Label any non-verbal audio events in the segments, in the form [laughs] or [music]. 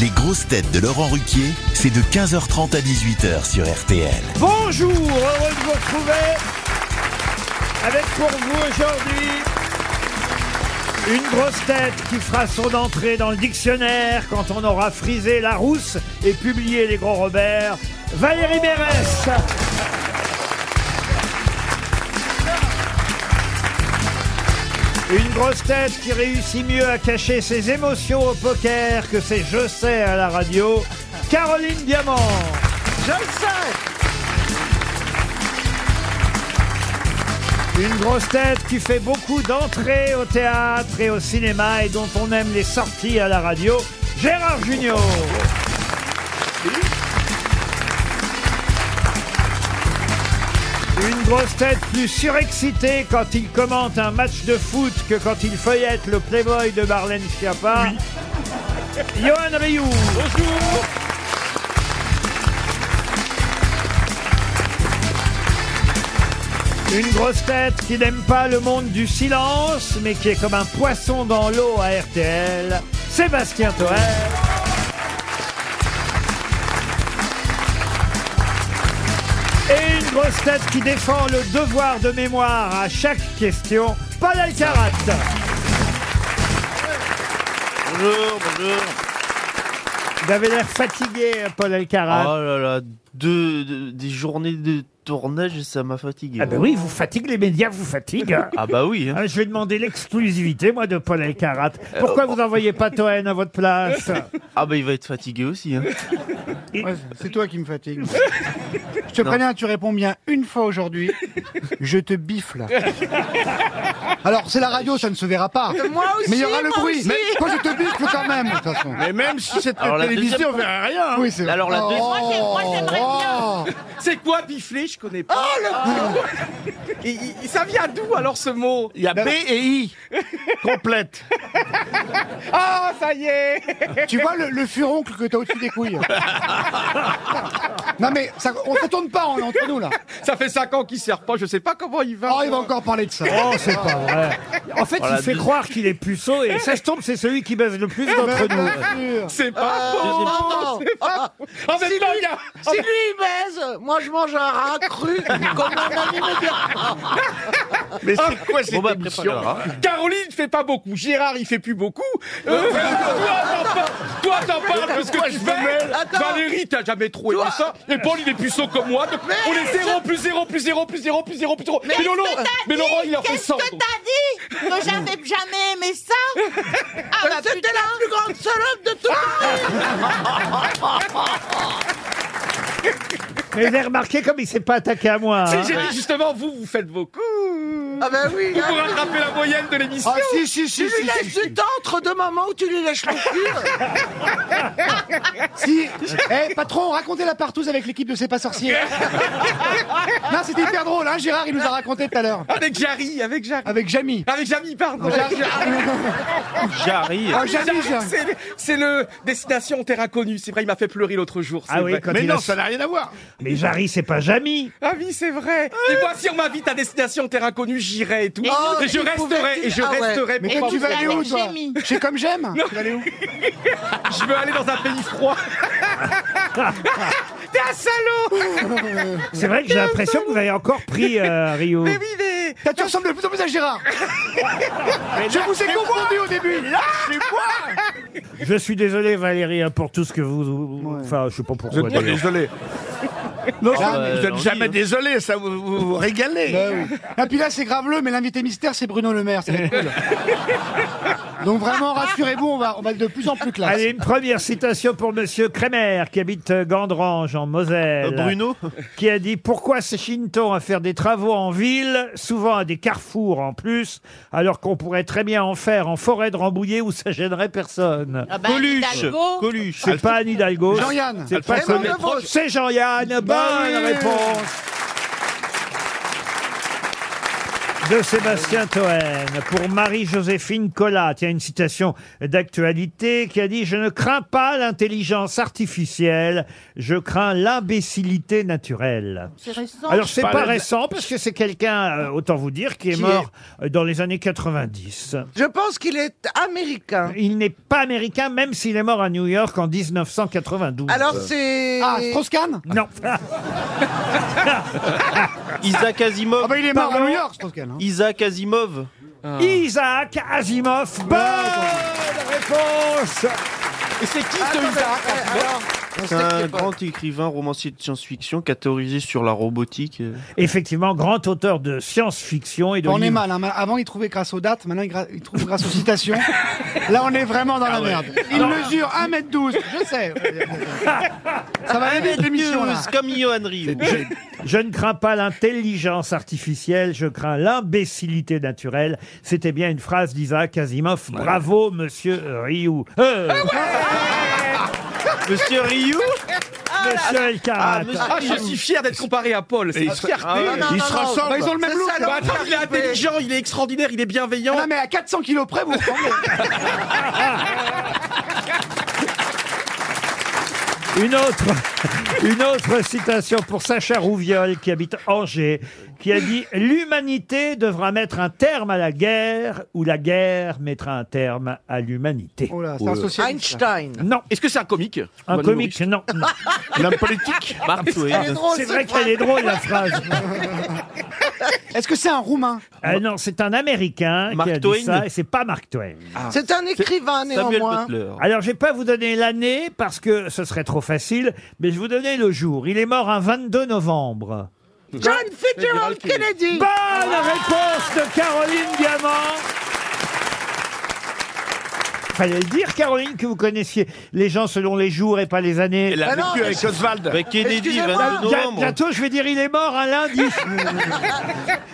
Les grosses têtes de Laurent Ruquier, c'est de 15h30 à 18h sur RTL. Bonjour, heureux de vous retrouver avec pour vous aujourd'hui une grosse tête qui fera son entrée dans le dictionnaire quand on aura frisé la rousse et publié les gros Robert, Valérie Mérès. Une grosse tête qui réussit mieux à cacher ses émotions au poker que ses je sais à la radio, Caroline Diamant. Je le sais Une grosse tête qui fait beaucoup d'entrées au théâtre et au cinéma et dont on aime les sorties à la radio, Gérard Junior. Une grosse tête plus surexcitée quand il commente un match de foot que quand il feuillette le Playboy de Marlène Schiappa. Johan Rioux. Bonjour. Une grosse tête qui n'aime pas le monde du silence, mais qui est comme un poisson dans l'eau à RTL, Sébastien Toer. Et une grosse tête qui défend le devoir de mémoire à chaque question, Paul Alcarat. Bonjour, bonjour. Vous avez l'air fatigué, Paul Alcarat. Oh là là, deux, deux- des journées de tournage, ça m'a fatigué. Ah ben oui, vous fatigue les médias, vous fatigue. Ah bah oui. hein. Ah, Je vais demander l'exclusivité, moi, de Paul Elkarat. Pourquoi vous n'envoyez pas Toen à votre [laughs] place Ah bah il va être fatigué aussi. hein. Ouais, c'est toi qui me fatigue. Je te préviens, tu réponds bien une fois aujourd'hui. Je te bifle. Alors, c'est la radio, ça ne se verra pas. Moi aussi, Mais il y aura le moi bruit. aussi. Mais moi, je te bifle quand même, de toute façon. Et même si c'était Alors, la télévisé, deuxième- on verrait rien. hein. Oui, c'est vrai. Alors, la deuxième- Moi, j'ai- moi, j'aimerais Oh, C'est quoi bifler Je connais pas. Ah. Oh, le Et- et- ça vient d'où alors ce mot Il y a B et I. Complète. [laughs] Ah, ça y est oh. Tu [laughs] vois le, le furoncle que t'as au-dessus des couilles. Non, mais ça, on se tourne pas, on est entre nous, là. Ça fait 5 ans qu'il sert pas, je sais pas comment il va. Oh, il va encore parler de ça. Oh, c'est pas vrai. En Oh, fait, Voilà, il fait dis- croire qu'il est puceau et ça se tombe, c'est celui qui baise le plus d'entre Bien nous. Ah. sûr. Ah, C'est pas bon C'est pas bon. En même temps, il y a- Oh. Ah. Si lui il baise, moi je mange un rat [laughs] cru comme un ami me dira. Mais Ah, c'est quoi cette Bon bah après, pas émission grave, hein. Caroline fait pas beaucoup, Gérard il fait plus beaucoup. Euh, toi, t'en parles- toi t'en parles parce que tu fais. Attends. Valérie t'as jamais trop aimé ça. Et Paul il est puceau comme moi. Donc Mais on est 0 plus 0 plus 0 plus 0 plus 0 plus 0. Mais, Lolo, qu'est-ce que t'as mais dit Laurent il en fait Qu'est-ce 100. que donc. t'as dit Que j'avais jamais aimé ça [laughs] Ah bah C'était la plus grande salope de tout le monde [laughs] Mais vous avez remarqué comme il s'est pas attaqué à moi. hein. Si j'ai dit justement vous vous faites vos coups. Ah bah oui Vous hein. rattrapez la moyenne de l'émission. Ah, si, si, Tu si, lui si, si, lèches du entre deux moments où tu lui lèches le cul [laughs] Si, eh, patron, racontez la partouze avec l'équipe de C'est [laughs] pas sorcier. non, c'était hyper drôle, hein, Gérard, il nous a raconté tout à l'heure. Avec Jarry, avec Jarry. Avec Jamie. Avec Jamie, pardon. Jarry. J'arrive. Ah, Jamie, Jarry, Jamie. c'est le- C'est le Destination Terre Inconnue. C'est vrai, il m'a fait pleurer l'autre jour. c'est Ah oui, vrai. quand Mais il non, a- ça n'a rien à voir. Mais Jarry, c'est pas Jamy. Ah oui, c'est vrai. Et moi, si on m'invite à Destination Terre Inconnue, j'irai et tout. Et nous, et je tu pouvais- resterai. Et je Ah ouais. resterai. Mais Et toi, tu tu vas vas aller où, avec toi Jamie. Chez Comme J'aime Tu vas aller où Je veux aller dans un pays [laughs] froid. T'es un [laughs] salaud Euh, C'est vrai que j'ai l'impression que vous avez encore pris euh, Rio. Mais oui, mais... Là, Tu ressembles de plus en plus [laughs] à Gérard. Je vous ai confondu au début. Je suis désolé, Valérie, hein, pour tout ce que vous. Enfin, je sais pas Vous pourquoi. êtes pas d'ailleurs. désolé. euh, Non, Ben Ah, bah, vous n'êtes non, jamais dis, hein. désolé, ça vous, vous, vous régalez. Et Bah Ah, puis là, c'est graveleux, mais l'invité mystère, c'est Bruno Le Maire. ça va Eh. être cool. [laughs] Donc vraiment, rassurez-vous, on va, on va être de plus en plus classe. Allez, une première citation pour Monsieur Kremer, qui habite euh, Gandrange, en Moselle. Bruno qui a dit pourquoi s'échine-t-on à faire des travaux en ville, souvent à des carrefours en plus, alors qu'on pourrait très bien en faire en forêt de Rambouillet où ça gênerait personne. Ah bah, Coluche Hidalgo. Coluche C'est pas Anne Hidalgo. Jean-Yann. C'est pas Raymond Coluche. Devos. C'est Jean-Yann. Bonne Bah oui. réponse. de Sébastien Toen pour Marie-Joséphine Collat. Tiens, une citation d'actualité qui a dit « Je ne crains pas l'intelligence artificielle, je crains l'imbécilité naturelle ». C'est récent. Alors c'est Pas pas la- récent parce que c'est quelqu'un, euh, autant vous dire, qui est Qui mort euh, dans les années 90. Je pense qu'il est [laughs] américain. Il n'est pas américain même s'il est mort à New York en 1992. Alors c'est. Ah, Strauss-Kahn [laughs] Non. [laughs] Isaac Asimov. Ah bah il est mort à Pardon New York, Strauss-Kahn. hein. Isaac Asimov. Isaac Asimov. Bonne réponse C'est un grand écrivain, romancier de science-fiction qui a théorisé sur la robotique. euh. Effectivement, grand auteur de science-fiction et de On est livres. mal. hein. Avant, il trouvait grâce aux dates. Maintenant, il, gra- il trouve grâce [laughs] aux citations. Là, on est vraiment dans Ah la merde. Il mesure 1m12. Je [laughs] sais. Ça Ah, va aller vite, l'émission, là. News, comme Johan Ryu. Je ne crains pas l'intelligence artificielle, je crains l'imbécilité naturelle. C'était bien une phrase d'Isaac Asimov. Bravo, monsieur euh, Ryu. Euh, Ah [laughs] Monsieur Ryu Ah, monsieur Elkarat. Ah, je suis fier d'être comparé à Paul. C'est une Ah, fierté. Ils se Bah, ressemblent. ils ont le même look. Bah, attends, il est intelligent, il est extraordinaire, il est bienveillant. Ah Non, mais à 400 kilos près, vous ressemblez. [laughs] Une autre, une autre citation pour Sacha Rouviol, qui habite Angers, qui a dit « L'humanité devra mettre un terme à la guerre, ou la guerre mettra un terme à l'humanité. Oh là, c'est un socialiste. là. Einstein. Non, Est-ce que c'est un comique un Ou comique, humoriste non. [laughs] non. L'homme politique. Mark Twain. C'est vrai qu'elle est drôle, la phrase. [laughs] Est-ce que c'est un Roumain Euh, non, c'est un Américain Mark qui a dit Twain. Ah, ça, et c'est pas Mark Twain. C'est un écrivain Samuel néanmoins. Butler. Alors, je vais pas vous donner l'année, parce que ce serait trop facile, mais je vais vous donner le jour. Il est mort un 22 novembre. [laughs] John Fitzgerald Kennedy. Bonne réponse de Caroline Diamant. Fallait le dire, Caroline, que vous connaissiez les gens selon les jours et pas les années. Il a Bah non, vécu mais avec Oswald. Avec Kennedy, Excusez-moi. 22 Bien- novembre. bientôt, je vais dire, il est mort un [laughs] lundi.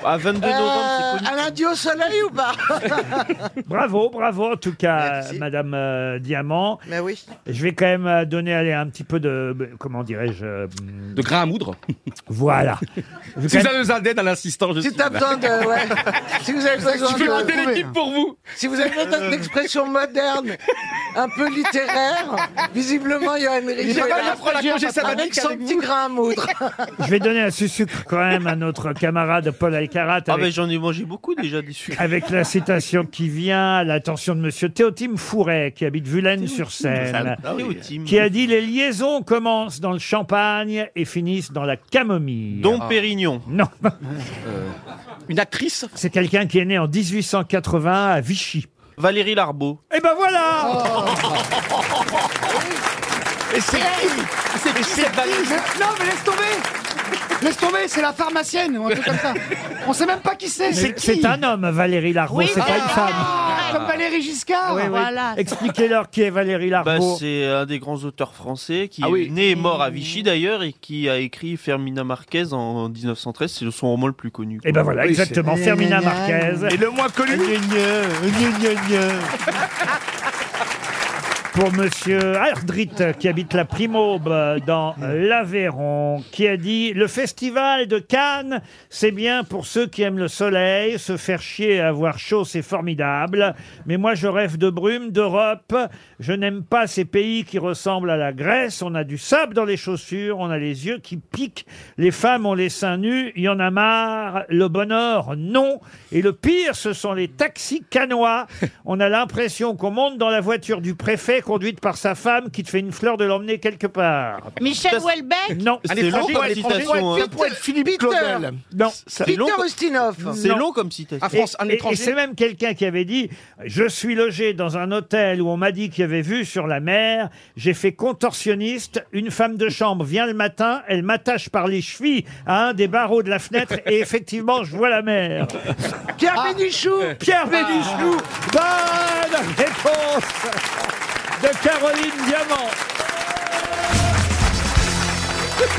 Ah, 22 Euh, novembre, c'est connu. un lundi au soleil ou pas bravo, bravo, en tout cas, Merci. Madame euh, Diamant. Mais oui. Je vais quand même euh, donner allez, un petit peu de. Comment dirais-je euh, De grain à moudre. [laughs] Voilà. Je vais quand même- Suzanne Zaldène à l'insistant, je Si suis là. t'as besoin de. ouais. Si vous avez besoin Je fais de- monter l'équipe pour vous. Si vous avez besoin d'expressions modernes, un peu littéraires, visiblement, Johan Rieu est J'avais là. la la congé Avec sabbatique son avec petit vous. grain à moudre. je vais donner un sucre quand même à notre camarade Paul Alcarat. Ah, avec mais j'en ai mangé beaucoup déjà des sucres. avec la citation qui vient à l'attention de monsieur Théotime Fouret, qui habite Vulaine-sur-Seine, Ah, oui, au team. qui a dit Les liaisons commencent dans le champagne et finissent dans la camomille. Dom Pérignon. [laughs] Non, Une actrice c'est quelqu'un qui est né en 1880 à Vichy. Valérie Larbeau. Eh ben voilà Oh. Et c'est qui C'est qui cette valise Je- Non, mais laisse tomber Laisse tomber, c'est la pharmacienne ou un truc comme ça. On sait même pas qui c'est. C'est qui C'est un homme, Valérie Larbeau, c'est pas une femme. Ah, Comme Valérie Giscard. Oui, oui. Voilà. Expliquez-leur qui est Valérie Bah, Larbeau. c'est un des grands auteurs français qui Ah est oui. né et mort à Vichy d'ailleurs et qui a écrit Fermina Marquez en 1913. C'est son roman le plus connu. Eh ben voilà, Oui, c'est- exactement, [laughs] Fermina Gna, gna, gna. Marquez. Et le moins connu pour monsieur Ardrit qui habite la Primaube euh, dans l'Aveyron qui a dit le festival de Cannes c'est bien pour ceux qui aiment le soleil se faire chier à avoir chaud c'est formidable mais moi je rêve de brume d'Europe je n'aime pas ces pays qui ressemblent à la Grèce on a du sable dans les chaussures on a les yeux qui piquent les femmes ont les seins nus il y en a marre le bonheur non et le pire ce sont les taxis [laughs] canois on a l'impression qu'on monte dans la voiture du préfet conduite par sa femme qui te fait une fleur de l'emmener quelque part. Michel Houellebecq Non, Ah, C'est long comme citation. hein. Pour être Philippe Claudel. non. C'est Peter long comme- Ustinov. c'est Non. long comme citation. à France, un Et- et- Et étranger. c'est même quelqu'un qui avait dit Je suis logé dans un hôtel où on m'a dit qu'il y avait vu sur la mer. J'ai fait contorsionniste. Une femme de chambre vient le matin, elle m'attache par les chevilles à un des barreaux de la fenêtre et effectivement, je vois la mer. Pierre Bénichou. Pierre Bénichou, bonne réponse de Caroline Diamant.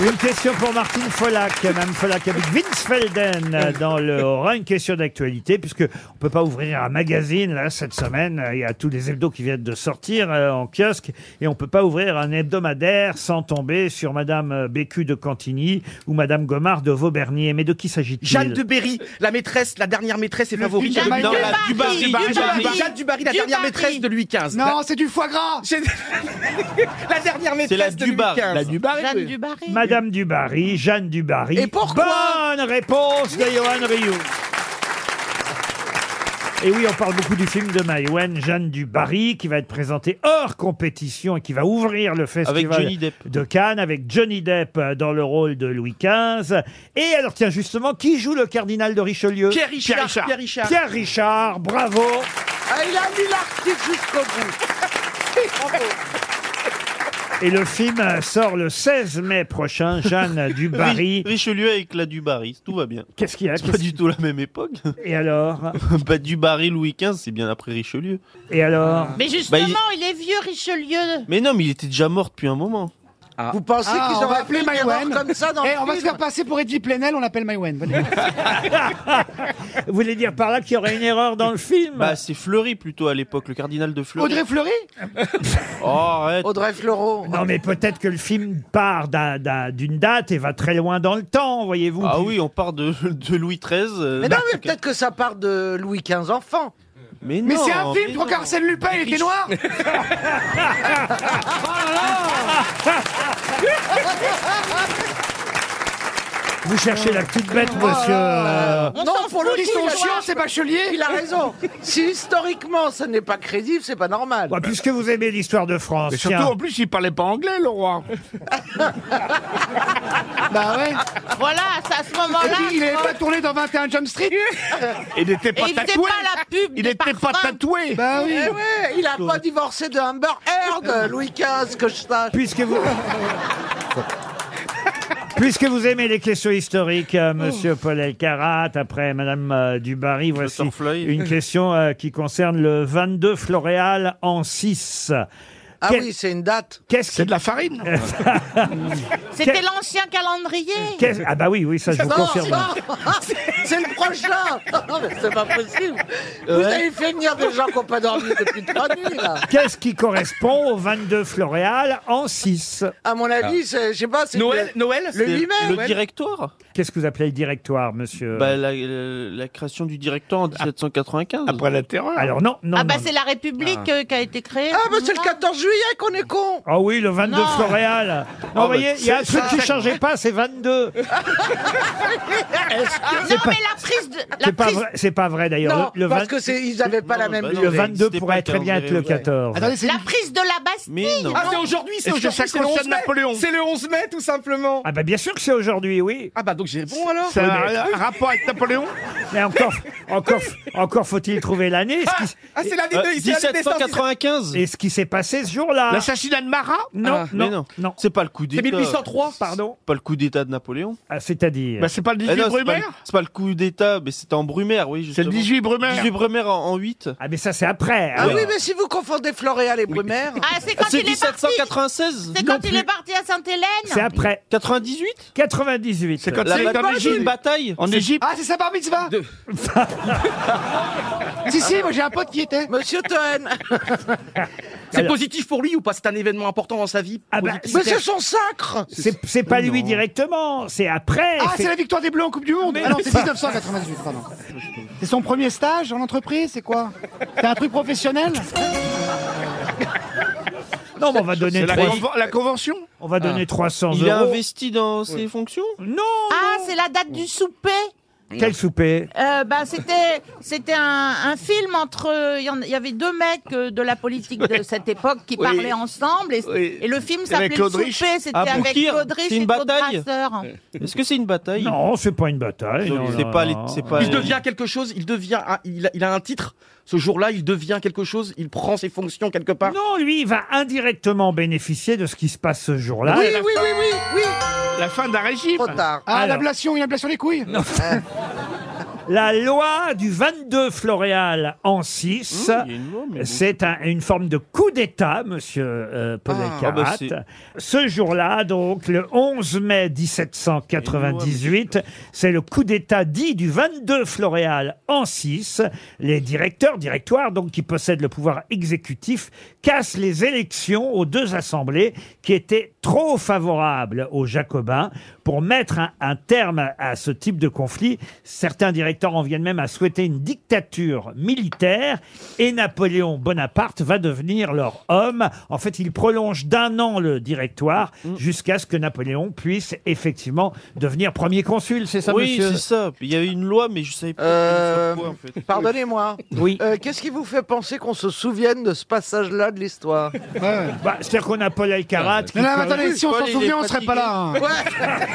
Une question pour Martine Follac, Mme Follac habite Winsfelden euh, dans le Haut-Rhin. Une question d'actualité, puisque on peut pas ouvrir un magazine là cette semaine. Euh, Il y a tous les hebdos qui viennent de sortir euh, en kiosque et on peut pas ouvrir un hebdomadaire sans tomber sur Madame Bécu de Cantigny ou Madame Gomard de Vaubernier. Mais de qui s'agit-il Jeanne de Berry, la maîtresse, la dernière maîtresse et favorite. film de Michael Non, la- Bay. Dubarry, Jeanne Dubarry. Dubarry. Jeanne Dubarry, la dernière maîtresse de Louis XV. Non, c'est du foie gras J'ai- La dernière C'est la maîtresse de Louis Dubarry. La XV. Dubarry. Jeanne du Barry. Madame Dubarry, Jeanne Dubarry. Et pourquoi Bonne réponse de Johan Rioux. Et oui, on parle beaucoup du film de Maïwen, Jeanne Dubarry, qui va être présenté hors compétition et qui va ouvrir le festival Johnny Depp. de Cannes avec Johnny Depp euh, dans le rôle de Louis XV. Et alors, tiens, justement, qui joue le cardinal de Richelieu Pierre Richard. Pierre Richard. Pierre Richard, bravo Ah, il a mis l'article jusqu'au bout. Et le film euh, sort le 16 mai prochain, [laughs] Jeanne Dubarry. Ri- Richelieu avec la Dubarry, tout va bien. Qu'est-ce qu'il y a C'est pas du tout la même époque. Et alors [laughs] bah, Dubarry, Louis XV, c'est bien après Richelieu. Et alors Mais justement, Bah, il... est vieux, Richelieu. Mais non, mais il était déjà mort depuis un moment. Vous pensez Ah, qu'ils on va auraient appeler appelé Maïwenn. comme ça dans Eh, le on va se film faire passer pour Eddie Plenel, on l'appelle Maïwen. Venez. Vous voulez dire par là qu'il y aurait une erreur dans le film Bah, c'est Fleury plutôt à l'époque, le cardinal de Fleury. Audrey Fleury Oh, arrête. Audrey Fleurot. Non, mais peut-être que le film part d'un- d'un- d'une date et va très loin dans le temps, voyez-vous. Ah oui, on part de, de Louis XIII. euh, Mais non, mais bah, peut-être que ça part de Louis XV enfant. Mais Mais non, c'est un film, mais trois non. qu'Arsène Lupin, il était noir Vous cherchez la petite bête, Oh monsieur. euh, On Non, s'en pour le fout, ils sont il a- chiants, c'est bachelier Il a raison. [laughs] Si historiquement ce n'est pas crédible, c'est pas normal. bah, puisque vous aimez l'histoire de France, Et surtout, tiens. en plus, il parlait pas anglais, le roi. Bah ouais Voilà, c'est à ce Et moment-là. puis, Il avait pas tourné dans 21 Jump Street Il n'était Et pas il faisait tatoué. pas la pub Il des n'était pas parfums. tatoué. Bah oui Eh ouais, il a pas divorcé de Amber Heard, Louis XV, que je sache. Puisque [laughs] vous. Puisque vous aimez les questions historiques, euh, Oh. Monsieur Paul Elkarat, après Madame euh, Dubarry, voici Dr. Floyd. une question euh, qui concerne le 22 Floréal en 6. Ah Quel- oui, c'est une date. Qu'est-ce qui C'est de la farine. [laughs] C'était Quel- l'ancien calendrier. Qu'est-ce- Ah bah oui, oui, ça je vous Non, confirme. non, c'est le prochain. Non, mais c'est pas possible. Vous avez fait venir des gens qui n'ont pas dormi depuis trois nuits, là. Qu'est-ce qui correspond au 22 Floréal en 6 Ah, À mon Ah. avis, c'est- je sais pas, c'est Noël, que- Noël. le 8 Le mai. directoire Qu'est-ce que vous appelez le directoire, monsieur Ah. Bah, la, la- la création du directoire en 1795. Après la terreur. Alors non, non, Ah bah non. c'est la République euh, qui a été créée. Ah, mais c'est le 14 juillet qu'on est con. Ah oui, le 22 Non. Floréal. Non, vous voyez, il y a un truc qui changeait pas, c'est 22. [laughs] Ah, non mais la prise de la C'est pas prise, vrai, c'est pas vrai Non, d'ailleurs. Le, le parce 20 que c'est, ils n'avaient pas Non, la même bah lune. le non, mais 22 c'était pourrait pas très bien être le calendrier, ouais. 14. Attendez, c'est la prise de la Bastille. Mais non. Ah, c'est aujourd'hui, c'est Est-ce que ça aujourd'hui, c'est le 11 concerne mai. Napoléon C'est le 11 mai, tout simplement. Ah bah bien sûr que c'est aujourd'hui, oui. Ah bah donc j'ai bon alors. C'est un, un rapport avec Napoléon Mais encore, encore, encore faut-il trouver l'année et ce qui- Ah c'est l'année Euh, de c'est l'année des sorties. 1795 et ce qui s'est passé ce jour-là. L'assassinat de Marat Non, Ah, Mais non, non. C'est pas le coup C'est d'état. 1803. Pardon. Pas le coup d'état de Napoléon. Ah, C'est-à-dire. bah, C'est pas le Eh 18 non, c'est pas, le- Brumaire c'est pas le coup d'état, mais c'était en Brumaire, oui. C'est le justement. 18 Brumaire. 18 Brumaire en, en 8. Ah mais ça c'est après. Ah hein. oui, mais si vous confondez Floréal et Brumaire, Ah c'est quand c'est il est parti. 1796 C'est quand il est parti à C'est Sainte-Hélène. après 98 98. C'est quand La c'est bataille- en une Égypte. bataille En Égypte Ah, c'est sa bar mitzvah [laughs] Si, si, moi j'ai un pote qui y était. Monsieur [laughs] Toen, C'est positif pour lui ou pas C'est un événement important dans sa vie. Ah bah, Positif. mais c'est son sacre. C'est c'est pas lui directement, c'est après. Ah, c'est- c'est la victoire des Bleus en Coupe du Monde Ah non, c'est 1998, pardon. C'est son premier stage en entreprise, c'est quoi C'est un truc professionnel Non, mais on va C'est donner, la, trois- conven- la convention on va donner 300 Ah. Il a euros. investi dans ses fonctions Non Ah c'est la date du souper. Quel souper Euh, bah, c'était c'était un, un film entre il y en- il y, avait deux mecs euh, de la politique de cette époque qui parlaient ensemble et, Oui. et le Et film avec s'appelait Le Claude Souper Rich. c'était Ah, pour avec qui Claude Rich C'est une et Claude bataille Brasseur. Est-ce que c'est une bataille Non, c'est pas une bataille. non, C'est non, pas les- non. c'est pas- Il devient quelque chose. Il devient. un- il, a, il a un titre. Ce jour-là, il devient quelque chose. Il prend ses fonctions quelque part. Non, lui, il va indirectement bénéficier de ce qui se passe ce jour-là. Oui, oui, oui, oui, oui. La fin d'un régime Trop tard. Ah, Alors. Ah. l'ablation, une ablation des couilles [laughs] La loi du 22 Floréal en 6. Mmh, il y a une loi, mais bon. C'est un- une forme de coup d'État, monsieur euh, Paul Ah, bah, Elkarat. Ce jour-là, donc, le 11 mai 1798, c'est le coup d'État dit du 22 Floréal en 6. Les directeurs, directoires, donc, qui possèdent le pouvoir exécutif, cassent les élections aux deux assemblées qui étaient trop favorables aux Jacobins pour mettre un, un terme à ce type de conflit. Certains directeurs en viennent même à souhaiter une dictature militaire et Napoléon Bonaparte va devenir leur homme. En fait, il prolonge d'un an le directoire Mm. jusqu'à ce que Napoléon puisse effectivement devenir premier consul, c'est ça, oui, monsieur c'est ça. Il y avait une loi, mais je savais pas Euh, sur quoi, en fait. Pardonnez-moi. Oui. Euh, Qu'est-ce qui vous fait penser qu'on se souvienne de ce passage-là de l'histoire Ouais. Bah, C'est-à-dire qu'on a Paul Alcarat. qui Non, non, mais peut- attendez, si on Paul, s'en il est souvient, on serait pas là. hein.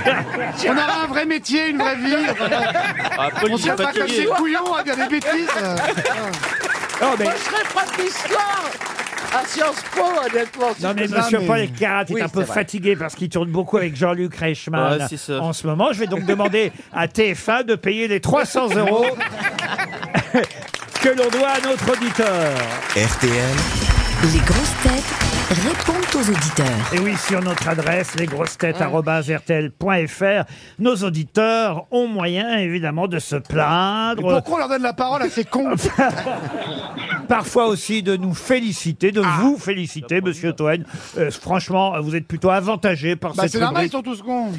On aurait un vrai métier, une vraie vie. Ah, Paul, On il est serait pas comme fatigué. ces couillons à dire des bêtises. Non, mais, Moi, je serais prof d'histoire à Sciences Po, honnêtement. si non, Eh ben, mais je- monsieur mais- Paul Alcarat Oui, est un peu c'est vrai. fatigué parce qu'il tourne beaucoup avec Jean-Luc Reichmann Ouais, c'est ça. en ce moment. Je vais donc demander à TF1 de payer les 300 euros que l'on doit à notre auditeur. RTL, Les grosses têtes répondent aux auditeurs. Et oui, sur notre adresse, lesgrossetêtes.fr, nos auditeurs ont moyen, évidemment, de se plaindre, Pourquoi on leur donne la parole à ces [laughs] cons parfois aussi de nous féliciter, de Ah. vous féliciter, Bah, monsieur Toen. Euh, franchement, vous êtes plutôt avantagé par Bah, cette c'est normal, ils rubrique. sont tous cons.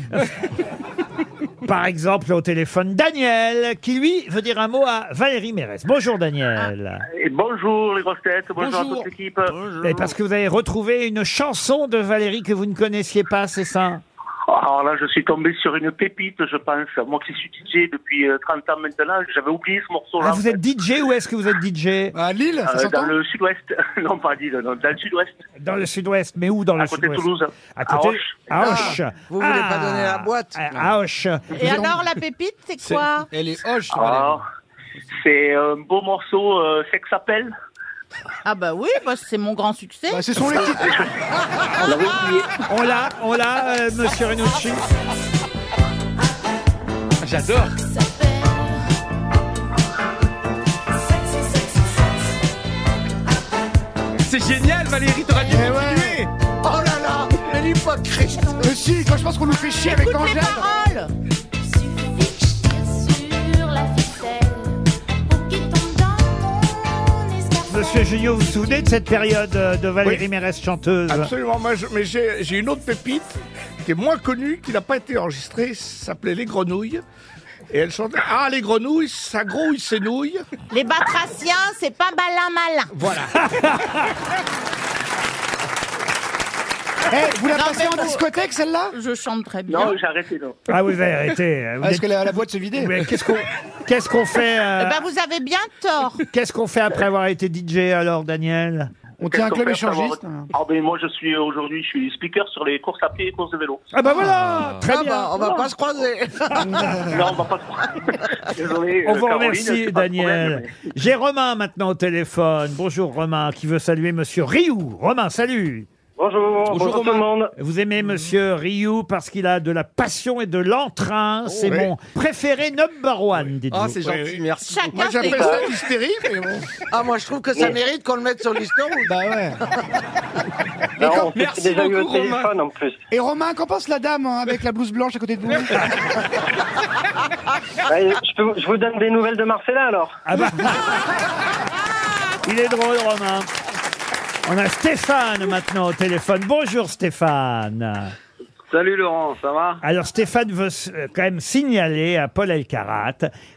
Par exemple, au téléphone, Daniel, qui lui veut dire un mot à Valérie Mérès. Bonjour, Daniel. Et bonjour les grosses têtes, bonjour, à Bonjour. toute l'équipe. Et Eh, parce que vous avez retrouvé une chanson de Valérie que vous ne connaissiez pas, c'est ça Ah, Alors là, je suis tombé sur une pépite, je pense. Moi qui suis DJ depuis euh, 30 ans maintenant, j'avais oublié ce morceau-là. Ah, Vous êtes DJ ou est-ce que vous êtes DJ À Lille, Euh, ça dans s'entend le sud-ouest, [laughs] non pas à Lille, non, dans le sud-ouest, Dans le sud-ouest, mais où dans à le côté de sud-ouest Toulouse. À côté. Auch. Ah. À Auch. vous voulez pas Ah. donner la boîte À à Auch. Et alors, la pépite, c'est quoi Elle est hoche, Alors, Ah, c'est un beau morceau, euh, Sex Appel. Ah bah oui, bah, c'est mon grand succès. Bah, ce sont les titres. On l'a, on l'a, euh, monsieur Renucci. J'adore. C'est génial, Valérie, t'aurais dû Eh ouais. continuer. Oh là là, mais l'hypocrite Euh, si, quand je pense qu'on nous fait chier avec Écoute les Angèle. paroles Monsieur Junio, vous vous souvenez de cette période euh, de Valérie Oui. Mérès chanteuse Absolument, moi, je- mais j'ai j'ai une autre pépite qui est moins connue, qui n'a pas été enregistrée, ça s'appelait Les Grenouilles. Et elle chantait Ah, les grenouilles, ça grouille ses nouilles. Les batraciens, c'est pas malin malin. Voilà. Eh, vous la Non, passez mais en vous- discothèque, celle-là Je chante très bien. Non, j'ai arrêté, non. Ah, vous avez arrêté. euh, vous Ah, Est-ce êtes- que la, la boîte s'est vidée Mais Qu'est-ce qu'on qu'est-ce qu'on fait euh, Eh ben, vous avez bien tort. Qu'est-ce qu'on fait après avoir été DJ alors, Daniel On tient un club Qu'est-ce qu'on peut échangiste. hein. savoir Ah ben moi, je suis aujourd'hui, je suis speaker sur les courses à pied et courses de vélo. Ah bah voilà, très Ah bien. bah, on va pas se croiser. Non, on va pas se croire. Désolé, On euh, vous Caroline, remercie, c'est pas le Daniel. problème, J'ai Romain maintenant au téléphone. Bonjour Romain, qui veut saluer Monsieur Rioux. Romain, salut. Bonjour, bonjour, tout le monde. Mm. Vous aimez Monsieur Rioux parce qu'il a de la passion et de Oh, l'entrain. C'est oui. mon préféré number one, dites-vous. Ah, c'est gentil, oui. merci. beaucoup. Chacun ses J'appelle goûts. ça l'hystérie, mais bon. Ah, moi, je trouve que ça mérite qu'on le mette sur l'histoire. Bah ouais. Non, on s'est merci déjà eu au beaucoup, Romain. téléphone en plus. [laughs] Et Romain, qu'en pense la dame hein, avec la blouse blanche à côté de [laughs] vous Allez, Bah, je, peux- je vous donne des nouvelles de Marcella alors. Ah bah. Il est drôle, Romain. On a Stéphane maintenant au téléphone. Bonjour Stéphane. Salut Laurent, ça va Alors Stéphane veut s- euh, quand même signaler à Paul Elkarat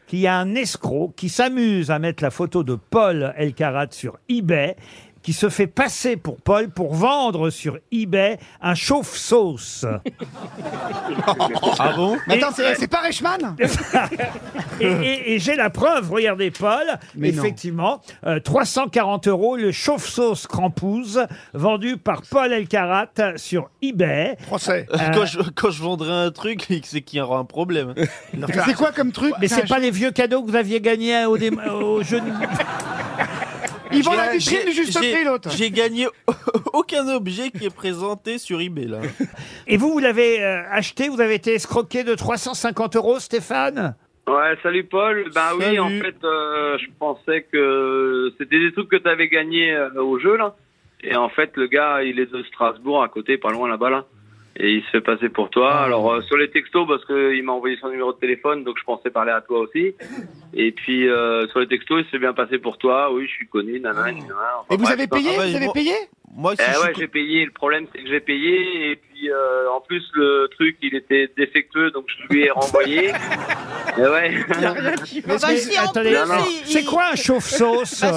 qu'il y a un escroc qui s'amuse à mettre la photo de Paul Elkarat sur eBay qui se fait passer pour Paul pour vendre sur eBay un [laughs] chauffe-sauce. Ah bon Mais attends, c'est c'est pas [laughs] Reichmann Et, et- et j'ai la preuve, regardez Paul, Mais non. effectivement, euh, 340 euros le chauffe-sauce crampouze vendu par Paul Elkarat sur eBay. Français. Euh, quand, je, quand je vendrai un truc, [laughs] c'est qu'il y aura [laughs] un problème. C'est quoi comme truc Mais c'est putain, pas les vieux cadeaux que vous aviez gagnés au, dé- au jeu de... Ils vendent la J'ai- vitrine du juste j'ai- prix, l'autre. J'ai gagné [laughs] aucun objet qui est présenté sur eBay là. Et vous, vous l'avez euh, acheté, vous avez été escroqué de 350 euros, Stéphane Ouais, salut Paul. Ben oui, en fait, euh, je pensais que c'était des trucs que tu avais gagnés euh, au jeu, là. Et en fait, le gars, il est de Strasbourg, à côté, pas loin là-bas, là. Et il se fait passer pour toi. Ah. Alors, euh, sur les textos, parce qu'il m'a envoyé son numéro de téléphone, donc je pensais parler à toi aussi. Et puis, euh, sur les textos, il s'est bien passé pour toi. Oui, je suis connu, nanana, nanana. Enfin, Et vous bref, avez quoi. payé Ah ouais, Vous avez moi- payé Moi, eh ouais, j'ai payé. Le problème, c'est que j'ai payé. Et puis, euh, en plus, le truc, il était défectueux, donc je lui ai renvoyé. Eh ouais. Mais c'est- attendez, Non, non. c'est quoi un euh chauffe-sauce C'est- C'est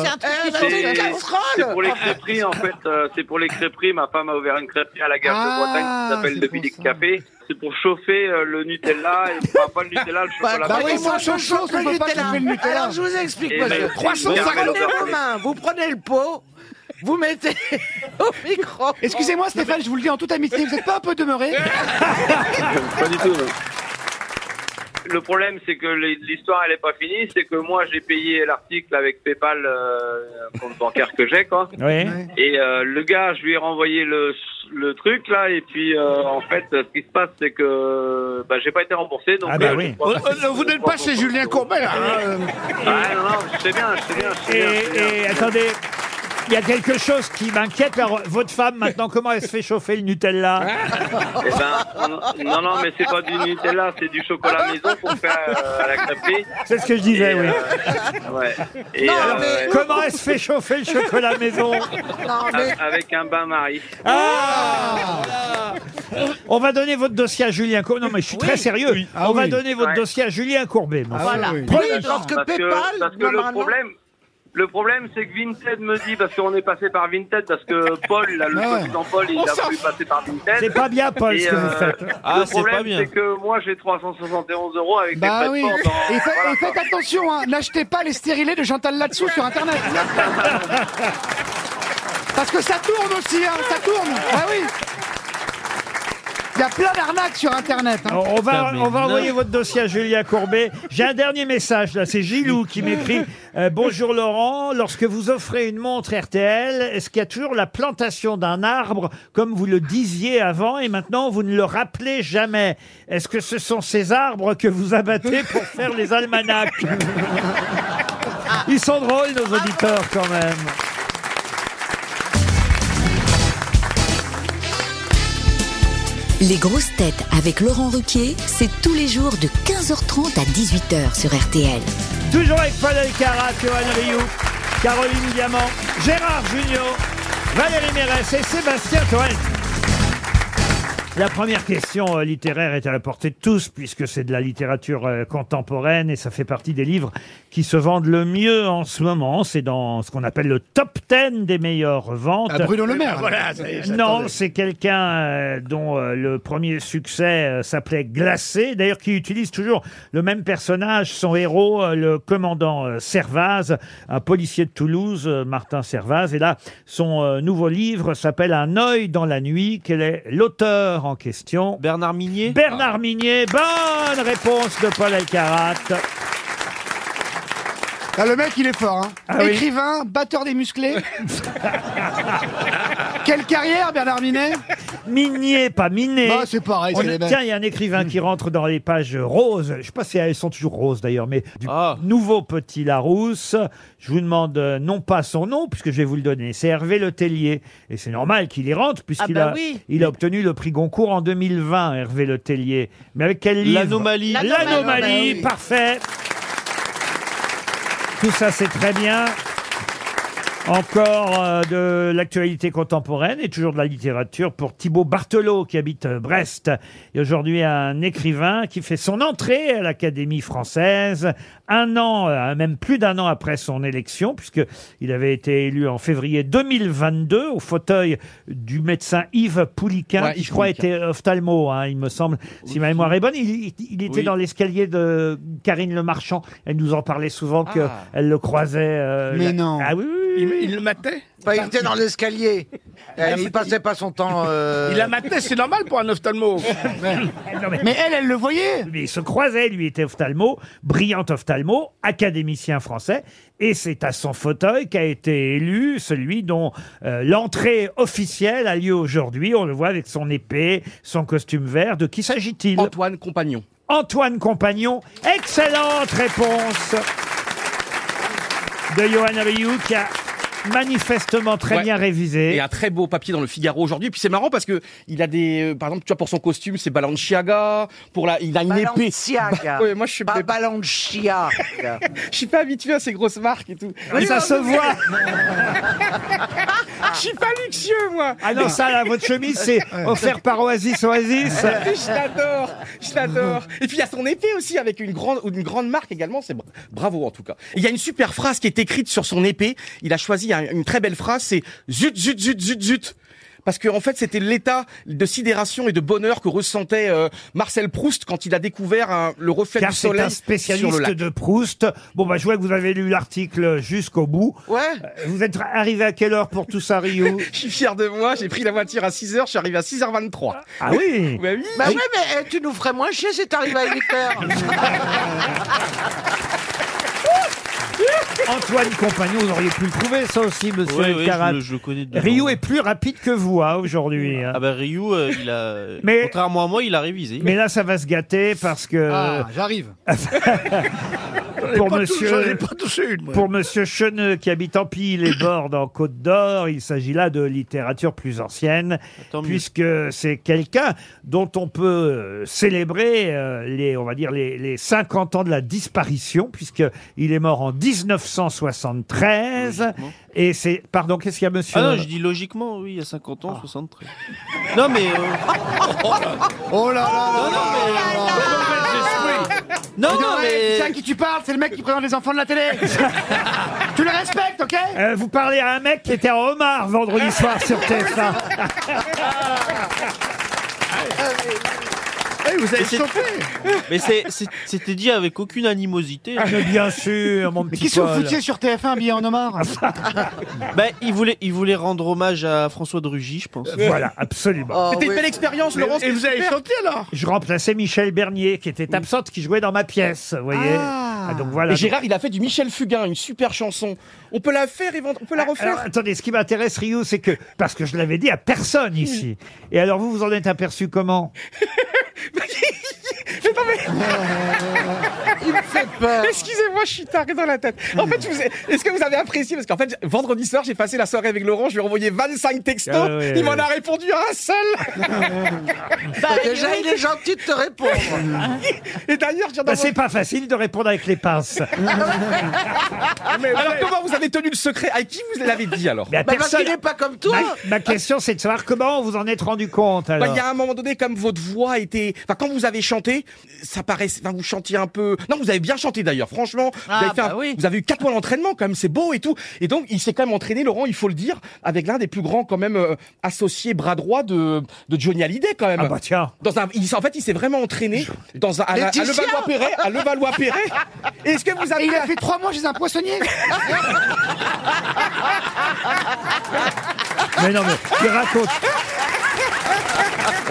pour Ah, les crêperies, en fait. euh, c'est pour les crêperies. Ma femme a ouvert une crêperie à la gare Ah, de Bretagne qui s'appelle le Bidic Café. C'est pour chauffer euh, le Nutella et enfin, pas le Nutella, le chocolat. bah oui, blanc. moi, je chauffe le Nutella. Alors, je vous explique, Eh Et monsieur. ben, 350 350 Vous prenez vos mains, vous prenez le pot, [laughs] vous mettez au micro. Excusez-moi Stéphane, je vous le dis en toute amitié, vous n'êtes pas un [laughs] peu demeuré Pas du tout. Le problème, c'est que les- l'histoire, elle est pas finie. C'est que moi, j'ai payé l'article avec PayPal, euh, compte bancaire que j'ai, quoi. Oui. Et euh, le gars, je lui ai renvoyé le, le truc là, et puis euh, en fait, ce qui se passe, c'est que bah, j'ai pas été remboursé. Donc, Ah bah ben euh, oui. je- Euh, euh, vous n'êtes pas chez Julien Courbet, là, hein, [laughs] euh. Ouais, non, non, je sais bien, je sais bien. je sais bien, je sais bien. Et, et attendez, il y a quelque chose qui m'inquiète. Alors, votre femme, maintenant, comment elle se fait chauffer le Nutella Eh ben, non, non, non, mais c'est pas du Nutella, c'est du chocolat maison pour faire euh, à la crêperie. C'est ce que je disais, oui. Ouais. Et, Non, euh, mais- Comment elle se fait chauffer le chocolat maison Avec- Avec un bain-marie. Ah Oh On va donner votre dossier à Julien Courbet. Non, mais je suis très sérieux. Ah On va oui. donner votre Ouais. dossier à Julien Courbet. mon Ah, frère. oui. Prenez- parce que, parce que le problème, le problème, c'est que Vinted me dit parce qu'on est passé par Vinted parce que Paul, là, le Ah Ouais. président Paul, il On a s'en voulu passer par Vinted. euh, C'est pas bien, Paul, ce que vous faites. Ah, le c'est pas problème, bien. c'est que moi, j'ai 371 euros avec Bah les oui. frais de port dans- Et, fa- voilà, et faites quoi. attention, hein, n'achetez pas les stérilés de Chantal là-dessous sur Internet. Parce que ça tourne aussi, hein, ça tourne. Ah oui. Il y a plein d'arnaques sur Internet. hein. On va, on va non. envoyer votre dossier à Julien Courbet. J'ai un dernier message là, c'est Gilou qui m'écrit euh, Bonjour Laurent, lorsque vous offrez une montre RTL, est-ce qu'il y a toujours la plantation d'un arbre comme vous le disiez avant et maintenant vous ne le rappelez jamais Est-ce que ce sont ces arbres que vous abattez pour faire les almanachs Ils sont drôles nos auditeurs quand même. Les grosses têtes avec Laurent Ruquier, c'est tous les jours de 15h30 à 18h sur RTL. Toujours avec Paul Elkarat, Johan Rioux, Caroline Diamant, Gérard Junior, Valérie Mérès et Sébastien Toen. La première question euh, littéraire est à la portée de tous, puisque c'est de la littérature euh, contemporaine et ça fait partie des livres qui se vendent le mieux en ce moment. C'est dans ce qu'on appelle le top 10 des meilleures ventes. Ah, Bruno Le Maire, là. Voilà, ça y est, non, j'attendais. c'est quelqu'un euh, dont euh, le premier succès euh, s'appelait Glacé, d'ailleurs qui utilise toujours le même personnage, son héros, euh, le commandant euh, Servaz, un policier de Toulouse, euh, Martin Servaz. Et là, son euh, nouveau livre s'appelle Un œil dans la nuit. Quel est l'auteur en question Bernard Minier. Bernard Minier, bonne réponse de Paul Alcarat. Ah, le mec, il est fort. hein. Ah oui. Écrivain, batteur des musclés. Quelle carrière, Bernard Minet Minier, pas miné. Bah, c'est pareil, On c'est est- les mêmes. Tiens, il y a un écrivain qui rentre dans les pages roses. Je sais pas si elles sont toujours roses d'ailleurs, mais du nouveau petit Larousse. Je vous demande euh, non pas son nom, puisque je vais vous le donner. C'est Hervé Le Tellier. Et c'est normal qu'il y rentre, puisqu'il Ah bah a, oui. il a obtenu le prix Goncourt en 2020, Hervé Le Tellier. Mais avec quel livre L'Anomalie. L'Anomalie, Bah L'Anomalie, oui. parfait. Tout ça, c'est très bien. Encore euh, de l'actualité contemporaine et toujours de la littérature pour Thibaut Barthelot qui habite euh, Brest et aujourd'hui un écrivain qui fait son entrée à l'Académie française un an, euh, même plus d'un an après son élection puisque il avait été élu en février 2022 au fauteuil du médecin Yves Pouliquin Ouais, qui je Yves crois Pouliquin. était ophtalmo hein, il me semble si ma mémoire est bonne. Il, il- il était Oui. dans l'escalier de Karine Le Marchand elle nous en parlait souvent qu'elle Ah. le croisait. euh, Mais là- non. Ah oui, oui, oui, Il, oui. il le matait Bah, il était dans l'escalier. Euh, Il passait pas son temps. euh, Il la matait, c'est normal pour un ophtalmo. Mais elle, elle le voyait. Mais il se croisait, lui était ophtalmo, brillant ophtalmo, académicien français. Et c'est à son fauteuil qu'a été élu celui dont euh, l'entrée officielle a lieu aujourd'hui. On le voit avec son épée, son costume vert. De qui s'agit-il Antoine Compagnon. Antoine Compagnon. Excellente réponse de Johan Rioux qui a manifestement très Ouais. bien révisé. Et un très beau papier dans le Figaro aujourd'hui. Puis c'est marrant parce que il a des, euh, par exemple, tu vois, pour son costume, c'est Balenciaga. Pour la, il a une épée. Balenciaga. Bah, [laughs] ouais, moi je suis pas Balenciaga. Je suis pas habitué à ces grosses marques et tout. Ah, Mais ça se voit. [laughs] Je suis pas luxueux, moi. Ah non, ça, là, votre chemise, c'est offert par Oasis Oasis. [laughs] je t'adore, je t'adore. Et puis il y a son épée aussi avec une grande une grande marque également, c'est bra- bravo en tout cas. Il y a une super phrase qui est écrite sur son épée, il a choisi un- une très belle phrase, c'est zut zut zut zut zut. Parce que en fait, c'était l'état de sidération et de bonheur que ressentait euh, Marcel Proust quand il a découvert un- le reflet Car du c'est soleil un sur le spécialiste lac. de Proust. Bon, bah, je vois que vous avez lu l'article jusqu'au bout. Euh, Ouais. Vous êtes arrivé à quelle heure pour tout ça, [laughs] Rio Je suis fier de moi, j'ai pris la voiture à 6h, je suis arrivé à 6h23. Ah oui Bah oui. Bah ouais, mais eh, tu nous ferais moins chier si t'arrives à 8 heures. Antoine Compagnon, vous auriez pu le trouver, ça aussi, monsieur Ouais, ouais, Elkarat. je le- je le connais de Rio nom. est plus rapide que vous, hein, aujourd'hui. hein. Ah bah Ryu, euh, il a. [laughs] Mais- Contrairement à moi, il a révisé. Mais là, ça va se gâter parce que. Ah, j'arrive. [laughs] pour pas tou- j'en ai monsieur, pas touché une, moi. pour monsieur Cheneux qui habite en les bords en Côte d'Or, il s'agit là de littérature plus ancienne, Ah, puisque c'est quelqu'un dont on peut euh, célébrer euh, les, on va dire les, les 50 ans de la disparition, puisque il est mort en 1973. Et c'est, pardon, qu'est-ce qu'il y a monsieur Ah non, [laughs] je dis logiquement, oui, il y a 50 Ah. ans, 73. Non mais. euh, [laughs] Oh là là Non, non, mais- Non, non, mais- C'est à qui tu parles, c'est le mec qui présente les enfants de la télé. tu le respectes, ok Euh, vous parlez à un mec qui était en homard vendredi soir [laughs] sur TF1. eh, vous avez Mais c'est- chopé Mais c'est- c'est- c'était dit avec aucune animosité. Ah, mais bien sûr, mon Mais petit qu'est-ce que vous Paul. foutiez sur TF1, billet en homard Bah, il voulait, il voulait rendre hommage à François de Rugy, je pense. Voilà, absolument. Oh, C'était une belle expérience, Mais- Laurence. et vous avez chanté, alors Je remplaçais Michel Bernier, qui était absente, qui jouait dans ma pièce, vous voyez. Ah, donc voilà. Et Gérard, il a fait du Michel Fugain, une super chanson. On peut la faire, évent- on peut la refaire. Ah, Alors, attendez, ce qui m'intéresse, Rio, c'est que, parce que je l'avais dit à personne ici. Et alors, vous, vous en êtes aperçu comment Mais non, mais- Il me fait peur. Excusez-moi, je suis taré dans la tête. En fait, je vous ai- est-ce que vous avez apprécié Parce qu'en fait, vendredi soir, j'ai passé la soirée avec Laurent, je lui ai envoyé 25 textos, Ah ouais, il m'en ouais. a répondu un seul Bah, déjà, il est gentil de te [laughs] répondre. Et d'ailleurs, j'ai Bah, C'est pas facile de répondre avec les [laughs] pinces. Alors, comment vous avez tenu le secret À qui vous l'avez dit alors Mais à Bah, parce personne. qu'il est pas comme toi. Ma, ma question, c'est de savoir comment vous en êtes rendu compte. Bah, Alors. Il y a un moment donné, comme votre voix était, enfin quand vous avez chanté, ça paraissait, enfin vous chantiez un peu. Non, vous avez bien chanté d'ailleurs. Franchement, Ah, vous, avez fait bah un- oui. vous avez eu quatre mois d'entraînement quand même, c'est beau et tout. Et donc il s'est quand même entraîné, Laurent, il faut le dire, avec l'un des plus grands quand même euh, associés bras droit de, de Johnny Hallyday quand même. Ah bah tiens. Dans un, il s'est- en fait, il s'est vraiment entraîné dans un à, la- à Laetitia Levallois-Perret, à Levallois-Perret. Est-ce que vous Et avez Ah, il a fait trois mois chez un poissonnier Mais non, mais tu racontes.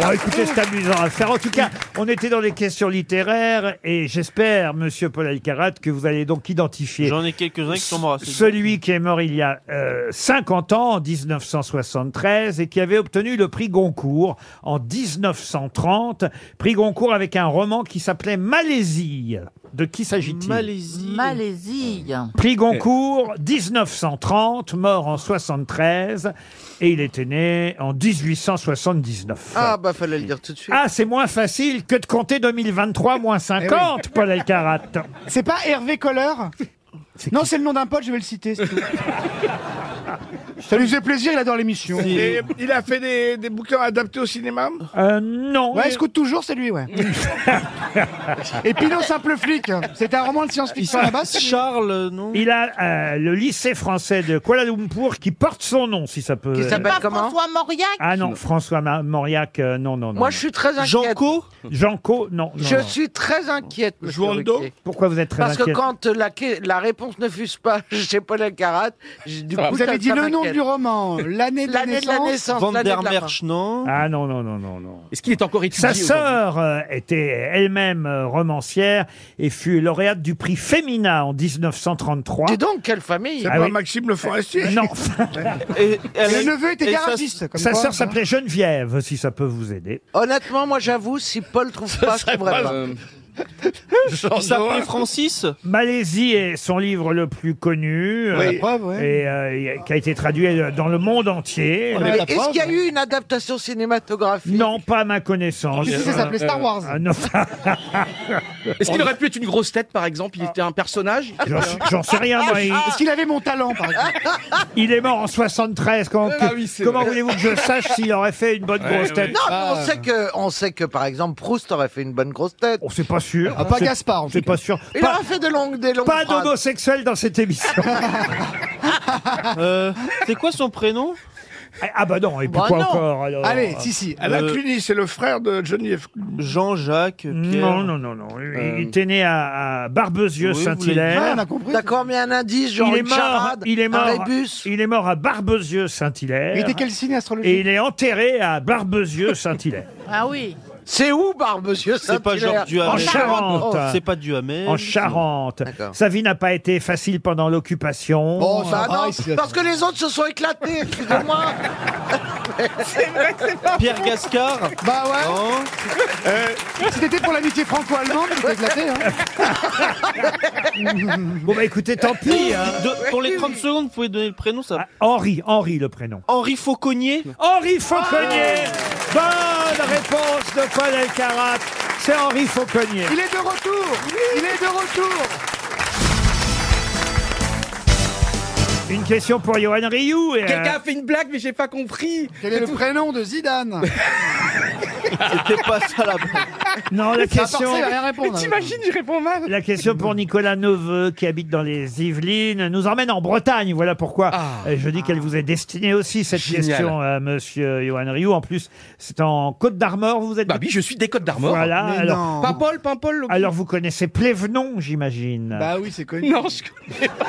Oh, écoutez, c'est amusant à faire. En tout cas, on était dans les questions littéraires et j'espère, monsieur Paul Alcarat, que vous allez donc identifier J'en ai quelques-uns qui sont morts. à ce- celui qui est mort il y a euh, 50 ans, en 1973, et qui avait obtenu le prix Goncourt en 1930. Prix Goncourt avec un roman qui s'appelait Malaisie. De qui s'agit-il Malaisie. Malaisie. Prix Goncourt, 1930, mort en 73, et il était né en 1879. Ah, bah, fallait le dire tout de suite. Ah, c'est moins facile que de compter 2023 Eh moins 50, Paul [laughs] Elkarat. C'est pas Hervé Coller Non, c'est le nom d'un pote, je vais le citer, c'est tout. Ça lui faisait plaisir, il adore l'émission. Et il a fait des, des bouquins adaptés au cinéma Euh, non. Ouais, mais- Scout toujours, c'est lui, ouais. Et Pinot, simple flic. C'était un roman de science-fiction à la base. c'est lui. Charles, euh, non Il a euh, le lycée français de Kuala Lumpur qui porte son nom, si ça peut. Qui s'appelle Pas comment François Mauriac Ah non, François Ma- Mauriac, euh, non, non, non. Moi, je suis très inquiète. Co Janco, non. non, Je non. suis très inquiète, monsieur Jouando Ruquier. Pourquoi vous êtes très Parce que inquiet quand euh, la, que- la réponse ne fût pas [laughs] chez Paul Alcarat, j'ai- du coup, Vous ça- avez dit ça le nom m'inquiète. du roman, l'année de la L'année de la naissance. naissance. Van l'année de der la mort. Merch, non Ah non, non, non, non, non. Est-ce qu'il est encore étudié Sa aujourd'hui sœur euh, était elle-même euh, romancière et fut lauréate du prix Femina en 1933. Dis donc, quelle famille C'est Ah pas oui. Maxime Le Forestier Non, Et elle a- Le neveu était et sa- garagiste. comme sa quoi, sœur hein. s'appelait Geneviève, si ça peut vous aider. [laughs] Honnêtement, moi j'avoue, si Paul trouve pas, je trouverai pas. Il s'appelait Francis Malaisie est son livre le plus connu, Oui. La preuve, ouais. et euh, y a- qui a été traduit euh, dans le monde entier. Mais Est-ce qu'il y a eu une adaptation cinématographique Non, pas à ma connaissance. Mais si, ça s'appelait Star Wars. Ah, non. [laughs] [laughs] Est-ce qu'il aurait pu être une grosse tête, par exemple Il était un personnage J'en- j'en sais rien, moi, il- Est-ce qu'il avait mon talent, par exemple [laughs] Il est mort en 73. Comment, Ah oui, c'est euh, comment vrai. Ah. voulez-vous que je sache s'il aurait fait une bonne grosse tête Non, mais on, sait que, on sait que, par exemple, Proust aurait fait une bonne grosse tête. On sait pas sûr. Ah, pas C'est- Gaspard, en C'est tout cas. pas sûr. Il Pas- aurait fait des longues, des longues Pas Ah. phrases. d'homosexuel dans cette [laughs] émission. Euh, c'est quoi son prénom Ah bah non, et pourquoi encore alors Alain Cluny, c'est le frère de Johnny F. Euh, Jean-Jacques. Non, non, non, non. Il- Euh, Il était né à, à Barbezieux-Saint-Hilaire. Ah, D'accord, mais un indice, genre il est une mort, charade, il est un mort, rébus. il est mort à Barbezieux-Saint-Hilaire. Il était quel signe astrologique Et il est enterré à Barbezieux-Saint-Hilaire. [laughs] Ah oui. C'est où, Barbezieux C'est pas Saint-Hilaire genre Duhamel. En Charente. Oh, Oh. C'est pas Duhamel. en Charente. Sa vie n'a pas été facile pendant l'occupation. Oh, bah non, parce que les autres se sont éclatés, [laughs] excusez-moi. c'est vrai que c'est pas Pierre Gascard Bah ouais. Euh, Si c'était pour l'amitié franco-allemande, t'étais éclaté. Hein. [laughs] Bon bah écoutez, tant pis. hein. Ah, De- pour les 30 secondes, vous pouvez donner le prénom, ça. Henri, Henri le prénom. Henri Fauconnier Henri Fauconnier Bonne réponse de Paul Elkarat. C'est Henri Fauconnier. Il est de retour. Il est de retour. Une question pour Johan Rioux. et, euh, Quelqu'un a fait une blague, mais j'ai pas compris. Quel est le prénom de Zidane [laughs] C'était pas ça [laughs] la Non, la Ça a question. forcé, il va rien répondre. Mais t'imagines, je réponds mal. hein. La question pour Nicolas Neveu, qui habite dans les Yvelines, nous emmène en Bretagne. Voilà pourquoi euh, je dis qu'elle vous est destinée aussi, cette Ah. Génial. question, euh, monsieur Johan Rioux. En plus, c'est en Côte d'Armor, vous êtes. Bah oui, je suis des Côtes d'Armor. Voilà. Mais alors, non. Pas Paul, pas Paul, le- Alors, vous connaissez Plévenon, j'imagine. Bah oui, c'est connu. Non, je connais pas.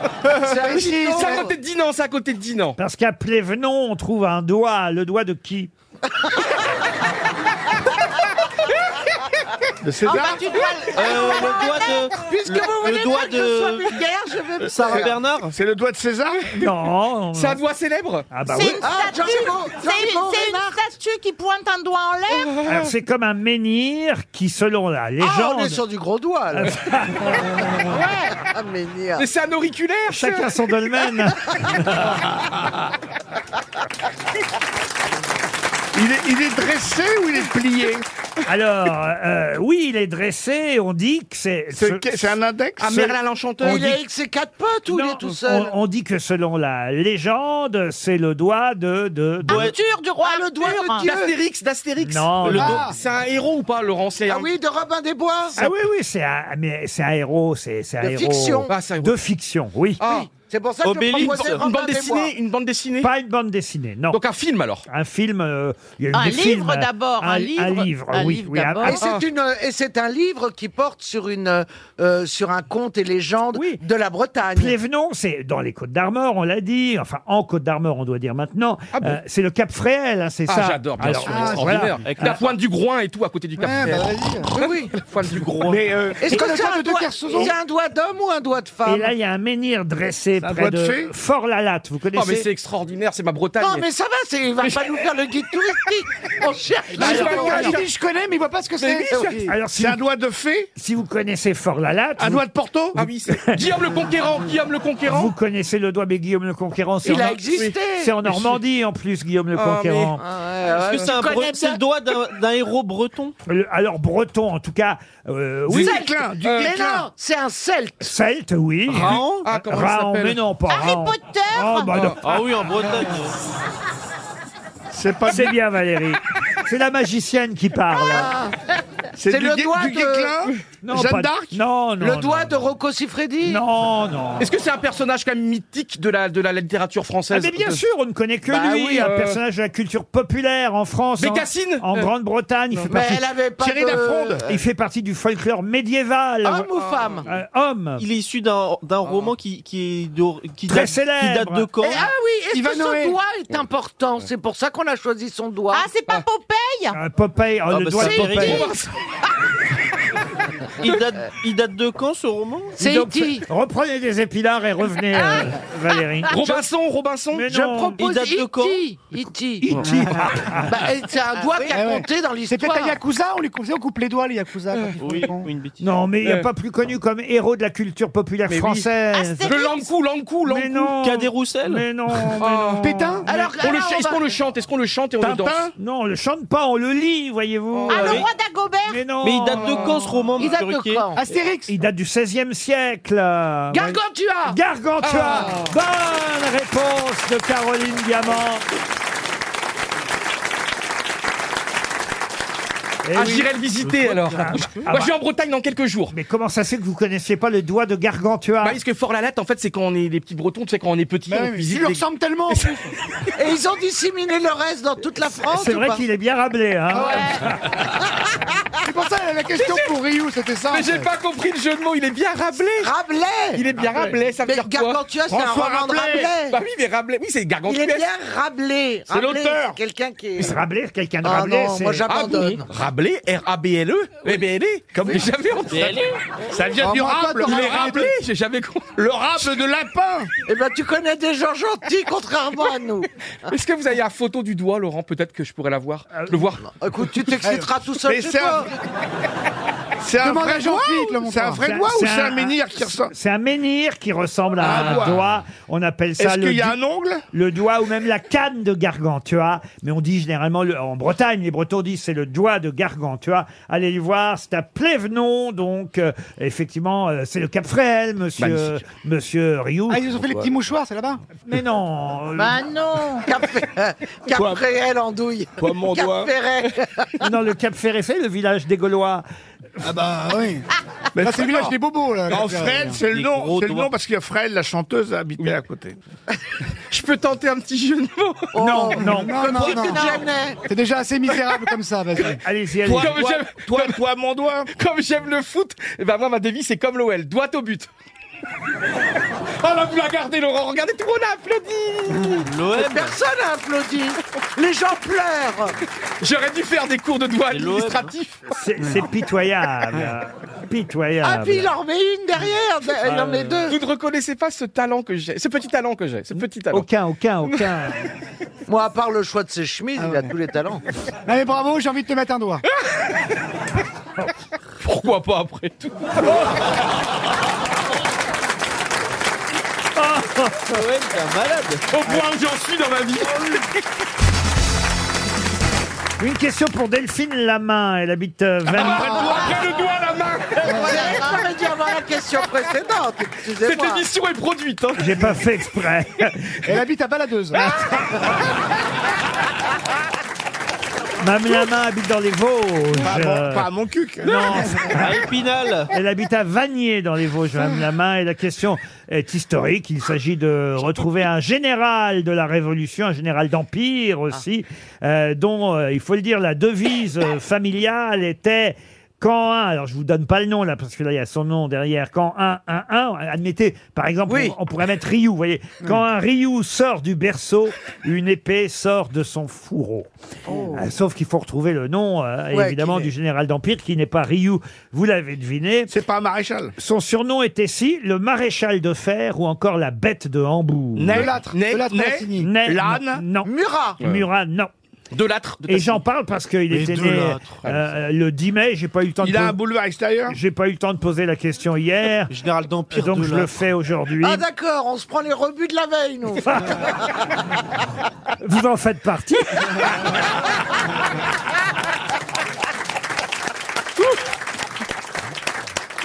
[laughs] C'est à Dinan. C'est à côté de Dinan, c'est à côté de Dinan. Parce qu'à Plévenon, on trouve un doigt. Le doigt de qui De César Ah bah, tu dois- Euh, le doigt de- Puisque le- vous voulez le doigt pas que je sois de- vulgaire, je veux Euh, plus. Sarah Bernard C'est le doigt de César Non. C'est un doigt célèbre Ah bah C'est oui. une Ah, statue, Django, c'est une- Django c'est une statue qui pointe un doigt en l'air. Ah, Alors, c'est comme un menhir qui, selon la légende. Ah, on est sur du gros [laughs] doigt, là. Ah, mais Mais c'est un auriculaire Chacun son dolmen. [laughs] Il est, il est dressé ou il est plié Alors, euh, oui, il est dressé. On dit que c'est. C'est que- c'est un index ce- on Ah, Il est dit- avec ses quatre potes ou il est tout seul on, on dit que selon la légende, c'est le doigt de. de, de- Arthur, du Ah, roi le doigt de Dieu. D'Astérix, d'Astérix. Non, Le non. dos- C'est un héros ou pas, Laurent C'est Ah un- oui, de Robin des Bois. Ah oui, oui, c'est un, mais c'est un héros. C'est c'est un De héros. fiction. Ah, c'est un héros. De fiction, oui. Ah. C'est pour ça que Obélix, je proposais une Robin bande des dessinée, une bande dessinée. Pas une bande dessinée, non. Donc un film alors. Un film. euh, il y a eu Un des livre films, euh, d'abord, un Un livre, livre, un oui. livre oui, un- Ah. d'abord. Et c'est une euh, et c'est un livre qui porte sur une euh, euh, sur un conte et légende de la Bretagne. Plévenon, c'est dans les Côtes d'Armor, on l'a dit, enfin en Côtes d'Armor, on doit dire maintenant. Ah bon Euh, c'est le Cap Fréhel, hein, c'est Ah, ça. j'adore, bien Alors, sûr, voilà. Ah. extraordinaire. Avec la pointe du groin et tout à côté du cap. Ouais, bah vas-y. [laughs] Ah, Oui, oui. La pointe du groin. Mais euh, Est-ce Et que le c'est doigt un, de doigt- Kersozon c'est un doigt d'homme ou un doigt de femme Et là, il y a un menhir dressé un doigt près de de fée Fort-la-Latte. Vous Oh, mais connaissez c'est extraordinaire, c'est ma Bretagne. Non, mais ça va, c'est, il va pas nous faire le guide touristique. On cherche. Bah, la- je vais- Ah, il dit, je connais, mais il voit pas ce que c'est. Alors, Eh si C'est un vous, doigt de fée si vous connaissez Fort-la-Latte, Un vous, doigt de Porto Ah [laughs] oui, c'est Guillaume le Conquérant, Guillaume le vous Conquérant. connaissez le doigt, mais Guillaume le Conquérant, c'est Il en, a existé. c'est en Normandie en plus, Guillaume le Ah, mais- Conquérant. Est-ce que c'est un bre- c'est le doigt d'un d'un héros breton Le- alors, breton, en tout cas, euh, oui. Duclin, Euh, Mais non, c'est un celte. Celte, oui. Raon Ah, comment il Raon, s'appelle mais non, pas Harry Raon. Potter Oh, bah non. Ah oui, en Bretagne. euh, C'est pas C'est bien, Valérie. C'est la magicienne qui parle. Ah, c'est du le Gué- doigt du de- Guéclin Jeanne pas- d'Arc Non, non. le non, doigt de non. Rocco Siffredi. Non, non. Est-ce que c'est un personnage quand même mythique de la, de la littérature Ah, française mais bien De- sûr, on ne connaît que Bah lui, oui, un euh, personnage de la culture populaire en France. en- Bécassine En, Euh, Grande-Bretagne. Il, fait Mais partie- elle avait pas Thierry de... Lafronde. il fait partie du folklore médiéval. Homme ou femme Euh, homme. Il est issu d'un d'un roman qui, qui, est d'or- qui Très date, qui célèbre. date de quand Et- ah oui, est-ce que Ivan Noé. son doigt est important C'est pour ça qu'on a choisi son doigt. Ah, c'est pas Popeye bah, Un Popeye, oh, Ah, le bah, doigt de c'est Popeye. Eric. il, date, il date de quand ce roman Dis donc, Reprenez des épilards et revenez, euh, Valérie. Robinson, Robinson. Mais Je non, propose il E date de quand E.T. E.T. Bah, eh, c'est un Ah, doigt qui a compté dans l'histoire. C'était un Yakuza, on, les coupait, on coupe les doigts, les Yakuza. quand ils font le con. Non, mais il n'y a Euh. pas plus connu comme héros de la culture populaire Ah, française. Le Lankou, Lankou, Lankou. Mais non. Cadet Roussel. Mais non. mais non. Pétain Alors, on le alors, cha- on Est-ce va- qu'on le chante Est-ce qu'on le chante et on le danse Tintin Non, on le chante pas, on le lit, voyez-vous. Euh, Ah, le roi d'Agobert Mais non. Mais il date de quand, ce roman, Il date de Ruquier quand Astérix Il date du XVIe siècle. euh, Gargantua Gargantua Ah. Bonne réponse de Caroline Diamant. Eh Ah, oui. j'irai le visiter alors. Ah, ah, Moi, je vais bah, en Bretagne dans quelques jours. Mais comment ça se fait que vous connaissiez pas le doigt de Gargantua Bah Bah, parce que Fort Lalette, en fait, c'est quand on est des petits Bretons, tu sais, quand on est petit, Mais on oui, mais visite tu lui des- ressembles tellement [laughs] en plus. Et ils ont disséminé le reste dans toute la France. C'est ou vrai pas qu'il est bien rablé. Hein C'est pour ça la question pour Ryu, c'était ça. Mais en j'ai fait. pas compris le jeu de mots, il est bien Rabelais Rabelais Il est bien Rabelais, ça veut Mais dire quoi Gargantua, c'est un roman de Rabelais. Bah oui, mais Rabelais, oui, c'est Il Gargantua. est bien Rabelais. C'est Rabelais, l'auteur. C'est quelqu'un qui Mais est... Rabelais, quelqu'un de Ah Rabelais, non, c'est- moi, Ah bon j'abandonne. Rabelais, R-A-B-L-E, eh ben, elle est, comme j'ai jamais entendu. Ça vient Oh, du moi, toi, rable. t'aurais Il est Rabelais. Rabelais, j'ai jamais compris. Le rable de lapin. Eh ben, tu connais des gens gentils, contrairement à nous. [laughs] Est-ce que vous avez la photo du doigt, Laurent Peut-être que je pourrais la voir. Le voir. Écoute, tu t'exciteras tout seul Mais chez c'est un- toi. C'est un Demande vrai à Jean-Philippe, doigt ou- le montant. C'est un vrai C'est un- doigt ou c'est c'est un- un menhir qui ressemble C'est un menhir qui ressemble à Un un doigt. doigt. On appelle ça Est-ce le, qu'il y a du- un ongle le doigt ou même la canne de Gargantua. Mais on dit généralement, le- en Bretagne, les Bretons disent c'est le doigt de Gargantua. Allez le voir, c'est à Plévenon. Donc, euh, effectivement, euh, c'est le Cap Fréhel, monsieur, Magnifique. monsieur Rioux. Ah, ils ont fait les petits mouchoirs, c'est là-bas Mais non, le- Bah non Capréel en douille. Toi, mon doigt. Capréel. [laughs] non, le Cap Ferret, c'est le village des Gaulois. Ah bah oui. Mais Là, c'est le village non. des bobos, là. Non, Fred, c'est le Des nom. gros C'est le doigts. nom parce qu'il y a Fred, la chanteuse, habitait à [laughs] côté. Je peux tenter un petit jeu de mots Oh, Non, non. Non, non, non. Jamais. T'es déjà assez misérable comme ça, vas-y. Allez-y, allez-y. Toi, Comme toi, j'aime- toi, toi, mon doigt. Comme j'aime le foot, et ben moi ma devise c'est comme l'OL, doigt au but. Ah là vous la gardez Laurent, regardez tout le monde a applaudi L'OM Personne n'a applaudi. Les gens pleurent. J'aurais dû faire des cours de doigt Et l'OM, hein. administratif. C'est c'est pitoyable. Ah, puis [laughs] Pitoyable. il en remet une derrière. Il en met deux. Vous ne reconnaissez pas ce talent que j'ai, ce petit talent que j'ai, ce petit talent. Aucun, aucun, [laughs] aucun. Moi, à part le choix de ses chemises, il a tous les talents. Non, mais bravo, j'ai envie de te mettre un doigt. Pourquoi pas après tout Ah, L'OM, c'est un malade Au point où j'en suis dans ma vie Une question pour Delphine Lamain. Elle habite euh, Ah, Vannes. Après le doigt, après le doigt, la main J'aurais dû avoir la question précédente. Cette Excusez-moi. émission est produite hein. Ah, J'ai pas fait exprès. [laughs] Elle habite à Baladeuse. Mme Lamain habite dans les Vosges. ah, Pas à mon- Euh, pas à mon cul. non, À Épinal elle habite à Vanier dans les Vosges, Mme Lamain. Et la question est historique. Il s'agit de retrouver un général de la Révolution, un général d'Empire aussi, euh, dont, euh, il faut le dire, la devise euh, familiale était... Quand 1, alors je vous donne pas le nom là, parce que là il y a son nom derrière, quand 1, 1, 1, admettez, par exemple, Oui. on, on pourrait mettre Ryu, vous voyez, quand un Ryu sort du berceau, une épée sort de son fourreau. Euh, Sauf qu'il faut retrouver le nom, euh, Oh. Ouais, évidemment, qui du est- général d'Empire, qui n'est pas Ryu, vous l'avez deviné. C'est pas un maréchal. Son surnom était si le maréchal de fer ou encore la bête de Hambourg. Ney, Delattre, Ney, Delattre Ney, Mancini. Ney- L'âne. Non. Murat. Murat, non. Delattre, de Et j'en parle parce qu'il était né euh, le 10 mai. J'ai pas eu le temps Il de a po- un boulevard extérieur. j'ai pas eu le temps de poser la question hier, Général d'Empire donc de je la- le fais aujourd'hui. Ah d'accord, on se prend les rebuts de la veille, nous. Vous en faites partie.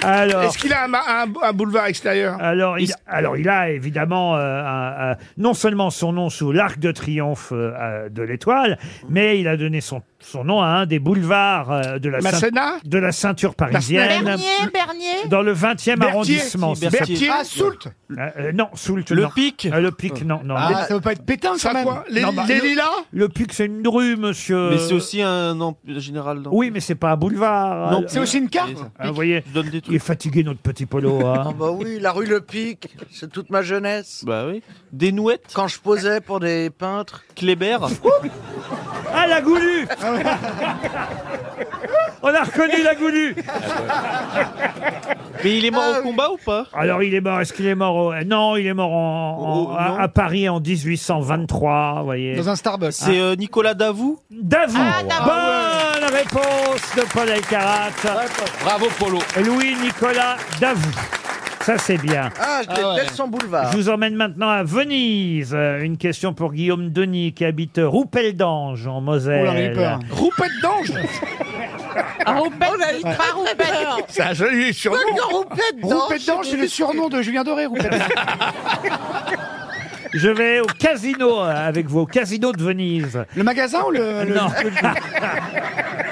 Alors, Est-ce qu'il a un, ma- un- un boulevard extérieur Alors il, alors, il a évidemment euh, un- un- non seulement son nom sous l'arc de triomphe euh, euh, de l'étoile, mais il a donné son, son nom à un des boulevards euh, de, la ceint- Masséna de la ceinture parisienne, Bernier, Bernier Euh, dans le 20e Berthier arrondissement. c'est ça. Berthier Ah, Soult Euh, euh, non, sous le Le Pic Le pic, non, non. Ah, ça veut pas être pétain, Ça quand même. quoi Les, Non, bah, les le- lilas Le pic, c'est une rue, monsieur. Mais c'est aussi un emp- général d'Empire. Euh, Oui, mais c'est pas un boulevard. Non, C'est aussi une carte Ah, vous voyez, Je donne des il est trucs. fatigué, notre petit polo. [laughs] Ah hein. bah oui, la rue Le Pic, c'est toute ma jeunesse. Bah oui. Des nouettes, Quand je posais pour des [laughs] peintres. Kléber. ah, la goulue On a reconnu la goulue Ah, Mais il est mort au combat ou pas Oh, Alors, il est mort, est-ce qu'il est mort au- euh, Non, il est mort en- en- à, à Paris en 1823, vous voyez. Dans un Starbucks. C'est euh, Nicolas Davout Davout Davout. Bonne réponse de Paul Elkarat Bravo, Polo. Louis-Nicolas Davout. Ça, c'est bien. Ah, je déteste son boulevard. Je vous emmène maintenant à Venise. Euh, Une question pour Guillaume Denis qui habite Roupel-d'Ange en Oh là, j'ai eu Moselle. peur. Roupette d'ange Ah, On a dit pas Roupette. C'est un joli surnom. Roupette d'ange. Roupette d'ange, c'est le surnom de Julien Doré, Roupette d'ange. Je vais au casino euh, avec vous, au casino de Venise. Le magasin ou le. le- Non. le-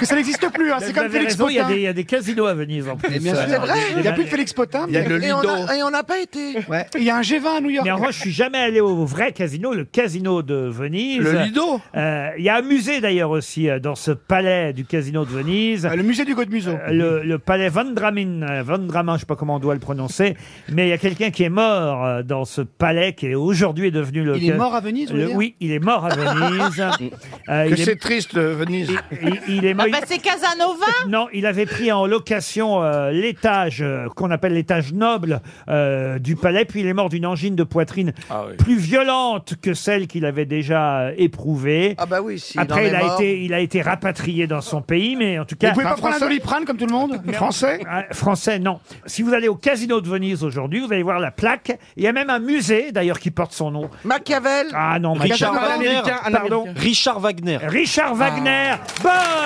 que ça n'existe plus, hein, c'est Vous comme avez Félix raison, Il y, a Potin. des- il y a des casinos à Venise en plus. Mais bien sûr, c'est Alors, vrai, des- Il n'y a des- plus de Félix Potin. mais- et, on a- et on n'a pas été. Il y a un G20 à New York. Mais en revanche, je suis jamais allé au vrai casino, le casino de Venise. Le Lido Euh, Il y a un musée d'ailleurs aussi euh, dans ce palais du casino de Venise. Ah, Euh, le musée du Godmuseau. le, le palais Vendramin, euh, Vendramin, je sais pas comment on doit le prononcer, mais il y a quelqu'un qui est mort euh, dans ce palais qui est aujourd'hui devenu le. Il est mort à Venise, vous le- voulez dire Oui, il est mort à Venise. [laughs] Euh, Que il est- c'est triste, euh, Venise. il, il est mort. Ah bah c'est Casanova [laughs] Non, il avait pris en location euh, l'étage euh, qu'on appelle l'étage noble euh, du palais, puis il est mort d'une angine de poitrine Ah plus violente que celle qu'il avait déjà euh, éprouvée. Ah bah oui, si. Après, il, il en est a mort. été, il a été rapatrié dans son pays, mais en tout Vous cas. pouvez pas prendre un doliprane comme tout le monde Français Français, non. Si vous allez au Casino de Venise aujourd'hui, vous allez voir la plaque. Il y a même un musée, d'ailleurs, qui porte son nom. Machiavel Ah non, Richard Machiavel. Wagner. Pardon Richard Wagner. Richard Wagner. Ah.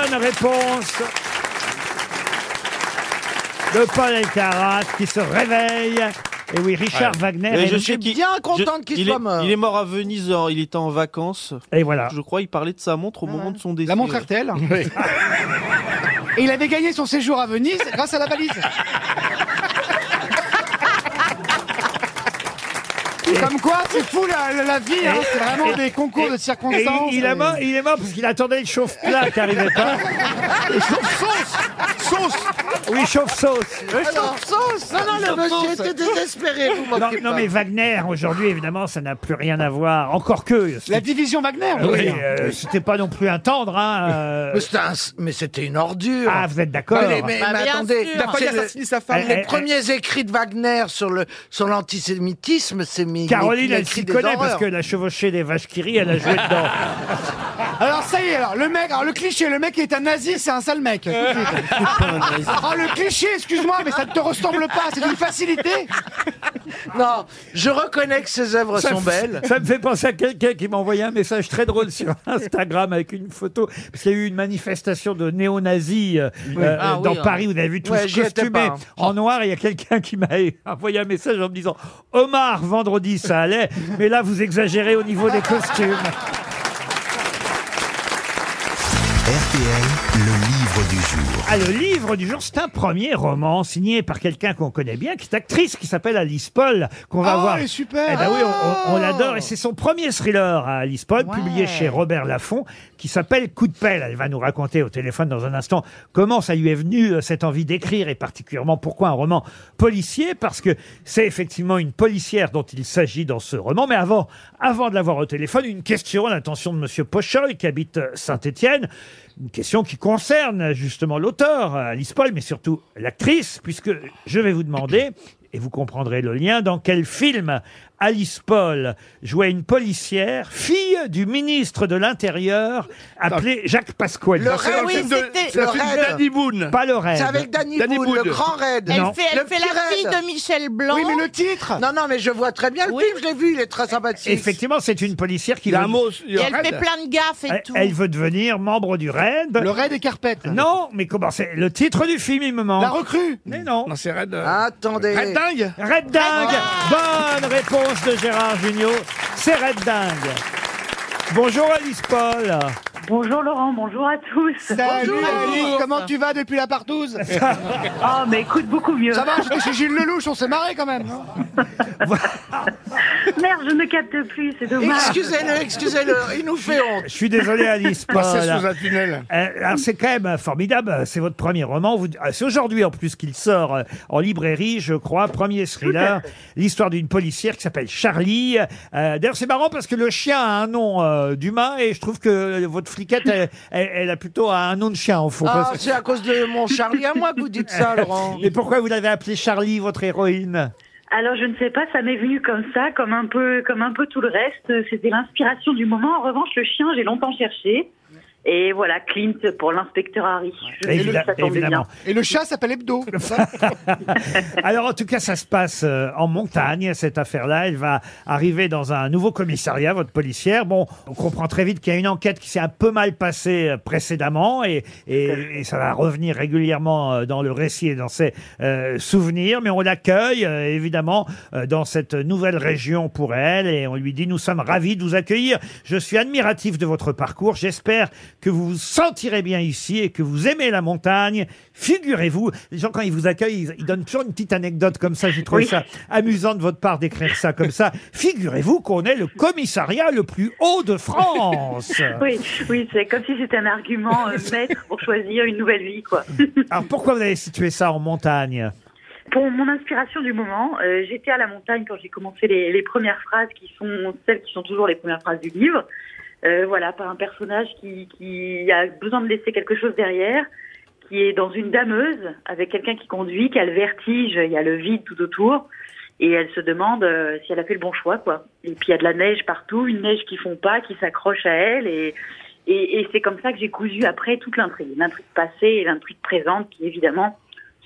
Bonne réponse Ah. de Paul Elkarat qui se réveille. Et Eh oui, Richard Ouais. Wagner. Mais est- je suis bien contente qu'il soit mort. Il est mort à Venise, en- il était en vacances. Et voilà. Je crois il parlait de sa Ah. montre au moment de son décès. La montre RTL [laughs] Et il avait gagné son séjour à Venise grâce à la valise. Comme quoi, c'est fou la, la- la vie, hein, c'est vraiment des concours de Et circonstances. Euh, il, il est mort, il est mort parce qu'il attendait le chauffe-plat qui n'arrivait pas. Sauce Sauce Oui, chauffe-sauce. Alors, sauce Non, non, le monsieur était désespéré, vous Non, moquez non, pas. mais Wagner, aujourd'hui, évidemment, ça n'a plus rien à voir. Encore que. La division Wagner, on peut Oui, dire. euh, c'était pas non plus un tendre. Hein, euh. Mais c'était un- Mais c'était une ordure. Ah, vous êtes d'accord Mais, mais- Bah, mais bien attendez, sûr. c'est Il a failli le- assassiner sa femme. Les Eh, eh, premiers écrits de Wagner sur le sur l'antisémitisme, c'est mis. Caroline, il a elle écrit s'y des connaît parce horreurs. que la chevauchée des vaches qui rient, elle a joué [laughs] dedans. Alors ça y est, alors le mec, alors le cliché, le mec qui est un nazi, c'est un sale mec. Tout de Euh. suite. Ah le cliché, excuse-moi, mais ça ne te ressemble pas, c'est d'une facilité. Non, je reconnais que ses œuvres Ça sont me- belles. Ça me fait penser à quelqu'un qui m'a envoyé un message très drôle [laughs] sur Instagram avec une photo. Parce qu'il y a eu une manifestation de néo-nazis euh, euh, Ah oui, dans hein. Paris. Vous avez vu tous Ouais, j'y étais costumés pas, hein. en noir. Et il y a quelqu'un qui m'a [laughs] envoyé un message en me disant Omar, vendredi, ça allait. mais là, vous exagérez au niveau des costumes. RTL, le livre du jour. Ah, le livre du jour, c'est un premier roman signé par quelqu'un qu'on connaît bien, qui est actrice, qui s'appelle Alice Paul, qu'on va Ah, voir. elle est super. Ah. Eh ben oui, on- on, on l'adore. Et c'est son premier thriller à Alice Paul, publié chez Robert Laffont, qui s'appelle Coup de pelle. Elle va nous raconter au téléphone dans un instant comment ça lui est venu, euh, cette envie d'écrire, et particulièrement pourquoi un roman policier, parce que c'est effectivement une policière dont il s'agit dans ce roman. Mais avant, avant de l'avoir au téléphone, une question à l'attention de Monsieur Pochol, qui habite euh, Saint-Étienne. Une question qui concerne justement l'auteur, euh, Alice Paul, mais surtout l'actrice, puisque je vais vous demander, et vous comprendrez le lien, dans quel film Alice Paul jouait une policière, fille du ministre de l'Intérieur, appelé Jacques Pasquale. Le rêve, le oui, film de- c'était- c'est le le film rêve. d'Andy Boone. Pas le rêve. C'est avec Danny, Danny Boone, Boone. le grand raid. Elle Non. fait, elle Le fait la petit fille raid. de Michel Blanc. Oui, mais le titre. Non, non, mais je vois très bien le film, je l'ai vu, il est très sympathique. Effectivement, c'est une policière qui Il y a un veut, mot. Et elle fait plein de gaffes et elle, tout. elle veut devenir membre du RAID. Le raid des carpettes. Non, mais comment c'est Le titre du film, il me manque. La recrue. Mais non. Non, c'est Red. euh, Attendez. Red dingue Red Dingue Ah. Bonne réponse de Gérard Junior. C'est Red Dingue. Bonjour Alice Paul. Bonjour Laurent, bonjour à tous. Salut Bonjour. Alice, comment tu vas depuis la [laughs] partouze Oh, mais écoute, beaucoup mieux. Ça va, j'étais chez Gilles Lelouch, on s'est marré quand même. non Merde, je ne capte plus, c'est dommage. Excusez-le, excusez-le, il nous fait honte. Je suis désolé [laughs] Alice Paul. Passer sous un tunnel. Euh, alors, c'est quand même euh, formidable, c'est votre premier roman. Vous- ah, C'est aujourd'hui en plus qu'il sort euh, en librairie, je crois, premier thriller, l'histoire d'une policière qui s'appelle Charlie. Euh, D'ailleurs, c'est marrant parce que le chien a un nom euh, d'humain et je trouve que votre fliquette, elle, elle- elle a plutôt un nom de chien, en fond. Ah, c'est à cause de mon Charlie à moi que vous [laughs] dites ça, Laurent. Mais pourquoi vous l'avez appelée Charlie, votre héroïne Alors je ne sais pas, ça m'est venu comme ça, comme un peu, comme un peu tout le reste. C'était l'inspiration du moment. En revanche, le chien, j'ai longtemps cherché. Et voilà, Clint pour l'inspecteur Harry. Je sais que Évidemment, ça tombait bien. évidemment. Et le chat s'appelle Hebdo. [laughs] Alors en tout cas, ça se passe euh, en montagne, cette affaire-là. Elle va arriver dans un nouveau commissariat, votre policière. Bon, on comprend très vite qu'il y a une enquête qui s'est un peu mal passée euh, précédemment et, et- et ça va revenir régulièrement euh, dans le récit et dans ses euh, souvenirs. Mais on l'accueille euh, évidemment euh, dans cette nouvelle région pour elle et on lui dit nous sommes ravis de vous accueillir. Je suis admiratif de votre parcours. J'espère que vous vous sentirez bien ici et que vous aimez la montagne. Figurez-vous, les gens quand ils vous accueillent, ils, ils donnent toujours une petite anecdote comme ça. J'ai trouvé Oui. ça amusant de votre part d'écrire ça comme ça. Figurez-vous qu'on est le commissariat le plus haut de France. Oui, oui, c'est comme si c'était un argument euh, maître pour choisir une nouvelle vie, quoi. Alors pourquoi vous avez situé ça en montagne Pour mon inspiration du moment, euh, j'étais à la montagne quand j'ai commencé les, les premières phrases qui sont celles qui sont toujours les premières phrases du livre. Euh, voilà, par un personnage qui, qui a besoin de laisser quelque chose derrière, qui est dans une dameuse avec quelqu'un qui conduit, qui a le vertige, il y a le vide tout autour, et elle se demande euh, si elle a fait le bon choix, quoi. Et puis il y a de la neige partout, une neige qui fond pas, qui s'accroche à elle, et, et, et c'est comme ça que j'ai cousu après toute l'intrigue, l'intrigue passée et l'intrigue présente qui évidemment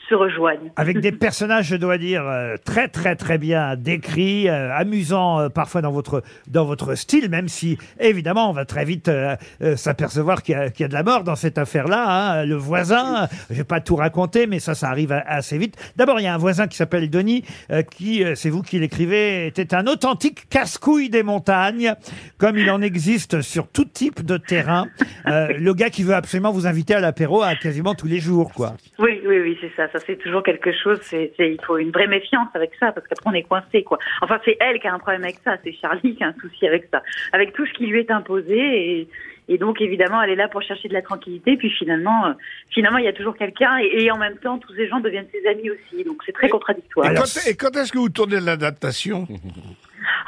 se rejoignent. [laughs] avec des personnages, je dois dire, euh, très très très bien décrits, euh, amusants euh, parfois dans votre dans votre style, même si évidemment on va très vite euh, euh, s'apercevoir qu'il y, a- qu'il y a de la mort dans cette affaire-là. hein. Le voisin, euh, je vais pas tout raconter, mais ça ça arrive a- assez vite. D'abord, il y a un voisin qui s'appelle Denis, euh, qui euh, c'est vous qui l'écrivez, était un authentique casse-couille des montagnes, comme il en existe sur tout type de terrain. Euh, le gars qui veut absolument vous inviter à l'apéro à quasiment tous les jours, quoi. Oui, oui, oui, c'est ça. Ça, c'est toujours quelque chose. C'est, c'est- il faut une vraie méfiance avec ça, parce qu'après, on est coincé, quoi. Enfin, c'est elle qui a un problème avec ça. C'est Charlie qui a un souci avec ça. Avec tout ce qui lui est imposé. Et, et donc, évidemment, elle est là pour chercher de la tranquillité. Puis finalement, euh, finalement, il y a toujours quelqu'un. Et, et en même temps, tous ces gens deviennent ses amis aussi. Donc, c'est très contradictoire. Et quand, et quand est-ce que vous tournez l'adaptation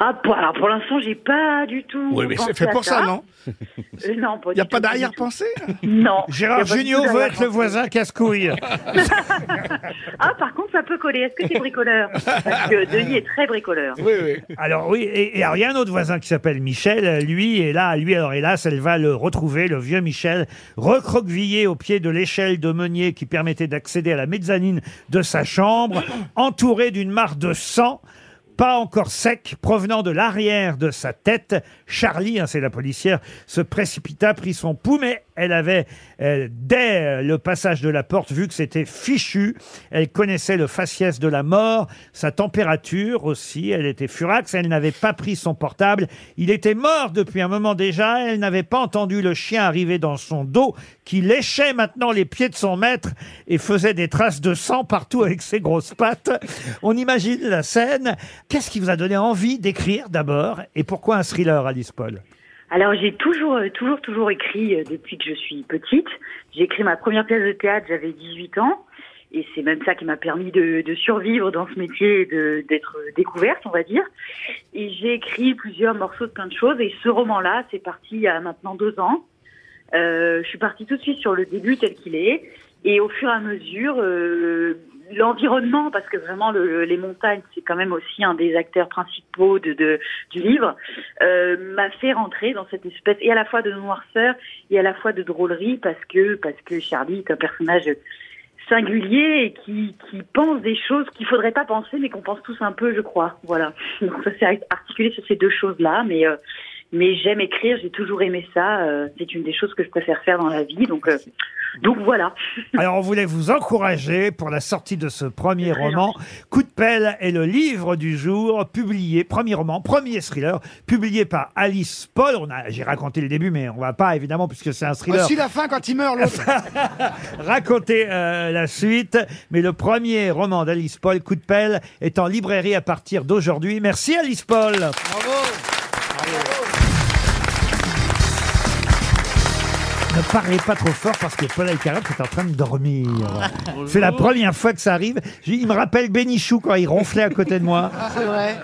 Ah, pour, alors, pour l'instant, j'ai pas du tout. Oui, mais c'est pensé fait à pour ça, non Euh, Non, pas Il n'y a du pas tout, du d'arrière-pensée tout. Non. Y a Gérard pas du tout Junior veut être le d'arrière-pensée. voisin casse-couille. Ah, par contre, ça peut coller. Est-ce que [laughs] c'est bricoleur Parce que Denis est très bricoleur. Oui, oui. Alors oui, et, et alors, il y a un autre voisin qui s'appelle Michel, euh, lui est là, lui alors hélas, elle va le retrouver, le vieux Michel, recroquevillé au pied de l'échelle de meunier qui permettait d'accéder à la mezzanine de [coughs] sa chambre, entouré d'une mare de sang. Pas encore sec, provenant de l'arrière de sa tête, Charlie, hein, c'est la policière, se précipita, prit son pouls, mais elle avait, euh, dès euh, le passage de la porte, vu que c'était fichu, elle connaissait le faciès de la mort, sa température aussi, elle était furax, elle n'avait pas pris son portable, il était mort depuis un moment déjà, elle n'avait pas entendu le chien arriver dans son dos, qui léchait maintenant les pieds de son maître et faisait des traces de sang partout avec ses grosses pattes. On imagine la scène. Qu'est-ce qui vous a donné envie d'écrire d'abord et pourquoi un thriller, Alice Paul Alors j'ai toujours, euh, toujours, toujours écrit euh, depuis que je suis petite. J'ai écrit ma première pièce de théâtre, j'avais 18 ans. Et c'est même ça qui m'a permis de, de survivre dans ce métier et de- d'être euh, découverte, on va dire. Et j'ai écrit plusieurs morceaux de plein de choses. Et ce roman-là, c'est parti il y a maintenant deux ans. Euh, je suis partie tout de suite sur le début tel qu'il est. Et au fur et à mesure, euh, l'environnement, parce que vraiment le- le- les montagnes, c'est quand même aussi un des acteurs principaux de, de- du livre, euh, m'a fait rentrer dans cette espèce, et à la fois de noirceur, et à la fois de drôlerie, parce que, parce que Charlie est un personnage singulier et qui, qui pense des choses qu'il faudrait pas penser, mais qu'on pense tous un peu, je crois. Voilà. Donc ça s'est articulé sur ces deux choses-là, mais... euh, mais j'aime écrire, j'ai toujours aimé ça. euh, c'est une des choses que je préfère faire dans la vie, donc euh, donc voilà. [laughs] Alors, on voulait vous encourager pour la sortie de ce premier roman. Coup de pelle est le livre du jour, publié, premier roman, premier thriller, publié par Alice Paul. On a, j'ai raconté le début, mais on va pas, évidemment, puisque c'est un thriller. [laughs] Aussi la fin quand il meurt, [laughs] l'autre. raconter euh, la suite. Mais le premier roman d'Alice Paul, Coup de pelle, est en librairie à partir d'aujourd'hui. Merci Alice Paul. Ne parlez pas trop fort parce que Paul Alcarat est en train de [laughs] dormir. C'est la première fois que ça arrive. J'ai- Il me rappelle Bénichou quand il ronflait à côté de moi. C'est vrai.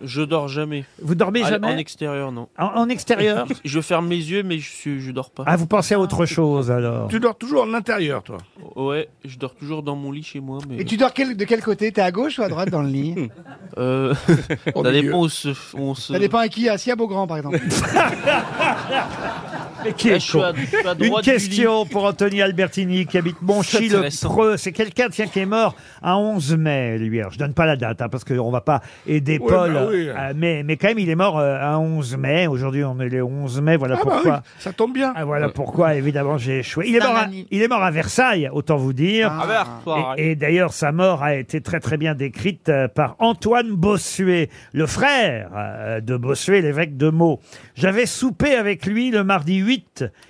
Je dors jamais. Vous dormez À- jamais En extérieur, non. En, en extérieur [laughs] Je ferme les yeux, mais je, suis- je dors pas. Ah, vous pensez à autre chose alors Tu dors toujours en intérieur, toi Ouais, je dors toujours dans mon lit chez moi. Mais... Et tu dors quel- de quel côté T'es à gauche ou à droite dans le [laughs] lit Euh, [laughs] Au ça milieu. dépend où se- où on se. Euh, Ça dépend à qui, à si à Beaugrand par exemple. Mais qui Là, est je suis con à- je suis à Une droite du question pour Anthony Albertini qui habite Monchy le Intéressant. Preux. C'est quelqu'un tiens, qui est mort à 11 mai, lui. Alors, je donne pas la date hein, parce qu'on va pas aider Ouais, Paul. bah oui. euh, mais, mais quand même, il est mort euh, à 11 mai. Aujourd'hui, on est le 11 mai. Voilà Ah bah pourquoi. oui, ça tombe bien. Ah, voilà pourquoi, évidemment, j'ai échoué. Il est, C'est un mort à, ami. il est mort à Versailles, autant vous dire. Ah, Versailles. Et, et d'ailleurs, sa mort a été très très bien décrite euh, par Antoine Bossuet, le frère euh, de Bossuet, l'évêque de Meaux. J'avais soupé avec lui le mardi 8.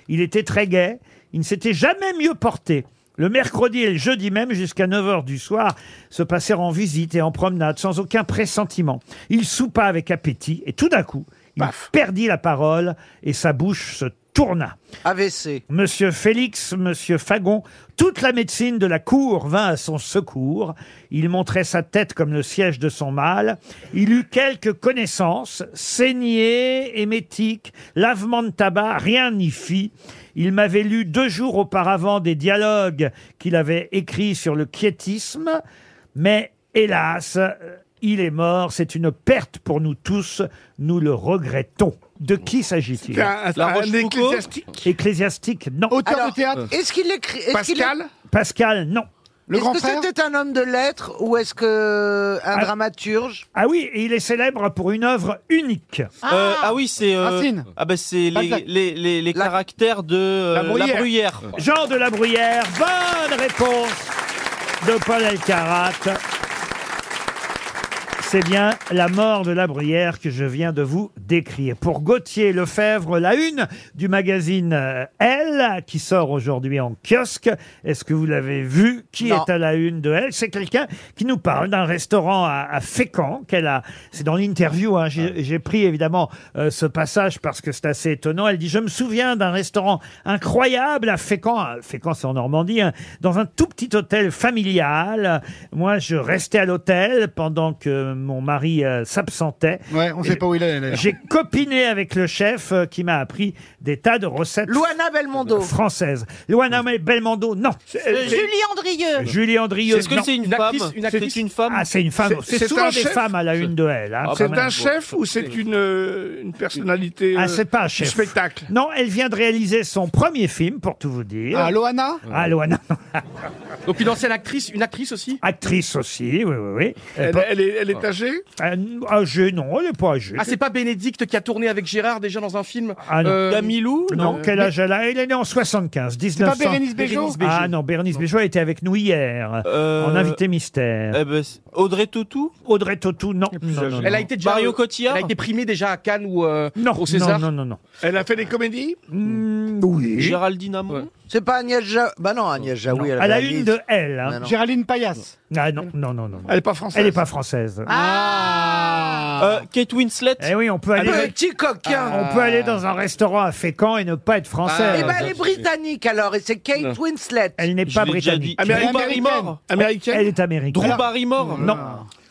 Il était très gai. Il ne s'était jamais mieux porté. Le mercredi et le jeudi même, jusqu'à 9h du soir, se passèrent en visite et en promenade, sans aucun pressentiment. Il soupa avec appétit, et tout d'un coup, il perdit la parole, et sa bouche se tourna. AVC. Monsieur Félix, Monsieur Fagon, toute la médecine de la cour vint à son secours. Il montrait sa tête comme le siège de son mal. Il eut quelques connaissances, saignée, émétique, lavement de tabac, rien n'y fit. Il m'avait lu deux jours auparavant des dialogues qu'il avait écrits sur le quiétisme, mais hélas, euh, il est mort, c'est une perte pour nous tous, nous le regrettons. De qui s'agit-il C'est un- La un Rochefoucauld ecclésiastique Ecclésiastique, non. Auteur de Alors, théâtre est-ce qu'il écrit- est-ce qu'il Pascal Pascal, non. est-ce que c'était un homme de lettres ou est-ce que un Ah. dramaturge Ah oui, et il est célèbre pour une œuvre unique. Ah, euh, ah oui, c'est. euh, Racine. Ah bah c'est les, Balzac. les, les, les caractères de euh, la bruyère. Jean de la Bruyère, bonne réponse de Paul Elkarat. C'est bien la mort de la bruyère que je viens de vous décrire. Pour Gauthier Lefebvre, la une du magazine euh, Elle, qui sort aujourd'hui en kiosque. Est-ce que vous l'avez vu Qui Non. est à la une de Elle C'est quelqu'un qui nous parle d'un restaurant à, à Fécamp qu'elle a. C'est dans l'interview. hein. J'ai j'ai pris évidemment euh, ce passage parce que c'est assez étonnant. Elle dit :« Je me souviens d'un restaurant incroyable à Fécamp. Ah, Fécamp, c'est en Normandie, hein, dans un tout petit hôtel familial. Moi, je restais à l'hôtel pendant que mon mari euh, s'absentait. Ouais, on sait pas où il est. d'ailleurs. J'ai copiné avec le chef euh, qui m'a appris des tas de recettes. Luana Belmondo. Française. Luana Belmondo, non. Euh, Julie Andrieux. Julie Andrieux. Est-ce que non. c'est une Une actrice- femme une actrice C'est une femme Ah, c'est une femme. C'est- C'est c'est souvent un des chef femmes à la une de elle. Ah, Ah, hein, quand c'est même. un chef ou c'est une, euh, une personnalité Ah, euh, c'est pas un du chef. spectacle Non, elle vient de réaliser son premier film, pour tout vous dire. Ah, Loana Ah, Loana. Donc une ancienne actrice, une actrice aussi Actrice aussi, oui, oui, oui. Elle- elle est- elle est âgée Euh, Âgée, non, elle n'est pas âgée. Ah, c'est pas Bénédicte qui a tourné avec Gérard déjà dans un film Ah non. Euh, Non, quel âge elle a Elle est née en 75, 1900. pas Bérénice Bejo Bérénice Bejo. Ah non, Bérénice Bejo était avec nous hier, en invité mystère. Eh ben, c'est- euh, Audrey Tautou Audrey Tautou, non. non, non. Elle a été déjà, Mario euh, Cotillard Elle a été primée déjà à Cannes ou euh, au César. Non, non, non, non. Elle a fait des comédies oui. Géraldine Hamon C'est pas Agnès Jaoui Bah non, Agnès Jaoui. Non, elle à la avait une Alice. de elle. hein. Mais non. Géraldine Payas. Ah non, non, non, non. Elle n'est pas française. Elle n'est pas française. Ah. Euh, Kate Winslet Eh oui, on peut Ah, aller. Ah, Petit coquin. On peut aller dans un restaurant à Fécamp et ne pas être français. Ah, Eh ben, elle est britannique alors, et c'est Kate Non. Winslet. Elle n'est pas britannique. Drew Barrymore Américaine Elle est américaine. Drew Barrymore Non.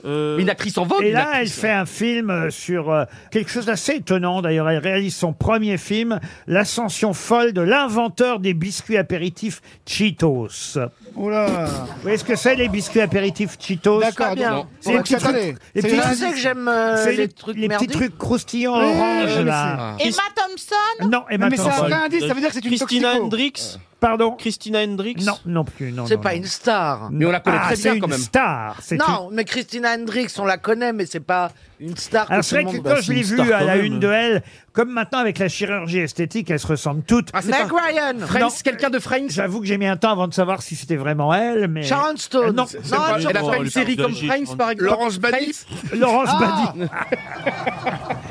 Une actrice en vogue. Et une là, elle actrice. fait un film euh, sur euh, quelque chose d'assez étonnant. D'ailleurs, elle réalise son premier film, L'ascension folle de l'inventeur des biscuits apéritifs Cheetos. Oula. Vous voyez ce que c'est les biscuits apéritifs Cheetos D'accord, Pas donc, bien. C'est on les va petits s'y attarder. trucs. les C'est petits là- trucs- Je sais que j'aime euh, c'est les, les- trucs les petits merdiques. trucs croustillants Ouais, orange mais là. c'est- Emma Thompson Non, Emma Mais c'est un Thompson. Euh, vrai indice, ça veut dire que c'est une Christina toxico. Hendricks Pardon Christina Hendricks Non, non plus. Non, C'est non, pas non. une star. Mais on la connaît Ah, très c'est bien quand une même. Star. C'est une- Non, mais Christina Hendricks, on la connaît, mais c'est pas une star. Alors que tout c'est le vrai que monde- quand je l'ai vue à la quand même. une de elle, comme maintenant avec la chirurgie esthétique, elles se ressemblent toutes. Ah, c'est Meg pas- Ryan. Friends, quelqu'un de Friends J'avoue que j'ai mis un temps avant de savoir si c'était vraiment elle, mais Sharon Stone. Non, C'est- Non, pas- elle a non, fait on une lui série parle comme de Friends Gilles. par exemple. Laurence Badi Laurence Ah Badi.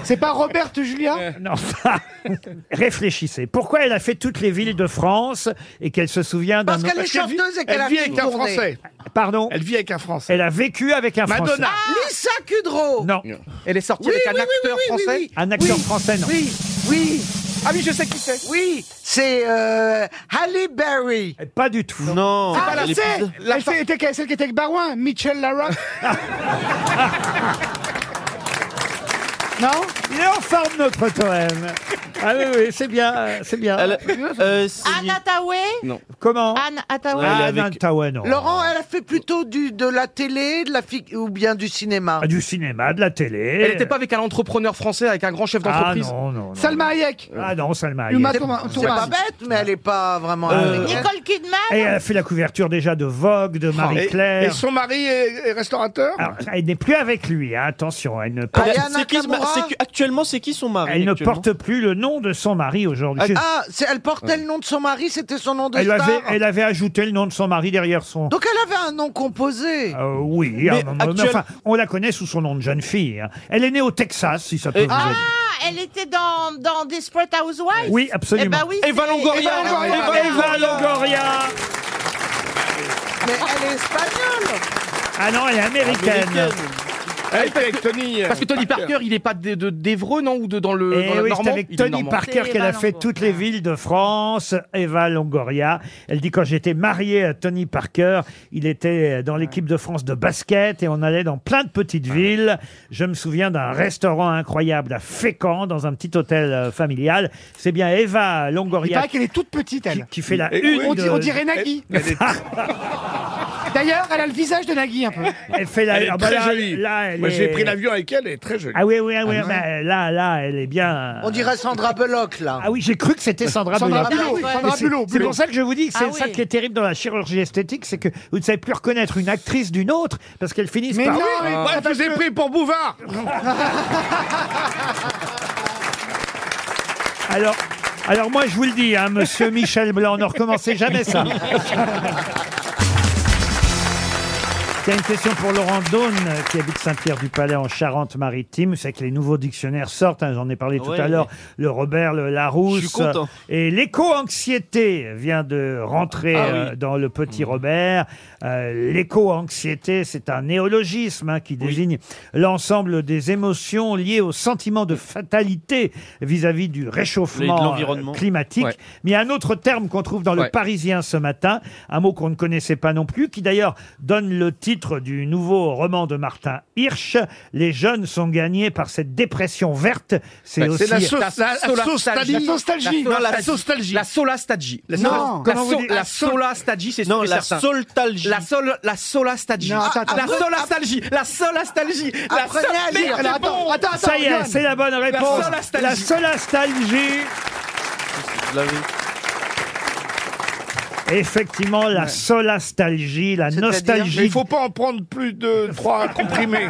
C'est pas Robert Julia [laughs] Non. Réfléchissez. Pourquoi elle a fait toutes les villes de France et qu'elle se souvient d'un Parce qu'elle est chanteuse et qu'elle a Elle vit fait avec une un tournée. Français. Pardon. Elle vit avec un Français. Elle a vécu avec un Français. Madonna. Ah Lisa Kudrow. Non. Elle est sortie Oui, avec oui, un oui, acteur oui, oui, français. oui, oui. Un acteur Oui, français, non. Oui, oui, Ah oui, je sais qui c'est. oui. C'est euh, Halle Berry. Eh, Pas du tout. Non, Ah, elle la est c'est plus- Elle fait- était- Celle qui était avec Barouin, Michel Larocque. Non Il est en forme, notre Toen. Ah oui, oui, c'est bien, euh, c'est bien. euh, Anne Hathaway non. Comment Anne Hathaway. Ah, Anne Hathaway, non. Laurent, elle a fait plutôt du, de la télé de la fi- ou bien du cinéma. Ah, Du cinéma, de la télé. Elle n'était pas avec un entrepreneur français, avec un grand chef Ah d'entreprise. non, non, non. Salma Hayek. Ah non, Salma Uma Hayek. Thurman- C'est pas bête, mais elle est pas vraiment. Euh, Nicole Kidman Et elle a fait la couverture déjà de Vogue, de Et, et Marie-Claire. son mari est, est restaurateur Alors, elle n'est plus avec lui, hein, attention. Elle ne porte, C'est qui- c'est qui- actuellement, c'est qui son mari elle ne actuellement porte plus le nom de son mari aujourd'hui. C'est- Ah, c'est- elle portait le nom de son mari, c'était son nom de elle, star. avait, elle avait ajouté le nom de son mari derrière son. Donc elle avait un nom composé. Euh, oui, Mais à un moment- mais actuel- enfin, on la connaît sous son nom de jeune fille. hein. Elle est née au Texas, si ça peut vous Ah, aider. elle était dans, dans Desperate Housewives Oui, absolument. Eh ben oui, Eva c'est- Longoria, Eva Longoria. Eva Longoria. Mais elle est espagnole. Ah non, elle est américaine. Elle était avec Tony. Parce que Tony Parker, il est pas de, de- d'Évreux, non Ou de, dans le. dans Et le Eh oui, c'est Normand avec Il est Tony Normand. Parker qu'elle a fait toutes les villes de France, Eva Longoria. Elle dit quand j'étais mariée à Tony Parker, il était dans l'équipe de France de basket et on allait dans plein de Ah petites villes. Je me souviens d'un restaurant incroyable à Fécamp, dans un petit hôtel euh, familial. C'est bien Eva Il Longoria paraît qu'elle est toute petite, elle. qui fait la Et- une. on, di- on de- dirait Nagui. D'ailleurs, [laughs] elle a le visage de Nagui un peu. Elle fait la- Elle est ah bah très là, jolie. là, elle Moi, j'ai est- pris l'avion avec elle, elle est très jolie. Ah oui, oui, ah oui, Ah ouais. bah, là, là, elle est bien. On dirait Sandra Bullock là. Ah oui, j'ai cru que c'était Sandra Bullock. Sandra Bullock, Mais Sandra c'est- Bullock, C'est Bullock. pour ça que je vous dis que c'est Ah ça oui. qui est terrible dans la chirurgie esthétique, c'est que vous ne savez plus reconnaître une actrice d'une autre parce qu'elles finissent Mais Bah par. non, mais Ah. moi, je vous ai pris pour Bouvard. Alors, alors moi je vous le dis, hein, Monsieur Michel Blanc, ne recommencez jamais [laughs] ça. Il y a une question pour Laurent Daune, euh, qui habite Saint-Pierre-du-Palais en Charente-Maritime. C'est que les nouveaux dictionnaires sortent, hein, j'en ai parlé tout Ah Ouais, à l'heure, le Robert, le Larousse. Je suis content. euh, Et l'éco-anxiété vient de rentrer Ah oui. euh, dans le petit Robert. Euh, l'éco-anxiété, c'est un néologisme hein, qui désigne l'ensemble des émotions liées au sentiment de fatalité vis-à-vis du réchauffement Et de euh, l'environnement. climatique. Ouais. Mais il y a un autre terme qu'on trouve dans le Ouais. Parisien ce matin, un mot qu'on ne connaissait pas non plus, qui d'ailleurs donne le titre du nouveau roman de Martin Hirsch. Les jeunes sont gagnés par cette dépression verte. C'est Ouais, aussi Bah, c'est la so- la- la solastalgie. La nostalgie. Non, la La nostalgie. La solastalgie. La Non. sola- Comment vous la so- dites La solastalgie, c'est Non, sûr et la certain. soltalgie. La sol, la solastalgie. Non, attends, attends. La solastalgie. La solastalgie. La Apprenez à lire. solastalgie. Alors, attends, attends, attends, Ça y est, Yann. c'est la bonne réponse. solastalgie. La solastalgie. Effectivement, la solastalgie, la Mais il nostalgie. faut pas en prendre plus de trois comprimés.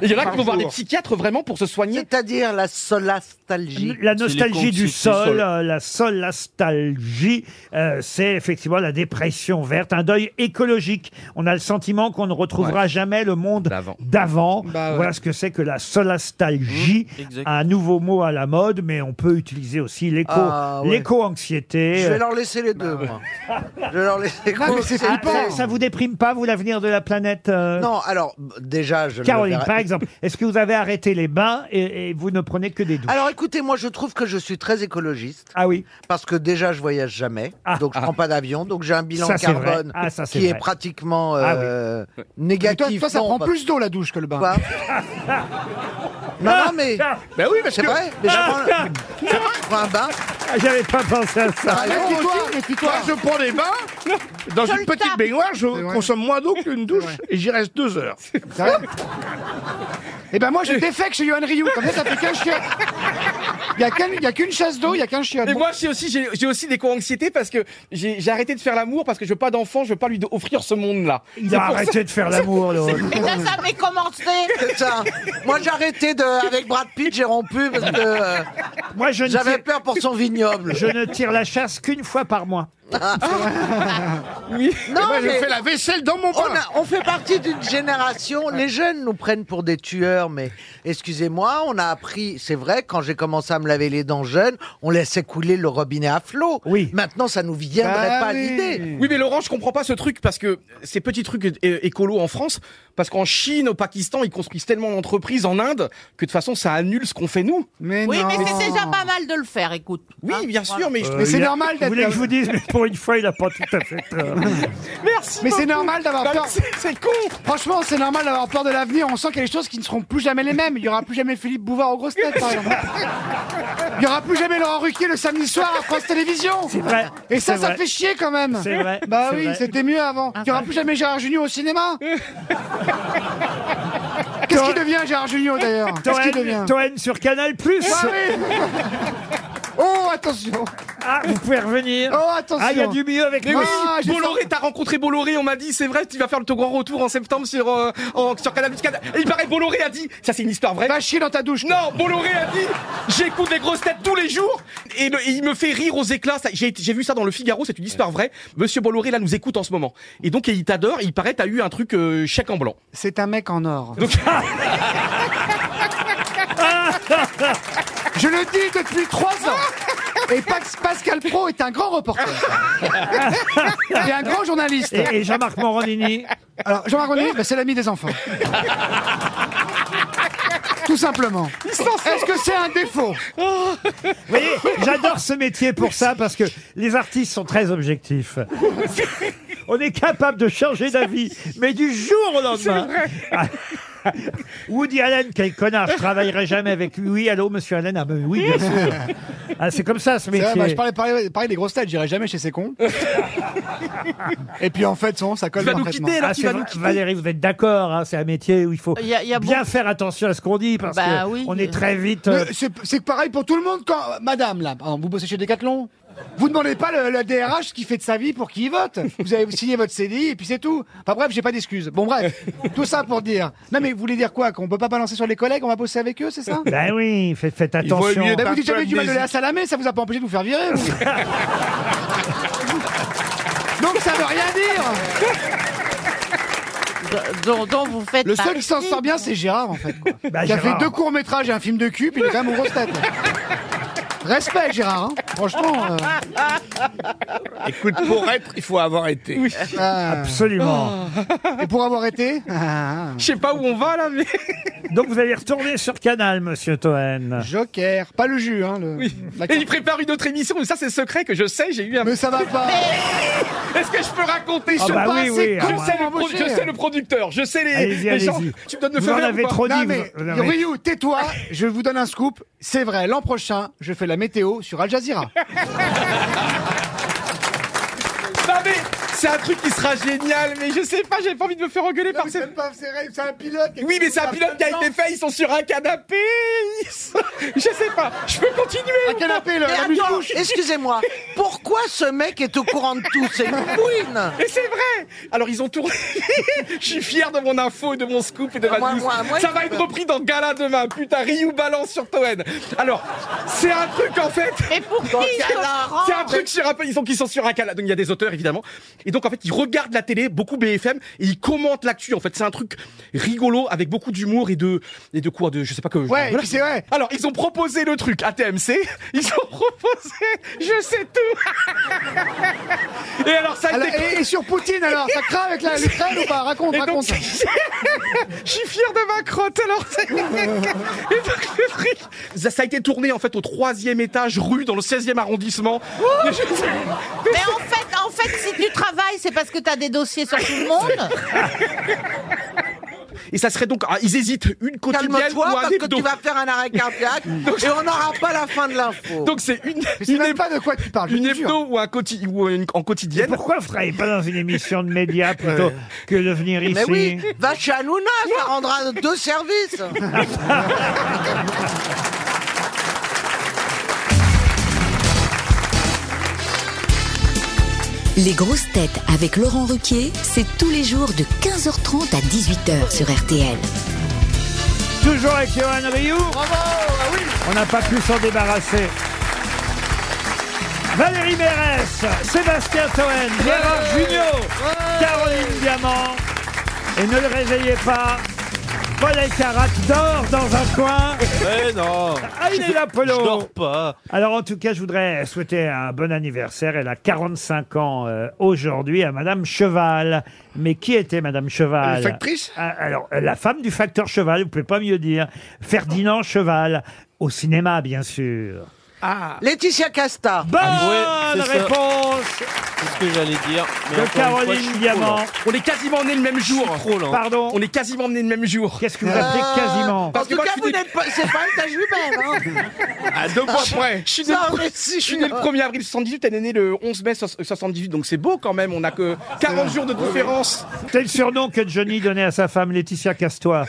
Il y en a qui vont voir Bonjour. des psychiatres vraiment pour se soigner. C'est-à-dire la solastalgie. La nostalgie du sol, sol. euh, la solastalgie, euh, c'est effectivement la dépression verte, un deuil écologique. On a le sentiment qu'on ne retrouvera jamais le monde d'avant. Bah Voilà ce que c'est que la solastalgie, Mmh, exact. un nouveau mot à la mode, mais on peut utiliser aussi l'éco, Ah, ouais. l'éco-anxiété. Je vais leur laisser les deux, moi. Je vais leur laisser. Non, mais c'est Ah, flippant. ça, ça vous déprime pas, vous, l'avenir de la planète euh, Non, alors b- déjà, je. ne le Caroline, verrai- par [laughs] exemple, est-ce que vous avez arrêté les bains et, et vous ne prenez que des douches Alors écoutez, moi je trouve que je suis très écologiste Ah oui, parce que déjà je voyage jamais, Ah. donc je prends pas d'avion, donc j'ai un bilan Ça, c'est vrai. carbone Ah, ça, c'est qui est vrai. pratiquement Ah, euh, Mais négatif. Toi, toi, ça Non, prend bah- plus d'eau la douche que le bain. [laughs] Ah, Quoi Non, non, mais Ben oui, parce c'est que vrai. Mais je prends, Ah, je prends un bain. ah, j'avais pas pensé à ça. Ah, Méfie-toi, méfie-toi. moi, je prends des bains. Dans Je une le petite tape. baignoire, je vrai. consomme moins d'eau qu'une douche et j'y reste deux heures. C'est vrai Eh ben moi, je défecte chez Yohan Ryu. Comme ça, ça fait qu'un chiotte. Il y a qu'un- il y a qu'une chasse d'eau, il y a qu'un chiotte. Et moi, j'ai aussi, j'ai j'ai aussi des co-anxiétés parce que j'ai j'ai arrêté de faire l'amour parce que je veux pas d'enfant, je veux pas lui offrir ce monde-là. Il a arrêté de faire l'amour, l'autre. Et ça, ça avait commencé. C'est ça. Moi j'ai arrêté de, avec Brad Pitt, j'ai rompu parce que euh, Moi, je ne, j'avais tire, peur pour son vignoble. je ne tire la chasse qu'une fois par mois. Non, Moi, je mais fais la vaisselle dans mon on, bain. a- on fait partie d'une génération. Les jeunes nous prennent pour des tueurs, mais excusez-moi, on a appris. C'est vrai, quand j'ai commencé à me laver les dents jeune, on laissait couler le robinet à flot. Oui. Maintenant, ça nous viendrait Bah pas à oui. l'idée. Oui, mais Laurent, je comprends pas ce truc parce que ces petits trucs é- é- écolos en France, parce qu'en Chine, au Pakistan, ils construisent tellement d'entreprises en Inde que de toute façon, ça annule ce qu'on fait nous. Mais Oui, non. mais c'est déjà pas mal de le faire, écoute. Oui, Hein, bien voilà. sûr, mais je- Mais Euh, c'est Euh, il a- normal Vous d'être. voulez que je vous dise mes pour une fois, il n'a pas tout à fait tort. Merci. Bah, Mais c'est normal d'avoir peur. C'est con. Franchement, c'est normal d'avoir peur de l'avenir. On sent qu'il y a des choses qui ne seront plus jamais les mêmes. Il y aura plus jamais Philippe Bouvard aux grosses têtes, par exemple. Il y aura plus jamais Laurent Ruquier le samedi soir à France Télévisions. C'est vrai. Et ça, C'est ça vrai. fait chier quand même. C'est vrai. Bah C'est oui, vrai. c'était mieux avant. Il y aura plus jamais Gérard Junior au cinéma. Qu'est-ce qui devient Gérard Junior d'ailleurs [laughs] Qu'est-ce qui devient Toen, Toen sur Canal Plus. Ah oui. Oh attention. Ah, vous pouvez revenir. Oh attention. Ah, il y a du mieux avec Mais moi. oui, Ah, j'ai Bolloré, t'as rencontré Bolloré, on m'a dit, c'est vrai, tu vas faire ton grand retour en septembre sur, euh, en- sur Canal+. Et il paraît, Bolloré a dit, ça c'est une histoire vraie. Va chier dans ta douche. Non, Bolloré a dit, j'écoute les grosses têtes tous les jours, et, le- et il me fait rire aux éclats. Ça, J'ai j'ai vu ça dans le Figaro, c'est une histoire vraie. Monsieur Bolloré, là, nous écoute en ce moment. Et donc, il t'adore, il paraît, t'as eu un truc euh, chèque en blanc. C'est un mec en or. Donc, [laughs] ah, Je le dis depuis trois ans. Et Pax- Pascal Pro est un grand reporter. Et un grand journaliste. Et, et Jean-Marc Morandini. Alors, Jean-Marc Rondini, bah, c'est l'ami des enfants. Tout simplement. Est-ce que c'est un défaut Vous voyez, j'adore ce métier pour ça parce que les artistes sont très [laughs] objectifs. On est capable de changer d'avis, mais du jour au lendemain. [laughs] Woody Allen, quel connard, je travaillerai jamais avec lui. Oui, allô, monsieur Allen. Ah, ben oui, bien [laughs] sûr. Ah, c'est comme ça, ce C'est métier. vrai, bah, je parlais pareil, pareil des grosses têtes, j'irai jamais chez ces cons. Et puis en fait, son, ça colle parfaitement. Ah, c'est vrai, Valérie, vous êtes d'accord, hein, c'est un métier où il faut Il y a- il y a bien beaucoup- faire attention à ce qu'on dit parce Bah que oui. on est très vite. euh, Mais C'est c'est pareil pour tout le monde quand. euh, Madame, là, pardon, vous bossez chez Decathlon Vous demandez pas le, le DRH ce qu'il fait de sa vie pour qui il vote. Vous avez signé votre CDI et puis c'est tout. Enfin bref, j'ai pas d'excuses. Bon bref, tout ça pour dire. Non mais vous voulez dire quoi Qu'on peut pas balancer sur les collègues, on va bosser avec eux, c'est ça Ben oui, faites, faites attention. Bah, vous dites jamais du mal de la Salamé, ça vous a pas empêché de vous faire virer. [laughs] vous. Donc ça veut rien dire. dont, dont vous faites Le seul qui partie. s'en sort bien, c'est [laughs] Gérard en fait. quoi. Bah, qui a Gérard. fait deux courts métrages et un film de cul, puis il est quand même aux grosses têtes. Respect Gérard, hein. franchement. euh, [laughs] Écoute, pour être, il faut avoir été. ah. Oh. Absolument. Et pour avoir été ah, je sais pas où on va, là, [laughs] mais. Donc vous allez retourner sur Canal, Monsieur Toen. Joker, pas le jus, hein. Le... la Et carte. il prépare une autre émission, mais ça c'est secret que je sais, j'ai eu un... Mais ça va pas Est-ce que je peux raconter Ah sur bah pas oui, assez oui, que ah je, bah. sais le pro- je sais le producteur, je sais les, Allez-y, les gens... allez-y. Tu me donnes le Vous feu en vert ou avez pas trop dit. Non vous- mais, non, mais- Ryu, tais-toi, je vous donne un scoop. C'est vrai, l'an prochain, je fais la météo sur Al Jazeera. Non mais c'est un truc qui sera génial, mais je sais pas, j'ai pas envie de me faire engueuler par ces... C'est un pilote. Oui, mais c'est un pilote qui a été fait, ils sont sur un canapé. ils [laughs] sont- Je sais pas, je peux continuer. Un ou canapé, pas là, Mais la attends, mouche. excusez-moi, pourquoi ce mec est au courant de tout [laughs] C'est une queen Mais c'est vrai Alors ils ont tourné. [laughs] Je suis fier de mon info et de mon scoop et de ma Moi, news. moi, moi, Ça je va peux. être repris dans Gala demain. Putain, Ryu balance sur Toen. Alors, c'est un truc en fait. Mais pour qui Dans il se Gala. prend C'est un truc sur un Ah, ils sont qui sont sur un canal. Donc il y a des auteurs évidemment. Et donc en fait, ils regardent la télé, beaucoup BFM, et ils commentent l'actu. En fait, c'est un truc rigolo avec beaucoup d'humour et de et de quoi de je sais pas que. Ouais, et voilà. puis c'est vrai. Alors ils ont proposé le truc à TMC. Ils ont proposé, je sais tout. [laughs] et alors ça a Alors, été et, et sur [laughs] Poutine alors, ça craint avec la- l'Ukraine ou pas Raconte, et donc, [laughs] raconte. je suis fier de ma crotte, alors c'est... [laughs] Et donc, le truc... Ça, ça a été tourné, en fait, au troisième étage, rue, dans le 16e arrondissement. Mais je- Mais en fait, en fait, si tu travailles, c'est parce que t'as des dossiers sur tout le monde. Et ça serait donc... ah, ils hésitent, une quotidienne ou Calme-toi un parce que hebdo. tu vas faire un arrêt cardiaque [laughs] et on n'aura pas la fin de l'info. Donc c'est une, Je sais une, même heb- pas de quoi tu parles. je une te jure. hebdo ou, un quoti- ou une- en Et quotidienne. pourquoi vous travaillez pas dans une émission de médias plutôt que de venir ici Mais oui, va chez Hanouna, ça rendra [laughs] deux services. Les grosses têtes avec Laurent Ruquier, c'est tous les jours de 15h30 à 18h sur RTL. Toujours avec Johan Rioux. ah On n'a pas pu s'en débarrasser. Valérie Mérès, Sébastien Toen, Gérard Junior, Caroline Diamant. Et ne le réveillez pas. Paul Elkarat dort dans un coin. Mais non Ah, il est là, Je Polo. dors pas Alors, en tout cas, je voudrais souhaiter un bon anniversaire. Elle a 45 ans euh, aujourd'hui à Madame Cheval. Mais qui était Madame Cheval Une factrice Ah, Alors, euh, la femme du facteur Cheval, vous pouvez pas mieux dire. Ferdinand Cheval, au cinéma, bien sûr. Laetitia Casta. Ah. Bonne Ouais, c'est ça. réponse C'est ce que j'allais dire. mais encore De une fois, Caroline je suis trop Diamant. lent. On est quasiment nés le même jour. trop lent. Pardon On est quasiment nés le même jour. Euh, Qu'est-ce que vous appelez Ah. quasiment Parce en que tout moi, cas, je vous suis né- n'êtes pas. C'est pas une tâche humaine. Hein. À deux points près. Je suis né, Ça, le- mais si, je suis né le hein. 1er avril 78, elle est née le 11 mai so- 78, donc c'est beau quand même, on a que 40 jours de différence. C'était le surnom que Johnny donnait à sa femme Laetitia Castois.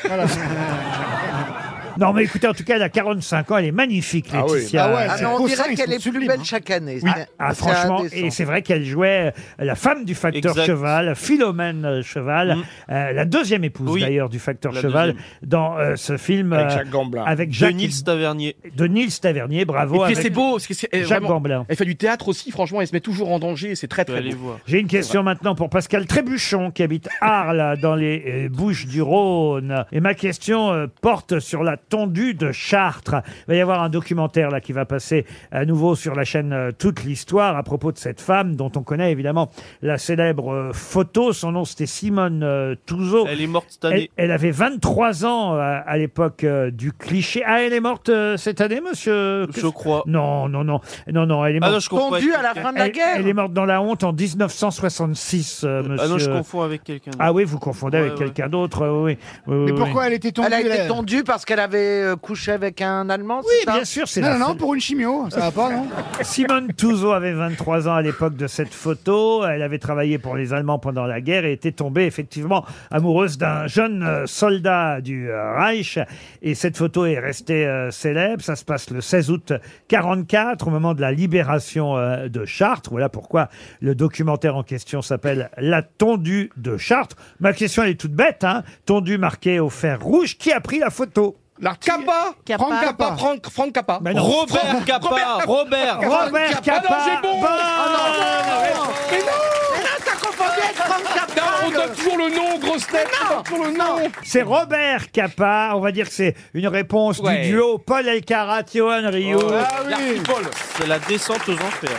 Ah non, mais écoutez, en tout cas, elle a 45 ans, elle est magnifique, Ah oui. Laetitia. Ah, mais on dirait qu'elle est plus belle chaque année. hein. Oui. C'est- Ah, c'est franchement, indécent. et c'est vrai qu'elle jouait euh, la femme du facteur Exact. Cheval, Philomène euh, Cheval, euh, la deuxième épouse Oui. d'ailleurs du facteur La Cheval, dans euh, ce film Avec euh, Jacques Gamblin. avec De Jacques- Nils Tavernier. de Nils Tavernier, bravo. et puis avec- c'est beau, parce que c'est- elle, Jacques vraiment- Gamblin. elle fait du théâtre aussi, franchement, elle se met toujours en danger, c'est très Tu très vas aller beau. voir. J'ai une question maintenant pour Pascal Trébuchon qui habite Arles dans les euh, Bouches-du-Rhône. Et ma question euh, porte sur la tondue de Chartres. Il va y avoir un documentaire là qui va passer à nouveau sur la chaîne euh, Toute l'Histoire à propos de cette femme dont on connaît évidemment la célèbre euh, photo. Son nom c'était Simone euh, Touzeau. Elle est morte cette Elle, année. elle avait 23 ans euh, à, à l'époque euh, du cliché. Ah, elle est morte euh, cette année, monsieur Je crois. Non, non, non. Non, non, elle est Ah morte. non, je confonds. Tondue avec à la quelqu'un. fin de la Elle- guerre. Elle est morte dans la honte en 1966, euh, monsieur. Ah non, je confonds avec quelqu'un. d'autre. Ah oui, vous confondez Ouais, avec ouais. quelqu'un d'autre, euh, oui. oui, oui, Mais oui. pourquoi elle était tombée Elle a été là tondue parce qu'elle avait euh, couché avec un Allemand, Oui, c'est ça bien sûr, c'est Non, la non, non, pour une chimio, ça va pas, non Simone Touzeau avait 23 ans à l'époque de cette photo. Elle avait travaillé pour les Allemands pendant la guerre et était tombée effectivement amoureuse d'un jeune euh, soldat du euh, Reich. Et cette photo est restée euh, célèbre. Ça se passe le 16 août 44, au moment de la libération euh, de Chartres. Voilà pourquoi le documentaire en question s'appelle La tondue de Chartres. Ma question, elle est toute bête. Hein tondue marquée au fer rouge. Qui a pris la photo L'article. Kappa Kappa. Franck Kappa Franck, Franck Kappa Ben non. Robert Capa, Robert. Robert Capa. Capa. Ah non, c'est bon. Bonne Mais non Mais non, t'as confondu avec Franck Non, Ah, on Capra. donne toujours le nom, grosse tête on donne toujours le nom C'est Robert Capa. On va dire que c'est une réponse Ouais. du duo Paul Elkarat, Johan Oh, Ah Rio. Oh, ah C'est la descente aux enfers.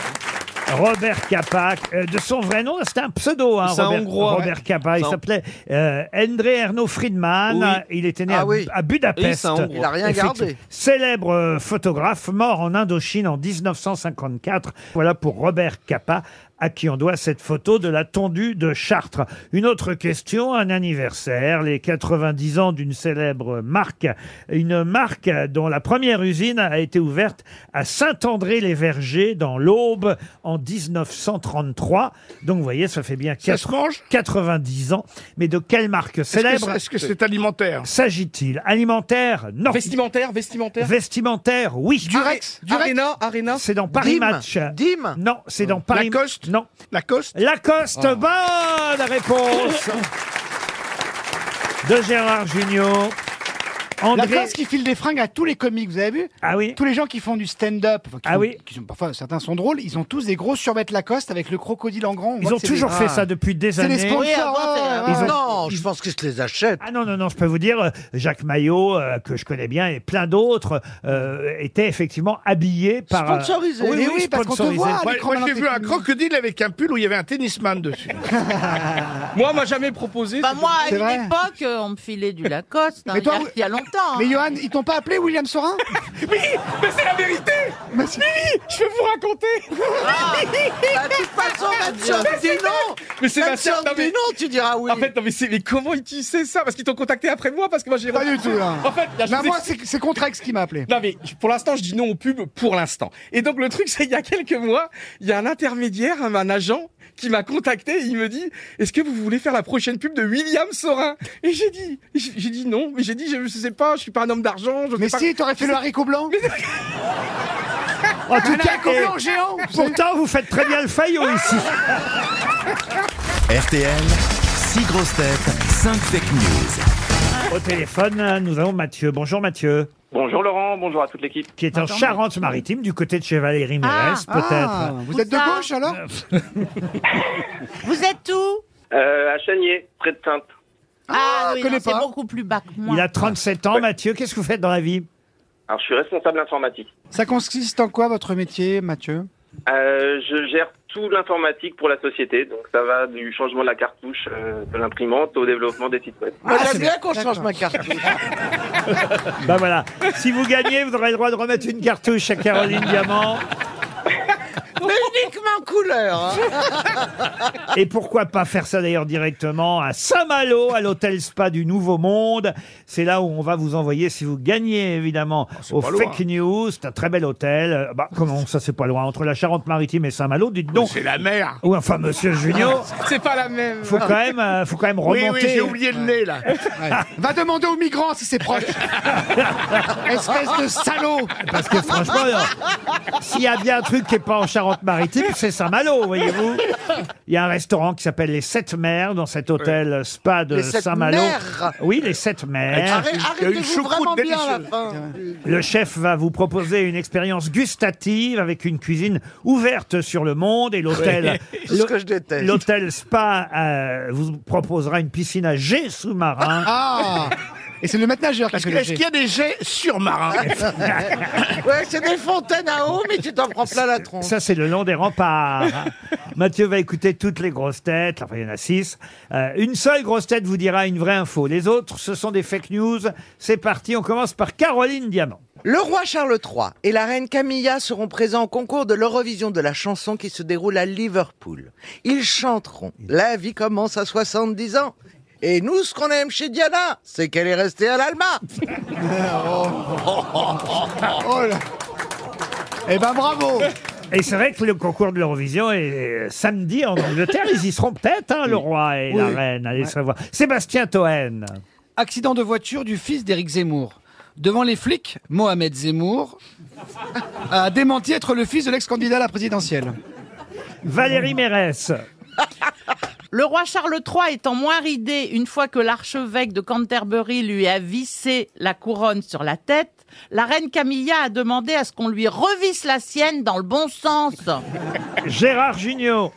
Robert Capa, euh, de son vrai nom, c'était un pseudo. Hein, C'est un Robert, Hongrois, Robert Capa. Il C'est un- s'appelait euh, André Erno Friedman. Oui. Il était né Ah à, oui. à Budapest. Oui, c'est un Hongrois. Il a rien gardé. Effectivement. Célèbre euh, photographe mort en Indochine en 1954. Voilà pour Robert Capa, à qui on doit cette photo de la tondue de Chartres. Une autre question, un anniversaire, les 90 ans d'une célèbre marque. Une marque dont la première usine a été ouverte à Saint-André-les-Vergers dans l'Aube en 1933. Donc vous voyez, ça fait bien Ça se 4 mange 90 ans. Mais de quelle marque Est-ce que célèbre c'est- Est-ce que c'est alimentaire s'agit-il Alimentaire Non. Vestimentaire, vestimentaire Vestimentaire, oui. Durex Arena, Arena C'est dans Paris Dim. Match. Dim. Non, c'est dans Paris Lacoste Non. Lacoste Lacoste, bonne réponse de Gérard Junior. La André. classe qui file des fringues à tous les comiques, vous avez vu Ah oui. Tous les gens qui font du stand-up, enfin, qui Ah sont- oui. qui sont parfois certains sont drôles, ils ont tous des grosses survêtements Lacoste avec le crocodile en grand. On voit Ils ont que c'est toujours des- fait ça depuis des Ah. C'est les années. sponsors. Oui, avant, ouais, c'est- ouais, ouais. Non, je pense qu'ils se les achètent. hein. Ah non, non, non, je peux vous dire, euh, Jacques Maillot, euh, que je connais bien, et plein d'autres, euh, étaient effectivement habillés par... euh, Sponsorisés. Oui, Mais oui, Eh oui, parce qu'on te sponsorisés. voit. Moi, les moi, j'ai crocodiles. vu un crocodile avec un pull où il y avait un tennisman [laughs] dessus. Moi, on m'a jamais proposé. Bah, c'est- moi, à C'est une vrai. époque, euh, on me filait du Lacoste, hein, Mais il, y toi, a, vous- il y a longtemps. Mais hein. Johan, ils t'ont pas appelé William [laughs] Sorin Oui, mais c'est la vérité Mais oui, je vais vous raconter Bah, De toute façon, même si on te dit non, Mais c'est ma même si sœur, on non te mais... dit non, tu diras oui. En fait, non mais, c'est- mais comment ils tu sais ça Parce qu'ils t'ont contacté après moi, parce que moi j'ai... Pas du tout, là. En fait, là, je Non, vous moi, c'est c'est Contrex qui m'a appelé. Non mais je- pour l'instant je dis non aux pubs pour l'instant. Et donc le truc c'est il y a quelques mois, il y a un intermédiaire, un, un agent qui m'a contacté et il me dit "Est-ce que vous voulez faire la prochaine pub de William Sorin Et j'ai dit j'ai j'ai dit non, mais j'ai dit je, sais pas, je suis pas un homme d'argent, je sais Mais pas. si, t'aurais fait le haricot blanc Oh, [laughs] En tout Le cas, haricot et- blanc géant [laughs] pourtant, vous faites très bien le faillot ici. RTL, 6 grosses têtes, 5 fake news. Au téléphone, euh, nous avons Mathieu. Bonjour Mathieu, Bonjour Laurent, bonjour à toute l'équipe. qui est en Attends. Charente-Maritime, du côté de chez Valérie Ah, Mérès, peut-être. Vous êtes de Ça. gauche alors Vous êtes où Euh, à Chanier, près de Sainte. Ah, Ah, oui, connais non, c'est pas. beaucoup plus bas que moi. Il a 37 ans, Ouais. Mathieu. Qu'est-ce que vous faites dans la vie Alors je suis responsable informatique. Ça consiste en quoi votre métier, Mathieu Euh, je gère tout l'informatique pour la société. Donc ça va du changement de la cartouche euh, de l'imprimante au développement des sites web. Ah, J'aime bien qu'on change ma carte. [laughs] Bah voilà. Si vous gagnez, vous aurez le droit de remettre une cartouche à Caroline Diamant. [laughs] Mais uniquement couleur. [laughs] hein. Et pourquoi pas faire ça d'ailleurs directement à Saint-Malo, à l'hôtel Spa du Nouveau Monde. C'est là où on va vous envoyer si vous gagnez évidemment au Ah, pas loin. Fake News. C'est un très bel hôtel. Euh, Bah, comment ça c'est pas loin entre la Charente-Maritime et Saint-Malo, dites donc. C'est la mer. Oui, enfin Monsieur [laughs] Ah, Junio, C'est pas la même. faut quand même, euh, faut quand même remonter. Oui, oui, j'ai oublié le nez, là. [laughs] Va demander aux migrants si c'est [laughs] proche. Espèce de salaud. Parce que [laughs] franchement, alors, s'il y a bien un truc qui n'est pas en Charente-Maritime, c'est Saint-Malo, voyez-vous. Il y a un restaurant qui s'appelle Les Sept Mers dans cet hôtel spa de Les Sept Saint-Malo. Mers Oui, les Sept Eh, Mers. Il Arrête- y a une Arrêtez-vous choucroute vraiment bien à la délicieuse. fin. Le chef va vous proposer une expérience gustative avec une cuisine ouverte sur le monde et l'hôtel. C'est ce que je déteste. L'hôtel Spa euh, vous proposera une piscine à jet sous-marin. Ah Et c'est le maître nageur qui Parce fait que le Est-ce jet. qu'il y a des jets [laughs] [laughs] surmarins Ouais, c'est des fontaines à eau, mais tu t'en prends plein la tronche. Ça, c'est le long des remparts. hein. Mathieu va écouter toutes les grosses têtes. Enfin, il y en a six. Euh, une seule grosse tête vous dira une vraie info. Les autres, ce sont des fake news. C'est parti. On commence par Caroline Diamant. Le roi Charles III et la reine Camilla seront présents au concours de l'Eurovision de la chanson qui se déroule à Liverpool. Ils chanteront La vie commence à 70 ans. Et nous, ce qu'on aime chez Diana, c'est qu'elle est restée à l'Alma. [laughs] oh, Oh là. Eh ben bravo Et c'est vrai que le concours de l'Eurovision est samedi en Angleterre. Ils y seront peut-être, hein, le roi et la Oui. reine. Allez savoir. Sébastien Toen. Accident de voiture du fils d'Éric Zemmour. Devant les flics, Mohamed Zemmour a démenti être le fils de l'ex-candidat à la présidentielle. Valérie Mérès. Le roi Charles III étant moins ridé une fois que l'archevêque de Canterbury lui a vissé la couronne sur la tête, la reine Camilla a demandé à ce qu'on lui revisse la sienne dans le [laughs] bon sens. Gérard Junior.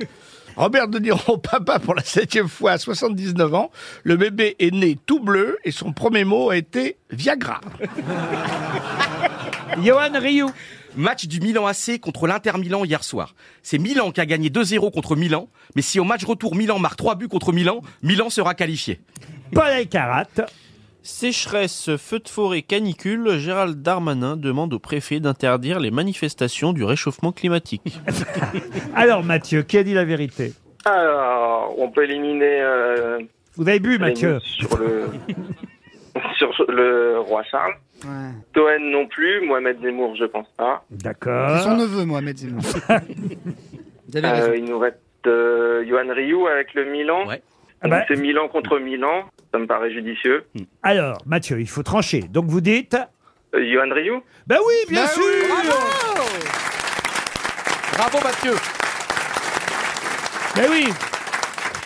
Robert De Niro, papa pour la septième fois à 79 ans, le bébé est né tout bleu et son premier mot a été Viagra. Johan Rioux. Match du Milan AC contre l'Inter Milan hier soir. C'est Milan qui a gagné 2-0 contre Milan, mais si au match retour Milan marque 3 buts contre Milan, Milan sera qualifié. Paul Alcarat. Sécheresse, feu de forêt, canicule, Gérald Darmanin demande au préfet d'interdire les manifestations du réchauffement climatique. Alors, Mathieu, qui a dit la vérité Alors, on peut éliminer euh, Vous avez bu, les Mathieu news sur le [laughs] sur le roi Charles. Toen non plus, Mohamed Zemmour je pense pas. C'est son D'accord. neveu, Mohamed [laughs] Zemmour. Vous avez raison. Euh, il nous reste euh, Johan Ryu avec le Milan. Ouais. Ah Donc, bah. C'est Milan contre Milan, ça me paraît judicieux. Hmm. Alors, Mathieu, il faut trancher. Donc, vous dites Euh, Johan Bah Ryu Ben oui, bien sûr Bravo Mathieu Ben oui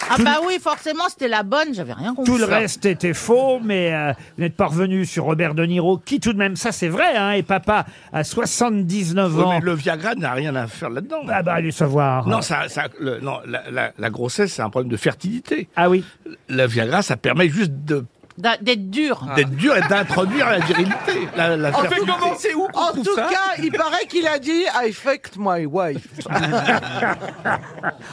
Ah bah oui, forcément, c'était la bonne, j'avais rien compris. Tout le reste était faux, mais euh, vous n'êtes pas revenu sur Robert De Niro, qui tout de même, ça c'est vrai, hein, et papa à 79 Oui, ans. mais le Viagra n'a rien à faire là-dedans. Ah bah, allez savoir. Non, ça, ça- le- non, la, la- la grossesse, c'est un problème de fertilité. Ah oui. La Viagra, ça permet juste de- D'a- D'être dur. d'être dur et d'introduire la virilité. La, la En Ah. fait, fertilité. comment c'est où qu'on En trouve tout ça cas, il paraît qu'il a dit I fucked my [laughs] wife.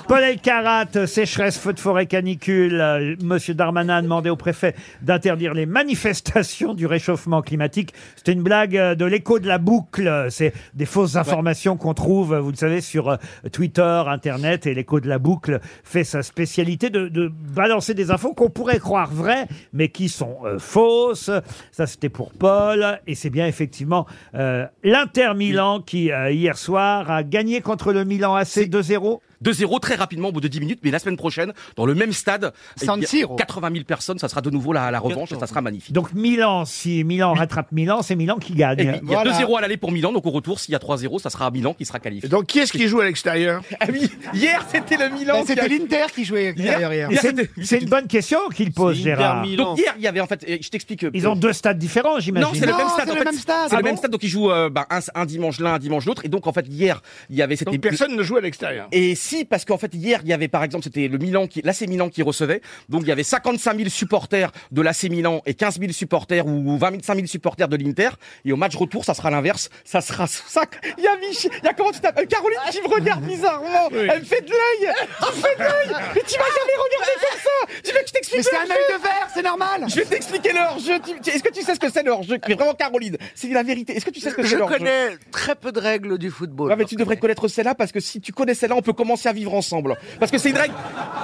Paul Elkarat, sécheresse, feu de forêt, canicule. euh, Monsieur Darmanin a demandé au préfet d'interdire les manifestations du réchauffement climatique. C'était une blague euh, de l'écho de la boucle. euh, C'est des fausses informations qu'on trouve, euh, vous le savez, sur euh, Twitter, Internet. Et l'écho de la boucle fait sa spécialité de, de balancer des infos qu'on pourrait croire vraies, mais qui sont euh, fausses. Ça, c'était pour Paul. Et c'est bien effectivement euh, l'Inter Milan qui, euh, hier soir, a gagné contre le Milan AC 2-0. 2-0 très rapidement au bout de 10 minutes, mais la semaine prochaine, dans le même stade, eh San bien, Siro. 80 000 personnes, ça sera de nouveau la, la revanche et ça sera magnifique. Donc Milan, si Milan rattrape Milan, c'est Milan qui Et gagne. il y a Voilà. 2-0 à l'aller pour Milan, donc au retour, s'il y a 3-0, ça sera à Milan qui sera qualifié. Et Donc, qui est-ce qui joue à l'extérieur Ah oui, hier c'était le Milan. Bah, C'était l'Inter qui jouait Hier- derrière. hier, C'est- c'était- C'est une bonne question qu'il pose, C'est Inter Gérard. Milan. Donc hier, il il y avait en fait. et Je t'explique. euh, Ils ont deux stades différents, j'imagine. Non, c'est le Non, même c'est stade. en le fait. même stade. C'est Ah le même bon stade. Donc ils jouent euh, bah, un, un dimanche l'un, un dimanche l'autre. Et donc en fait hier, il y avait cette. Donc personne ne jouait à l'extérieur. Et si parce qu'en fait hier, il y avait par exemple c'était le Milan qui, l'AC Milan qui recevait. Donc il y avait 55 000 supporters de l'AC Milan et 15 000 supporters ou 25 000 supporters de l'Inter. Et au match retour, ça sera l'inverse. Ça sera ça. Il y a Mich, il y a comment tu t'appelles Euh, Caroline qui me regarde bizarrement. Elle me fait de l'œil. Elle me fait de l'œil. Mais tu vas jamais regarder faire ça. Tu veux que je t'explique Mais c'est le un jeu œil de verre, c'est normal. Je vais t'expliquer le hors-jeu. Tu- tu- Est-ce que tu sais ce que c'est le hors-jeu Mais vraiment, Caroline, c'est la vérité. Est-ce que tu sais ce que Je c'est le hors-jeu connais très peu de règles du football. Ouais, mais tu devrais connaître celle-là parce que si tu connais celle-là, on peut commencer à vivre ensemble. Parce que c'est une règle.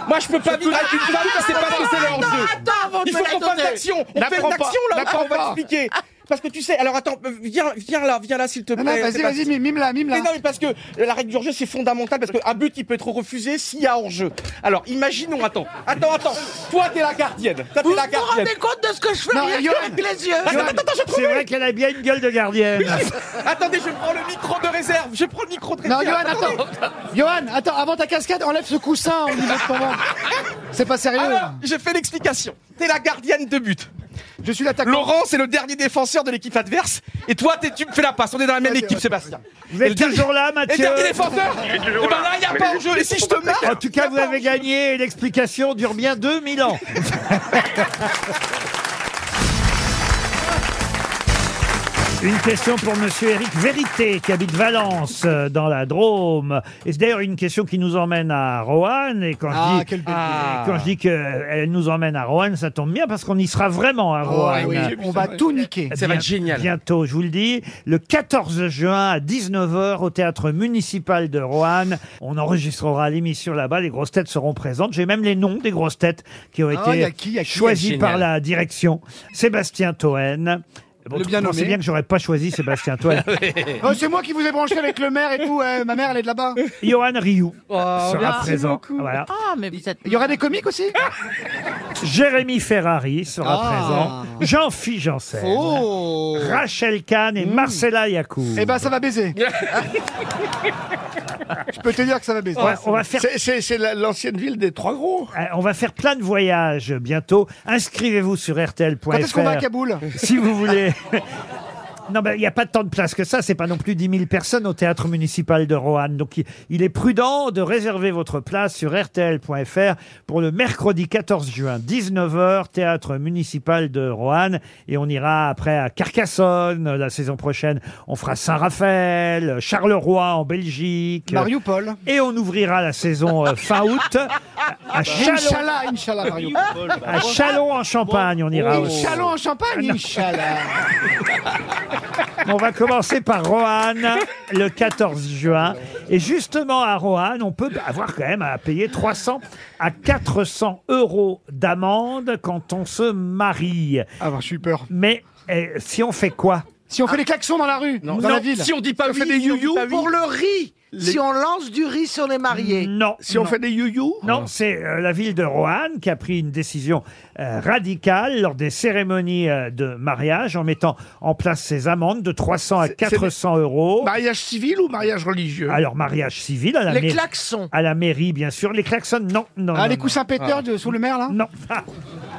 Moi, je peux pas vivre avec une femme qui sait pas ce que c'est le Ah, Attends, hors-jeu. attends, avant de Il me faut la qu'on fasse donner. l'action. On fait N'apprends une pas, action là. n'apprends on va pas. expliquer. Parce que tu sais, alors attends, euh, viens, viens là, viens là, s'il te plaît. Non, non, vas-y, vas-y, mime- mime-la, mime-la. Mais non, mais parce que euh, la règle du hors-jeu, c'est fondamental parce qu'un but, il peut être refusé s'il y a hors-jeu. Alors, imaginons, attends, attends, attends. Toi, t'es la gardienne. Toi, t'es la Vous vous gardienne. rendez compte de ce que je fais rien Johan, qu'avec les yeux Attends, attends, attends, j'ai trouvé. C'est vrai qu'elle a bien une gueule de gardienne. Attendez, je prends le micro de réserve. Je prends le micro de Non, réserve. Johan, attends. Johan, attends, avant ta cascade, enlève ce coussin au niveau de ton ventre. C'est pas sérieux. Alors, je fais l'explication. T'es la gardienne de but. Je suis l'attaquant. Laurent, c'est le dernier défenseur de l'équipe adverse. Et toi, t'es- tu me fais la passe. On est dans la même équipe, Sébastien. Vous êtes Et le dernier- toujours là, Et Mathieu le dernier défenseur Je Et suis toujours ben là. là, il n'y a Mais pas les- au jeu. Et si je te Ah, marque En tout cas, vous avez gagné et l'explication dure bien 2000 [laughs] ans. Une question pour Monsieur Éric Vérité, qui habite Valence, euh, dans la Drôme. Et c'est d'ailleurs une question qui nous emmène à Roanne. Et quand, Ah, je dis, quel bel Ah. pays. quand je dis qu'elle nous emmène à Roanne, ça tombe bien parce qu'on y sera vraiment à Roanne. Oh, oui, on va tout niquer. Bien- Bientôt, je vous le dis, le 14 juin à 19h au théâtre municipal de Roanne. On enregistrera l'émission là-bas. Les grosses têtes seront présentes. J'ai même les noms des grosses têtes qui ont Ah, été y a qui, y a qui choisis Génial. par la direction. Sébastien Toen. Le bien C'est nommé. bien que j'aurais pas choisi Sébastien [laughs] Toen. Oh, c'est moi qui vous ai branché avec le maire et tout. ouais, ma mère, elle est de là-bas. Johan Rioux sera Oh, merci présent. beaucoup. Voilà. Ah, mais vous êtes. Il y aura des [laughs] comiques aussi Jérémy Ferrari sera Ah. Oh. présent. Jean-Philippe Janssen. Rachel Kahn et Marcella Yacoub. Hmm. Eh ben, ça [laughs] va baiser. Je peux te dire que ça va baiser. On va- on va faire- C'est- C'est c'est la- l'ancienne ville des Trois Gros. Euh, On va faire plein de voyages bientôt. Inscrivez-vous sur RTL.fr. Quand est-ce qu'on va à Kaboul Si vous voulez. [laughs] Non, ben, il n'y a pas tant de place que ça. C'est pas non plus 10 000 personnes au théâtre municipal de Roanne. Donc, il, il est prudent de réserver votre place sur RTL.fr pour le mercredi 14 juin, 19h, théâtre municipal de Roanne. Et on ira après à Carcassonne. La saison prochaine, on fera Saint-Raphaël, Charleroi en Belgique. Mariupol. Ah Et on ouvrira la saison euh, fin août à Chalon. bah. Inch'Allah, Ah, Inch'Allah, Mario. Oh. À Chalon en Champagne, on ira aussi. Inch'Allah en champagne, Inch'Allah. On va commencer par Roanne le 14 juin. Et justement, à Roanne, on peut avoir quand même à payer 300 à 400 euros d'amende quand on se marie. Ah, je suis peur. Mais eh, si on fait quoi Si on fait les klaxons dans la rue, dans la ville. pas oui, si on dit pas oui. Pour le riz Les- Si on lance du riz sur les mariés Non. Si on fait des you Non, c'est euh, la ville de Roanne qui a pris une décision euh, radicale lors des cérémonies euh, de mariage en mettant en place ces amendes de 300 à 400 euros. Mariage civil ou mariage religieux Alors, mariage civil à la Les mairie- klaxons. À la mairie, bien sûr. Les klaxons, non. non Ah, non, les non. coussins péteurs de- sous le maire, là Non.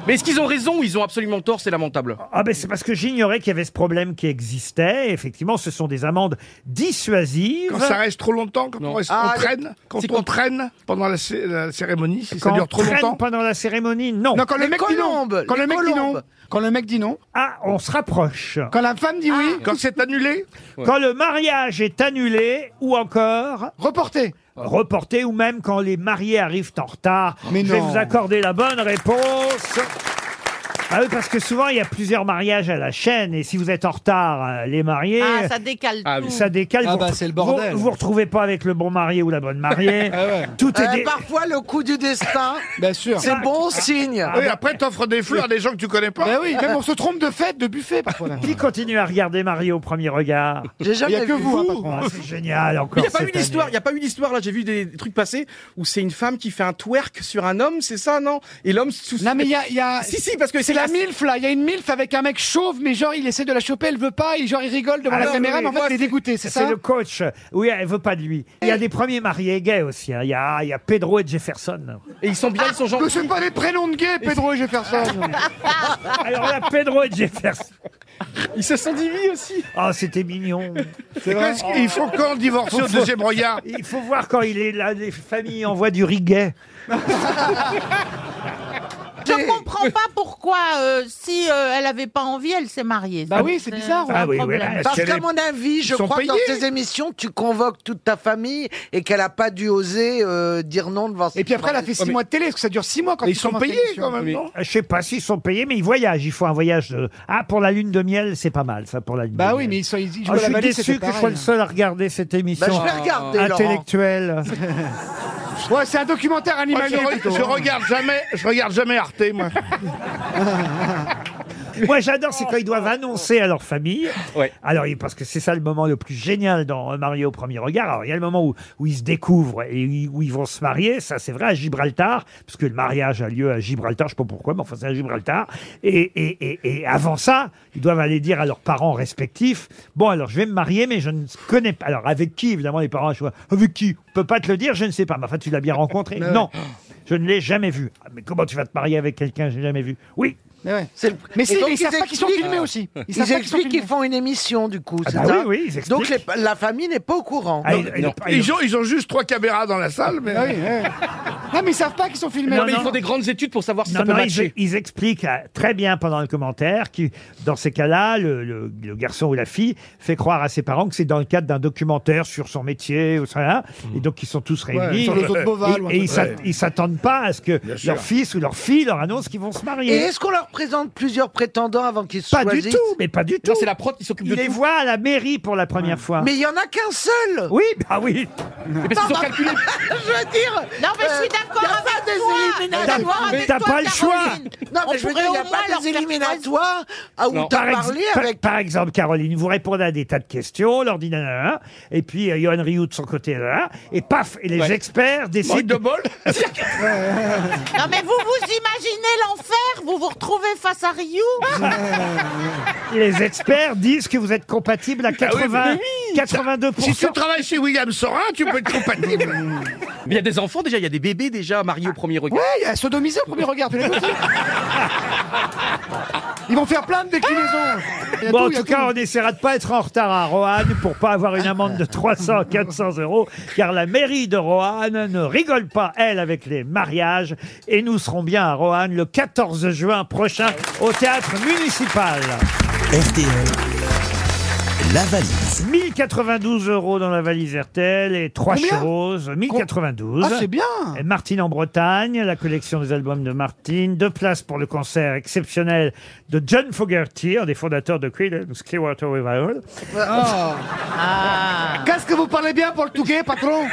Mais est-ce qu'ils ont raison ou ils ont absolument tort C'est lamentable. Ah ben c'est parce que j'ignorais qu'il y avait ce problème qui existait. Effectivement, ce sont des amendes dissuasives. Quand ça reste trop longtemps, quand on, reste- Ah, on traîne, quand on traîne pendant la, cé- la cérémonie, si Quand ça dure on trop traîne longtemps. pendant la cérémonie, non. Non, quand le mec dit non. Quand le mec dit non. Quand le mec dit non. Ah, on se rapproche. Ah. Quand la femme dit oui. Quand c'est annulé. Quand le mariage est annulé ou encore reporté. Reporté ou même quand les mariés arrivent en retard. Mais Je vais non. vous accorder la bonne réponse. Ah oui, parce que souvent, il y a plusieurs mariages à la chaîne, et si vous êtes en retard, euh, les mariés... Ah, ça décale Ah tout. oui. Ça décale. Ah vous- bah, c'est le bordel. Ah Vous, vous retrouvez pas avec le bon marié ou la bonne [laughs] mariée. Tout est... Eh, Ah, Euh, dé- Parfois, le coup du destin, Bien sûr. c'est bon signe. Oui, après, t'offres des fleurs à des gens que tu connais pas. Ben oui, même on se trompe de fête, de buffet, parfois. même. Qui continue à regarder Mario au premier regard J'ai Il y a que vous, hein, patron. Ah, [laughs] C'est génial, encore Mais il n'y a pas eu cette d'histoire, il n'y a pas eu d'histoire là, j'ai vu des trucs passer où c'est une femme qui fait un twerk sur un homme, c'est ça, non Et l'homme sous Non, Ah, mais il y a- il y a- Si si parce que c'est la MILF là, il y a une MILF avec un mec chauve, mais genre il essaie de la choper, elle veut pas, et genre il rigole devant la Alors, caméra, Ah oui, mais en fait moi, il est dégoûté, c'est ça C'est le coach. Oui, elle veut pas de lui. Il y a des premiers mariés gays aussi. hein. Il, y a, il y a Pedro et Jefferson. Et ils sont bien, ils sont Mais c'est pas des prénoms de gays, Pedro et Jefferson. Alors là, Pedro et Jefferson. Ils se sont divis aussi. Ah, c'était mignon. C'est vrai. Qu'est-ce qu'il faut encore divorcer au deuxième regard Il faut voir quand il est là, les familles envoient du riguet. Je comprends pas pourquoi, euh, si euh, elle avait pas envie, elle s'est mariée. Bah oui, c'est bizarre, Ah oui, oui, là, Parce qu'elle qu'à est- mon avis, je Ils sont crois que dans payés. ces émissions, tu convoques toute ta famille et qu'elle n'a pas dû oser euh, dire non devant Et puis après, elle a fait six mois de télé, parce que ça dure six mois quand Mais tu ils sont commences payés, l'émission. quand même, Oui. Je sais pas s'ils sont payés, mais ils voyagent. Il faut un voyage. de- Ah, pour la lune de miel, c'est pas mal, ça, pour la lune Bah de oui, miel. mais ils sont, ils, ils jouent Ah, à je la suis valise, déçu c'était que je sois pareil, le hein. seul à regarder cette émission je vais regarder, Laurent. intellectuelle. Ouais, c'est un documentaire Ah, Moi, animalier. [laughs] je, re- plutôt. je regarde jamais, je regarde jamais Arte, moi. Moi, j'adore, c'est quand ils doivent annoncer à leur famille. Alors, il- parce que c'est ça le moment le plus génial dans euh, Marié au premier regard. Alors, il y a le moment où, où ils se découvrent et où ils- où ils vont se marier. Ça, c'est vrai à Gibraltar, parce que le mariage a lieu à Gibraltar. Je sais pas pourquoi, mais enfin, c'est à Gibraltar. Et, et- et- et avant ça, ils doivent aller dire à leurs parents respectifs Bon, alors, je vais me marier, mais je ne connais pas. Alors, avec qui Évidemment, les parents, je vois, avec qui On peut pas te le dire, je ne sais pas. Mais enfin, tu l'as bien rencontré. non, je ne l'ai jamais vu. Ah, Mais comment tu vas te marier avec quelqu'un que j'ai jamais vu Oui. Mais, ouais. Et mais si, donc, mais ils savent pas qu'ils sont expliquent- filmés aussi. Ils, savent pas qu'ils sont expliquent qu'ils filmés. font une émission, du coup. Ah c'est bah ça oui, oui, ils Donc expliquent. les- la famille n'est pas au courant. Ah, il- il- il- Ils ont, ils ont juste trois caméras dans la salle, mais. Ah oui, ouais. Non, mais ils savent pas qu'ils sont filmés. Non, mais Ils font des grandes études pour savoir si Non, ça peut non, ils, matcher. ils expliquent euh, très bien pendant le commentaire que dans ces cas-là, le, le- le garçon ou la fille fait croire à ses parents que c'est dans le cadre d'un documentaire sur son métier ou ça. là. Et donc ils sont tous Ouais, réunis. sur le dos de Beauval et ou un et truc comme ils ça. s'att- ils s'attendent pas à ce que leur sûr. fils ou leur fille leur annonce qu'ils vont se Et marier. est-ce qu'on leur présente plusieurs prétendants avant qu'ils se Pas du choisissent tout, mais pas du tout. c'est la prod qui s'occupe Ils de les tout. voient à la mairie pour la première fois. Mais il n'y en a qu'un seul Oui, bah oui. Mais parce qu'ils ont calculé. [laughs] Je veux dire Non, mais je suis euh, d'accord y a avec pas des toi. éliminatoires. D'accord avec T'as toi, pas le choix. Caroline. Non, On mais je veux pourrait dire, il n'y a au moins pas leur des faire éliminatoires Ah, à où Non. t'as Par, ex- parlé par- avec... par exemple, Caroline, vous répondez à des tas de questions, on leur dit nanana, et puis euh, Johan Rioux de son côté, nanana, et paf, et les experts décident. Manque de [laughs] bol Non mais vous vous imaginez l'enfer Vous vous retrouvez face à [laughs] Ryu Les experts disent que vous êtes compatible Ah à 80, 82%. Si tu travailles chez William Sorin, tu peux être compatible. [laughs] Mais il y a des enfants déjà, il y a des bébés déjà mariés au premier regard. Ouais, il y a sodomisé au premier regard. tu l'as vu aussi Ils vont faire plein de déclinaisons. Il y a Ah Bon, en il y a tout cas, on essaiera de pas être en retard à Roanne pour pas avoir une amende de 300, 400 euros, car la mairie de Roanne ne rigole pas, elle, avec les mariages. Et nous serons bien à Roanne le 14 juin prochain au théâtre municipal. RTL, la valise. 1092 euros dans la valise RTL et trois Combien choses. 1092. Ah, c'est bien. Euh, Et Martine en Bretagne, la collection des albums de Martine, deux places pour le concert exceptionnel de John Fogerty, un des fondateurs de Creed Clearwater Revival. Oh. Qu'est-ce que vous parlez bien pour le touquet, patron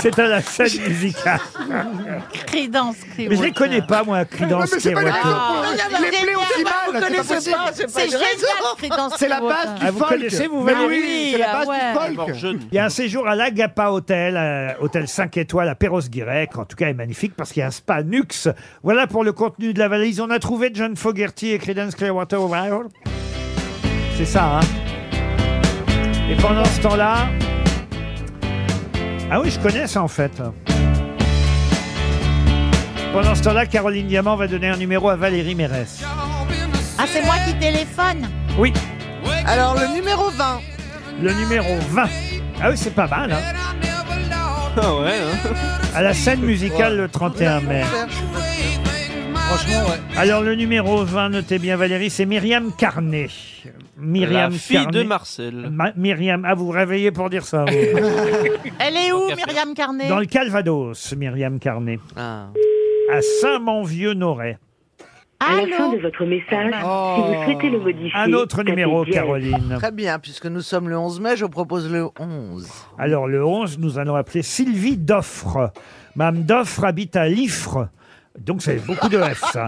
C'est à [laughs] la scène musicale. [laughs] Credence, Oh, Mais je les connais pas, moi, Non, Creedence mais c'est pas une Clearwater. raison. Je l'ai appelé aussi Ah bah, mal, là, c'est pas possible. C'est génial, Credence C'est la base du Ah, folk. vous connaissez, vous, Mais Valérie oui, c'est la Ah base ouais. du folk. Morjeune. Il y a un séjour à l'Agapa Hotel, euh, hôtel 5 étoiles à Perros-Guirec. En tout cas, est magnifique parce qu'il y a un spa Nux. Voilà pour le contenu de la valise. On a trouvé John Fogerty et Credence Clearwater Revival. C'est ça, hein Et pendant ce temps-là... Ah oui, je connais ça, en fait. Pendant ce temps-là, Caroline Diamant va donner un numéro à Valérie Mérès. Ah, c'est moi qui téléphone Oui, Alors, le numéro 20. le numéro 20. Ah oui, c'est pas mal, hein Ah ouais, hein. À la scène musicale le 31 mai. Franchement, ouais. Alors le numéro 20, notez bien Valérie, c'est Myriam Carnet. [laughs] Myriam la fille Carnet. de Marcel. Ma- Myriam, ah vous vous réveillez pour dire ça. vous. [laughs] Elle est où, Myriam Carnet Dans le Calvados, Myriam Carnet. Ah. À Saint-Manvieux-Noret. À la fin Allô de votre message, si vous souhaitez le modifier, Un autre tapez numéro, dièse. Caroline. Oh. Très bien, puisque nous sommes le 11 mai, je propose le 11. Alors le 11, nous allons appeler Sylvie Doffre. Madame Doffre habite à Liffre. Donc c'est beaucoup de F [laughs] ça.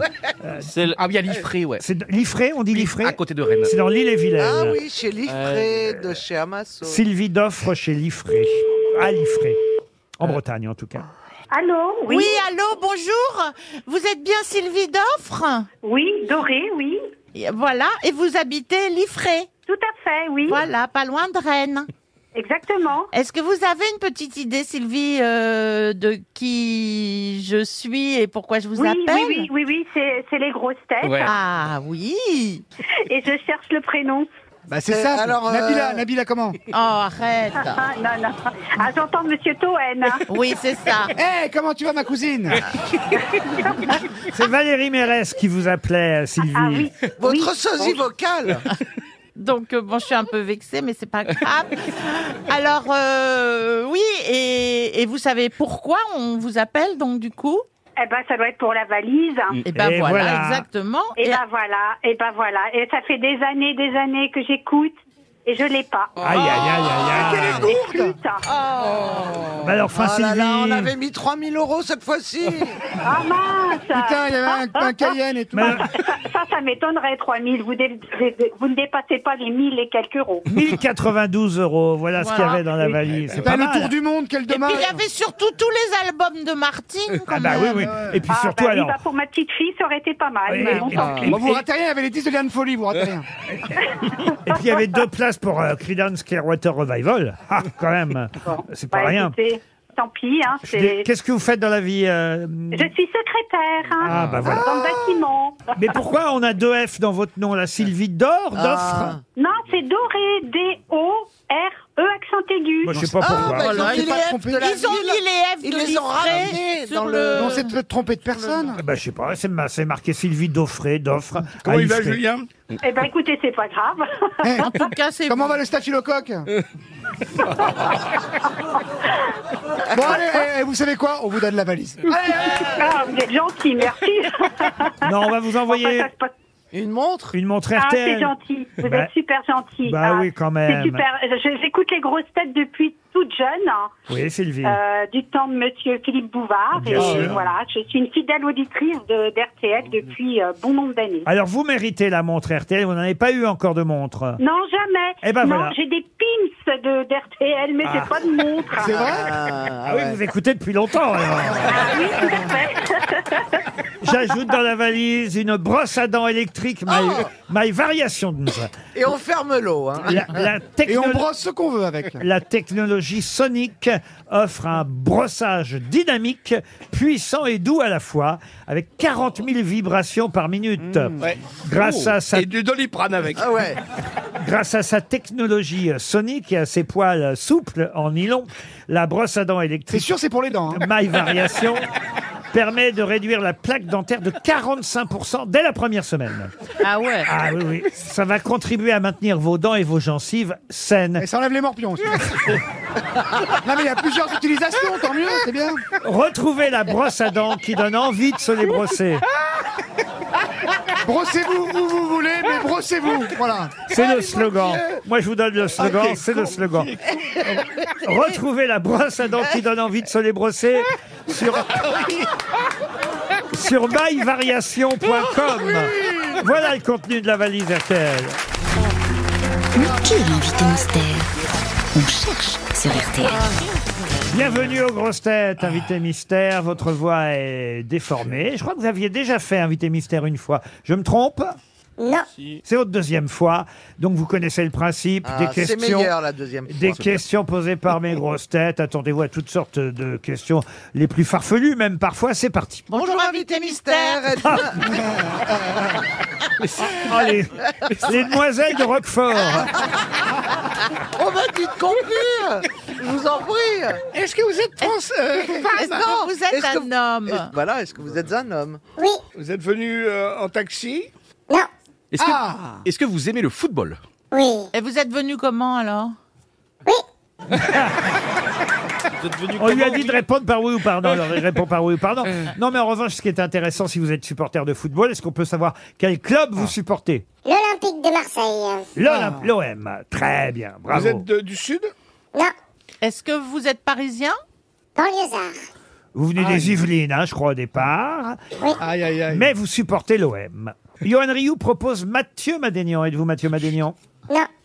Celle- Ah oui, il y a l'Ifré, ouais. C'est Liffré, on dit Liffré À côté de Rennes. C'est dans l'île et Vilaine. Euh, Ah oui, chez Liffré, de chez Amasso. Euh. Sylvie Doffre chez Liffré. À Liffré. En Bretagne, en tout cas. Allô, oui. Oui, allô, bonjour. Vous êtes bien Sylvie Doffre Oui, Doré, oui. Voilà, et vous habitez Liffré Tout à fait, oui. Voilà, pas loin de Rennes. Exactement. Est-ce que vous avez une petite idée, Sylvie, euh, de qui je suis et pourquoi je vous oui, appelle oui, oui, oui, oui, c'est c'est les grosses têtes. Ah oui Et je cherche le prénom. Bah, c'est ça. Nabila, Nabila, comment Oh, arrête Ah, non, non. Ah, j'entends Monsieur Toen. hein. [laughs] Oui, c'est [laughs] ça. Eh, comment tu vas, ma cousine C'est Valérie Mérès qui vous appelait, euh, Sylvie. Votre sosie vocale [laughs] Donc, euh, bon, je suis un peu vexée, mais c'est pas grave. Alors, euh, oui, et, et vous savez pourquoi on vous appelle, donc, du coup Eh ben, ça doit être pour la valise. Et ben Et voilà, voilà. exactement. Et, ben voilà, et ben voilà. Et ça fait des années, des années que j'écoute et je l'ai pas. Ah, Aïe, aïe, aïe, Ah, aïe, aïe. Bah alors, enfin, Oh là là, Sylvie. on avait mis 3000 euros [laughs] cette fois-ci. Ah mince Putain, il y avait un, un Cayenne et tout. Ça, ça, ça m'étonnerait, 3000. Vous, dé- vous ne dépassez pas les 1000 et quelques euros. 1092 euros, voilà, ce qu'il y Voilà. avait dans la Eh valise. ben, C'est pas mal. du monde, quel dommage Et puis, il y avait surtout tous les albums de Martine, quand Ah bah oui, même. oui. Et puis surtout, bah oui, alors. bah pour ma petite fille, ça aurait été pas mal. Oui, mais et- bon, et- tant pis. et- Bon, vous ratez rien, il y avait les 10 de Liane Folie, vous Euh, ratez rien. Et puis il y avait deux places pour euh, Creedence Clearwater Revival. Ah, quand même. C'est pas Bah, rien. écoutez, Tant pis, hein, Je c'est- dis, Qu'est-ce que vous faites dans la vie euh, Je suis secrétaire hein, Ah, bah voilà. dans le bâtiment. Mais pourquoi on a deux F dans votre nom, la Sylvie Dor Ah. d'offre Non, c'est Doré, D-O-R-E E, accent aigu. Moi, je sais pas Ah, pourquoi. bah, ils ont Voilà, mis il les faut F pas se de la tromper. Ils ont mis les F Ils de les ont Liffré ramenés sur dans le... On s'est trompé de personne. bah, Je sais pas, c'est ma- c'est marqué Sylvie D'Offré, d'offre. Comment à il va, Ifré. Julien Eh ben écoutez, c'est pas grave. En tout cas, c'est Eh, Comment va le staphylocoque Bon, allez, eh, eh, vous savez quoi On vous donne la valise. Ah, vous êtes gentil, merci. Non, on va vous envoyer Enfin, ça se passe- Une montre une montre Ah, c'est RTL. gentil. Vous Bah, êtes super gentil. bah Ah, oui, quand même. C'est super. Je- J'écoute les grosses têtes depuis toute jeune. hein. Oui, Sylvie. Euh, du temps de Monsieur Philippe Bouvard. Bien et sûr. voilà, je suis une fidèle auditrice de d'RTL depuis euh, bon nombre d'années. Alors, vous méritez la montre RTL, vous n'en avez pas eu encore de montre. Non, jamais. Eh ben non, voilà. j'ai des pins de d'RTL, mais Ah. j'ai pas de montre. C'est vrai Ah oui, vous écoutez depuis longtemps. hein. alors. Ah [laughs] J'ajoute dans la valise une brosse à dents électrique My, Oh. My Variations. Et on ferme l'eau. hein. La, la Et on technolo- brosse ce qu'on veut avec. la technologie Sonic offre un brossage dynamique, puissant et doux à la fois, avec 40 000 vibrations par minute. Mm. Grâce Oh. à sa Et du doliprane avec. Ah ouais. Grâce à sa technologie euh, sonique et à ses poils euh, souples en nylon, la brosse à dents C'est électrique sûr, c'est pour les dents. hein. [laughs] My Variation permet de réduire la plaque dentaire de 45% dès la première semaine. Ah [laughs] ouais Ah oui, oui. Ça va contribuer à maintenir vos dents et vos gencives saines. Et ça enlève les morpions aussi. non, mais il y a plusieurs utilisations, tant mieux, c'est bien. Retrouvez la brosse à dents qui donne envie de se les brosser. Brossez-vous où vous voulez, mais brossez-vous. Voilà. C'est le slogan. Moi, je vous donne le slogan. Ah, c'est le slogan. Retrouvez la brosse à dents qui donne envie de se les brosser sur, sur myvariation.com. Voilà le contenu de la valise RTL. Mais qui est l'invité mystère On cherche sur RTL. Bienvenue aux grosses têtes, invité mystère. Votre voix est déformée. Je crois que vous aviez déjà fait invité mystère une fois. Je me trompe Non. C'est votre deuxième fois. Donc vous connaissez le principe Ah, des c'est questions. meilleur la deuxième fois. Des questions posées par mes grosses têtes. Attendez-vous à toutes sortes de questions, les plus farfelues même parfois. C'est parti. Bonjour, invité [laughs] mystère Ah. [laughs] Oh, les, les demoiselles de Roquefort. On va vite conclure. Je vous en prie. Est-ce que vous êtes trans euh, Est-ce que vous êtes Est-ce que- un homme Est-ce- Voilà, est-ce que vous êtes un homme Vous êtes venu euh, en taxi Est-ce que, Ah. est-ce que vous aimez le football Et vous êtes venu comment, alors On lui a dit de répondre par oui ou par non. Alors il répond par oui ou par non. Euh. Non, mais en revanche, ce qui est intéressant, si vous êtes supporter de football, est-ce qu'on peut savoir quel club Ah. vous supportez L'Olympique de Marseille. L'Olymp- L'OM. Très bien. Bravo. Vous êtes de- du Sud Non, Est-ce que vous êtes parisien banlieusard. Vous venez Ah, des Yvelines, hein, je crois, au départ. Aïe, aïe, aïe. Mais vous supportez l'OM. Johan Rioux propose Mathieu Madénian. Êtes-vous Mathieu Madénian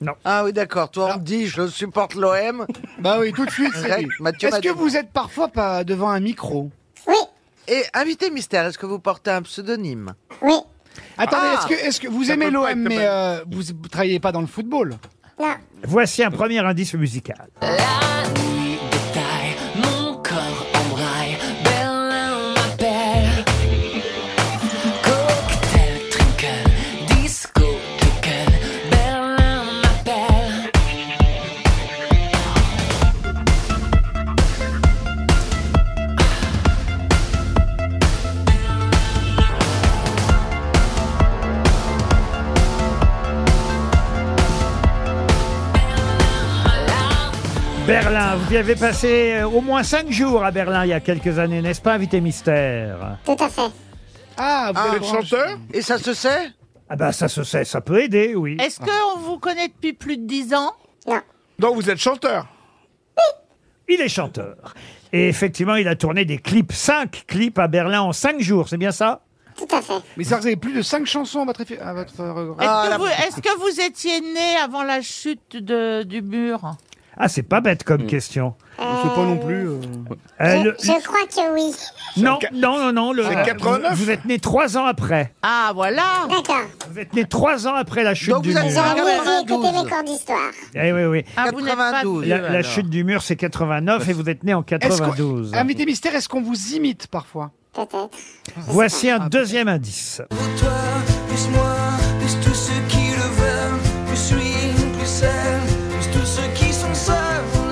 Non. Ah oui, d'accord. Toi, on me dit, je supporte l'OM. Bah oui, tout de suite, c'est Direct, lui. Mathieu Est-ce que Madou. vous êtes parfois pas devant un micro Oui. Et invité mystère, est-ce que vous portez un pseudonyme Oui. Attendez, Ah. est-ce que, est-ce que vous Ça aimez peut pas l'OM, être mais mal. euh, vous ne travaillez pas dans le football Voici un premier indice musical. Mon corps en braille, Berlin m'appelle. Cocktail, trinkel, disco, twinkle, Berlin m'appelle. Berlin, vous y avez passé euh, au moins cinq jours à Berlin il y a quelques années, n'est-ce pas, invité mystère Tout à fait. Ah, vous êtes chanteur Et ça se sait Ah bah ça se sait, ça peut aider, oui. Est-ce qu'on vous connaît depuis plus de 10 ans Donc vous êtes chanteur Oh, Il est chanteur. Et effectivement, il a tourné des clips, cinq clips à Berlin en cinq jours, c'est bien ça Tout à fait. Mais ça, vous avez plus de 5 chansons à votre, effi- à votre regard. Est-ce Ah, que, vous- est-ce que vous étiez né avant la chute de- du mur Ah, c'est pas bête Hmm. comme question. Je sais pas non plus, Euh, je, le- je crois que oui. Non, non, non, non. le- C'est euh, 89? vous, vous êtes né trois ans après. Ah, voilà. D'accord. Vous êtes né trois ans après la chute Donc du vous mur. avez jamais écouté mes cours d'histoire. Eh oui, oui. Ah, vous n'êtes pas vieux, la, la alors. chute du mur, c'est 89 et vous êtes né en Est-ce qu'on- 92. Invité mystère, est-ce qu'on vous imite parfois Voici un deuxième indice. Toi, plus moi, plus tous ceux qui le veulent, plus lui, plus elle, plus tous ceux qui sont seuls.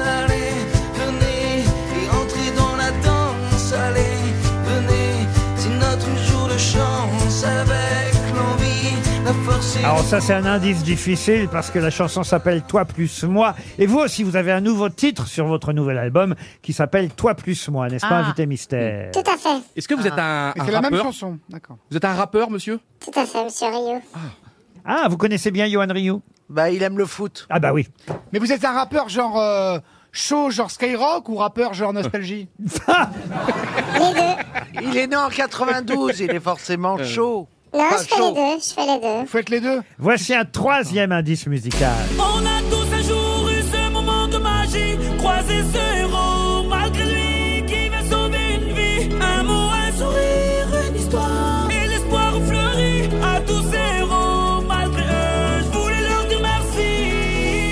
Allez, venez et entrez dans la danse. Allez, venez, c'est notre jour de chance avec l'envie, la force et Alors ça c'est un indice difficile parce que la chanson s'appelle Toi plus moi et vous aussi vous avez un nouveau titre sur votre nouvel album qui s'appelle Toi plus moi, n'est-ce pas Ah. invité mystère Tout à fait. Est-ce que vous êtes un, Et un Ah. c'est la même rappeur chanson, d'accord. Vous êtes un rappeur, monsieur Tout à fait, monsieur Rio. Ah, vous connaissez bien Johan Rioux Bah, il aime le foot. Ah bah oui. Mais vous êtes un rappeur genre euh, chaud, genre Skyrock, ou rappeur [laughs] genre nostalgie Il est né en 92, il est forcément Euh. chaud. Non, Pas je fais chaud. les deux, je fais les deux. Vous faites les deux Voici un troisième indice musical. On a tous un jour eu ce moment de magie, croiser ce héros malgré lui qui va sauver une vie. Un mot, un sourire, une histoire et l'espoir fleurit à tous ces héros malgré eux. Je voulais leur dire merci.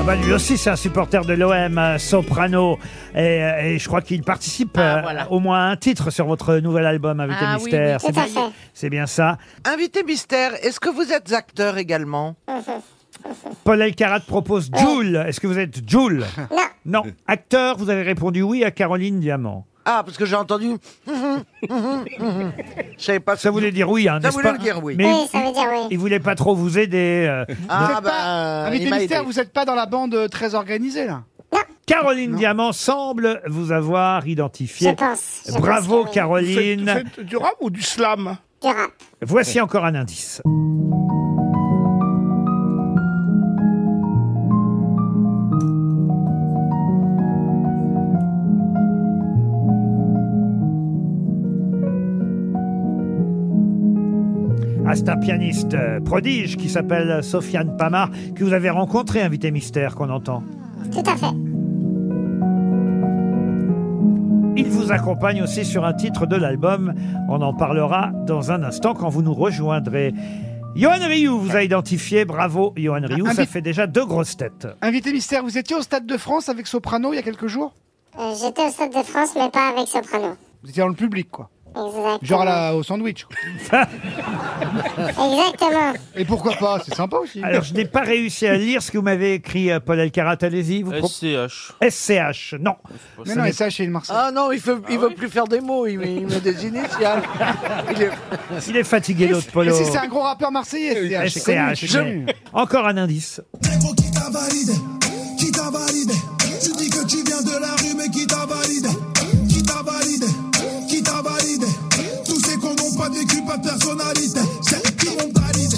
Ah bah lui aussi c'est un supporter de l'OM, euh, Soprano, et, euh, et je crois qu'il participe Ah, euh, au moins à un titre sur votre nouvel album invité Ah oui, mystère. oui, tout C'est à bien- fait. c'est bien ça. Invité mystère, est-ce que vous êtes acteur également Paul Elkarat propose Oh. Joule. Est-ce que vous êtes [laughs] Joule Non. Acteur, vous avez répondu oui à Caroline Diamant. Ah, parce que j'ai entendu. Je savais pas. Ça voulait dire oui, hein, Ça n'est-ce voulait pas le dire oui. Mais il- oui. Il voulait pas trop vous aider. euh, Ah, donc- bah, euh, il Invité m'a mystère, aidé. vous n'êtes pas dans la bande euh, très organisée là Caroline Diamant semble vous avoir identifié. Je pense, je Bravo pense que oui. Caroline. Vous faites du rap ou du slam Du rap. Voici encore un indice. Ah, c'est un pianiste euh, prodige qui s'appelle Sofiane Pamar, que vous avez rencontré, invité mystère, qu'on entend. Tout à fait. Il vous accompagne aussi sur un titre de l'album. On en parlera dans un instant quand vous nous rejoindrez. Johan Rioux vous a identifié. Bravo, Johan Rioux. Un- un Ça bit- fait déjà deux grosses têtes. Invité mystère, vous étiez au Stade de France avec Soprano il y a quelques jours Euh, J'étais au Stade de France, mais pas avec Soprano. Vous étiez dans le public quoi. Exactement. Genre à la- au sandwich. [laughs] Exactement. Et pourquoi pas C'est sympa aussi. Alors, je n'ai pas réussi à lire ce que vous m'avez écrit, euh, Paul Alcarat. Allez-y. vous pro- SCH. SCH, non. Mais non, et ça chez le Marseille. Ah non, il veut, il veut plus faire des mots, il, il met des initiales. Il est- Il est fatigué, l'autre Polo. Mais si c'est un gros rappeur marseillais, SCH, c'est connu, SCH. c'est connu. mais- Encore un indice. qui t'a validé, qui t'a validé. Tu dis que tu viens de la rue, mais qui t'a validé, qui t'a validé, qui t'a validé. Tous ces cons n'ont pas de vécu, pas de personnalité. C'est- Ils m'ont validé,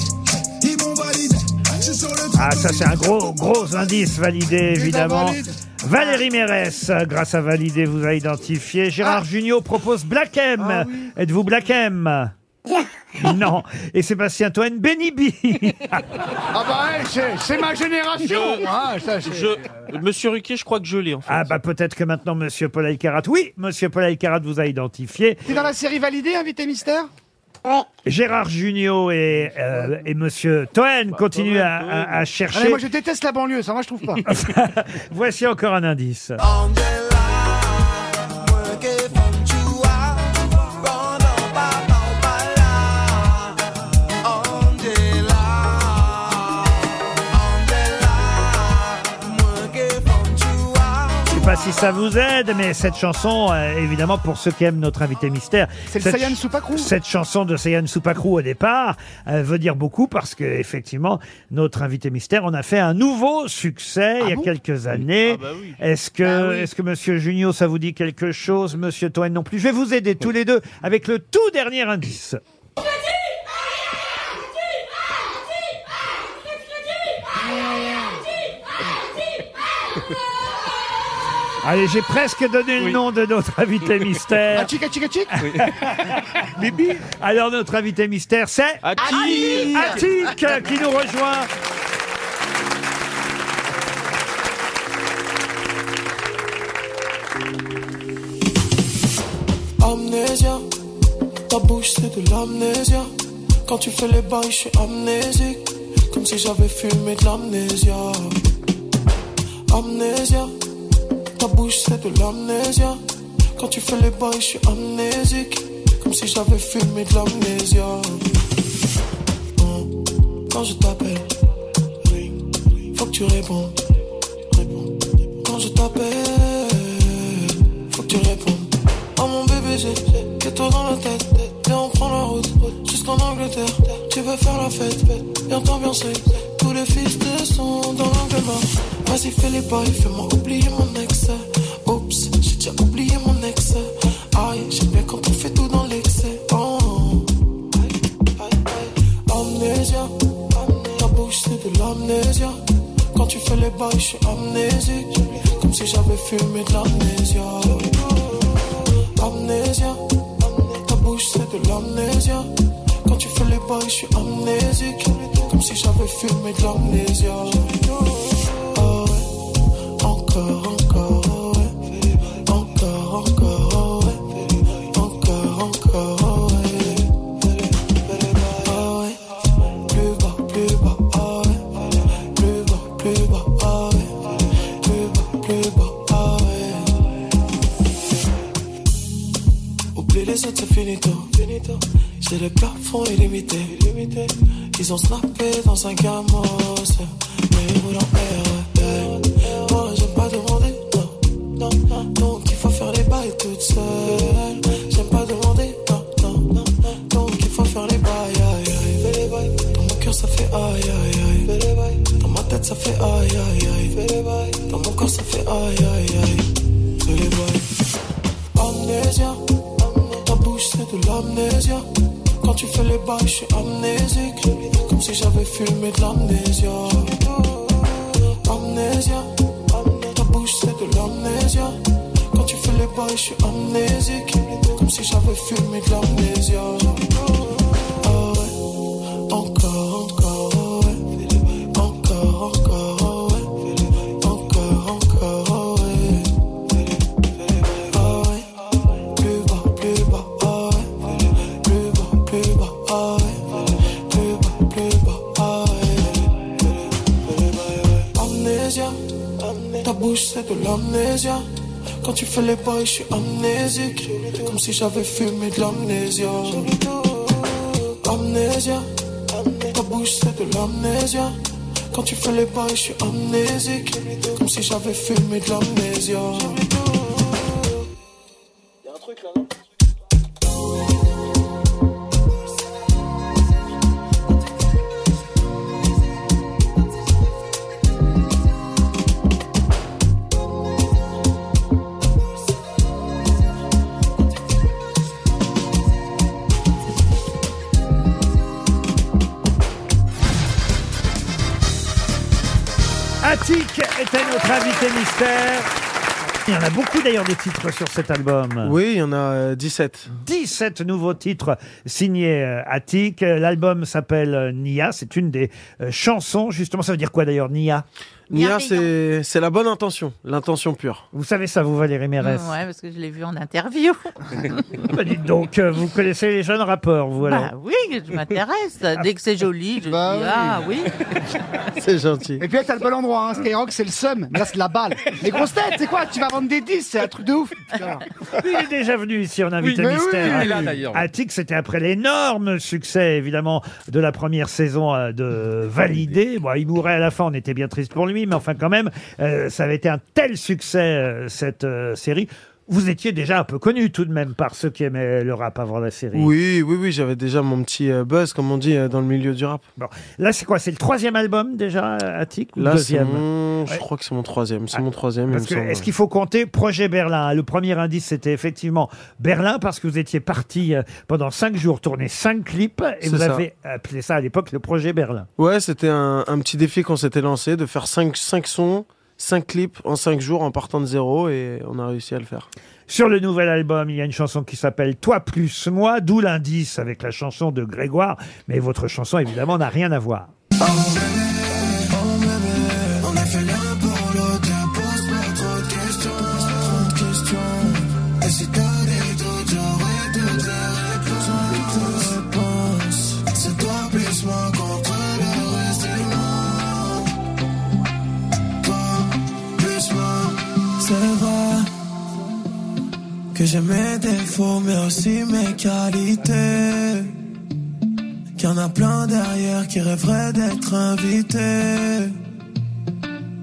ils m'ont validé. Je suis sur le Ah, ça, c'est un gros, gros indice Eh validé, ben, évidemment. valide. Valérie Mérès, euh, grâce à Validé, Ah. vous a identifié. Gérard Junior propose Black M. Êtes-vous Black M Non. Et Sébastien Toen, [laughs] Benibi. Ah bah elle, c'est- c'est ma génération. Je- hein, ça, c'est- Je- Monsieur Ruquier, je crois que je l'ai. en fait. ah bah peut-être que maintenant Monsieur Paul Alcarat, oui, Monsieur Paul Alcarat vous a identifié. T'es dans la série validée, invité mystère Gérard Junior et, euh, et Monsieur Bah, Toen continuent à, à- à Ah, mais chercher. Moi, je déteste la banlieue, ça, moi, je trouve pas. [laughs] Voici encore un indice. Je sais pas si ça vous aide, mais cette chanson, euh, évidemment, pour ceux qui aiment notre invité mystère. C'est le cette Sayan ch- Soupakrou. Cette chanson de Sayan Soupakrou au départ euh, veut dire beaucoup parce que, effectivement, notre invité mystère, on a fait un nouveau Ah succès il y a quelques années. Est-ce que, Bah est-ce que monsieur Junio, ça vous dit quelque chose? Monsieur Toen non plus. Je vais vous aider tous les deux avec le tout dernier [laughs] indice. Allez, j'ai presque donné le nom de notre [laughs] invité mystère. Atchik, atchik, atchik [laughs] Bibi Alors, notre invité mystère, c'est Attic. Attic, qui nous rejoint Amnésia, ta bouche c'est de l'amnésia. Quand tu fais les bails, je suis amnésique. Comme si j'avais fumé de l'amnésia. Amnésia, ta bouche c'est de l'amnésia. Quand tu fais les bails, je suis amnésique. Comme si j'avais fumé de l'amnésia. Hein, Quand je t'appelle, ring, faut que tu réponds. Réponds. Quand je t'appelle, faut que tu réponds. Oh mon bébé, j'ai que toi dans la tête. Et on prend la route jusqu'en Angleterre. Tu veux faire la fête, viens t'ambiancer. Tous les fils de sont dans l'angle mort. Vas-y, fais les bails, fais-moi oublier mon ex. Oups, j'ai déjà oublié mon ex. Aïe, j'aime bien quand on fait tout dans l'excès. Oh. Aïe, aïe, aïe. Amnésia, ta bouche c'est de l'amnésia. Quand tu fais les bails, je suis amnésique. Comme si j'avais fumé de l'amnésia. Amnésia, ta bouche c'est de l'amnésia. Quand tu fais les bails, je suis amnésique. Comme si j'avais fumé de l'amnésia. Ah ouais, encore, encore, ah ouais. Encore, encore, ah ouais. Encore, encore, ouais. Ah ouais, plus bas, plus bas, ah ouais. Plus bas, plus bas, ah ouais. Plus bas, plus bas, ah ouais. Oublie les autres, c'est finito. J'ai le plafond illimité. Ils ont snappé dans un gamos. Mais ils roulent en RER. Moi, Oh, j'aime pas demander. Non, non, non. Donc, il faut faire les bails toute seule. J'aime pas demander. Non, non, non. Donc, il faut faire les bails. Aïe, aïe. Fais les bails. Dans mon cœur, ça fait aïe, aïe, aïe. Fais les bails. Dans ma tête, ça fait aïe, aïe, aïe. Fais les bails. Dans mon corps, ça fait aïe, aïe, aïe. Fais les bails. Amnésia. Ta bouche c'est de l'amnésia. Quand tu fais les bails, je suis amnésique. Comme si j'avais fumé de l'amnésia. Amnésia, ta bouche c'est de l'amnésia. Quand tu fais les bails, je suis amnésique. Comme si j'avais fumé de l'amnésia. Ah ouais, encore, encore, ouais. Encore, encore, ouais. Encore, encore, ouais. Ah ouais. Plus bas, plus bas, ah ouais. Plus bas, plus bas, ah ouais. Plus bas, plus bas, ah ouais. Amnésia, ta bouche c'est de l'amnésia. Quand tu fais les bails, je suis amnésique. Comme si j'avais fumé de l'amnésia. Amnésia, ta bouche c'est de l'amnésia. Quand tu fais les bails, je suis amnésique. Comme si j'avais fumé de l'amnésia. Attic était notre invité mystère. Il y en a beaucoup d'ailleurs des titres sur cet album. Oui, il y en a euh, 17. 17 nouveaux titres signés euh, Attic. Euh, L'album s'appelle euh, Nia. C'est une des euh, chansons, justement. Ça veut dire quoi d'ailleurs, Nia Nia, c'est c'est la bonne intention, l'intention pure. Vous savez ça, vous, Valérie Mérès Ouais, parce que je l'ai vu en interview. Bah, dites donc, euh, vous connaissez les jeunes rappeurs, vous alors Bah oui, je m'intéresse. Dès que c'est joli, je Bah dis ah oui. C'est gentil. Et puis là, t'as le bon endroit. Hein. Skyrock, c'est le seum. Mais là, c'est la balle. Les grosses têtes, c'est quoi Tu vas vendre des 10, c'est un truc de ouf. Ah putain. Il est déjà venu ici en invité mais oui, mystère. il est là, d'ailleurs. Attic, c'était après l'énorme succès, évidemment, de la première saison euh, de Validé. Bon, il mourait à la fin, on était bien triste pour lui, mais enfin, quand même, euh, ça avait été un tel succès, euh, cette euh, série. Vous étiez déjà un peu connu tout de même par ceux qui aimaient le rap avant la série. Oui, oui, oui, j'avais déjà mon petit euh, buzz, comme on dit, euh, dans le milieu du rap. Bon, là, c'est quoi C'est le troisième album déjà, Attic ou le Là, c'est deuxième mon... je Ouais. Ah, crois que c'est mon troisième. C'est mon troisième, il Parce me que, semble. est-ce qu'il faut compter Projet Berlin hein Le premier indice, c'était effectivement Berlin, parce que vous étiez parti euh, pendant cinq jours tourner cinq clips, et C'est vous ça. avez appelé ça à l'époque le Projet Berlin. Ouais, c'était un, un petit défi qu'on s'était lancé de faire 5 cinq sons, 5 clips en 5 jours en partant de zéro et on a réussi à le faire. Sur le nouvel album, il y a une chanson qui s'appelle Toi plus moi, d'où l'indice avec la chanson de Grégoire, mais votre chanson, évidemment, n'a rien à voir. On a fait l'un pour l'autre, pose pas trop de questions, trop de questions. Et si t'as des doutes, j'aurai toutes les réponses. C'est toi plus moi contre le reste du monde. Toi plus moi, c'est vrai que j'ai mes défauts mais aussi mes qualités. Qu'il y en a plein derrière qui rêveraient d'être invités.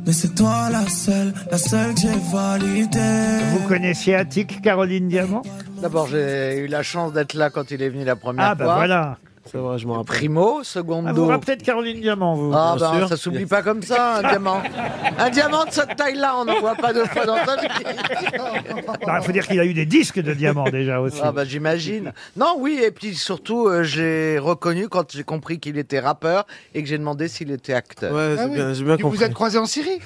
Mais c'est toi la seule, la seule que j'ai validée. Vous connaissiez Attic, Caroline Diamant D'abord, j'ai eu la chance d'être là quand il est venu la première Ah, bah fois. voilà. C'est vrai, je m'en rappelle. Primo, secondo. Ah, vous vous rappelez de Caroline Diamant, vous Ah, Bien bah, sûr. ça s'oublie pas comme ça, un diamant. Un diamant de cette taille-là, on n'en voit pas deux fois dans sa [laughs] vie. Il Bah, faut dire qu'il a eu des disques de diamants déjà aussi. Ah, bah, j'imagine. Non, oui, et puis surtout, euh, j'ai reconnu quand j'ai compris qu'il était rappeur et que j'ai demandé s'il était acteur. Ouais, Ah oui. Et Vous êtes croisés en Syrie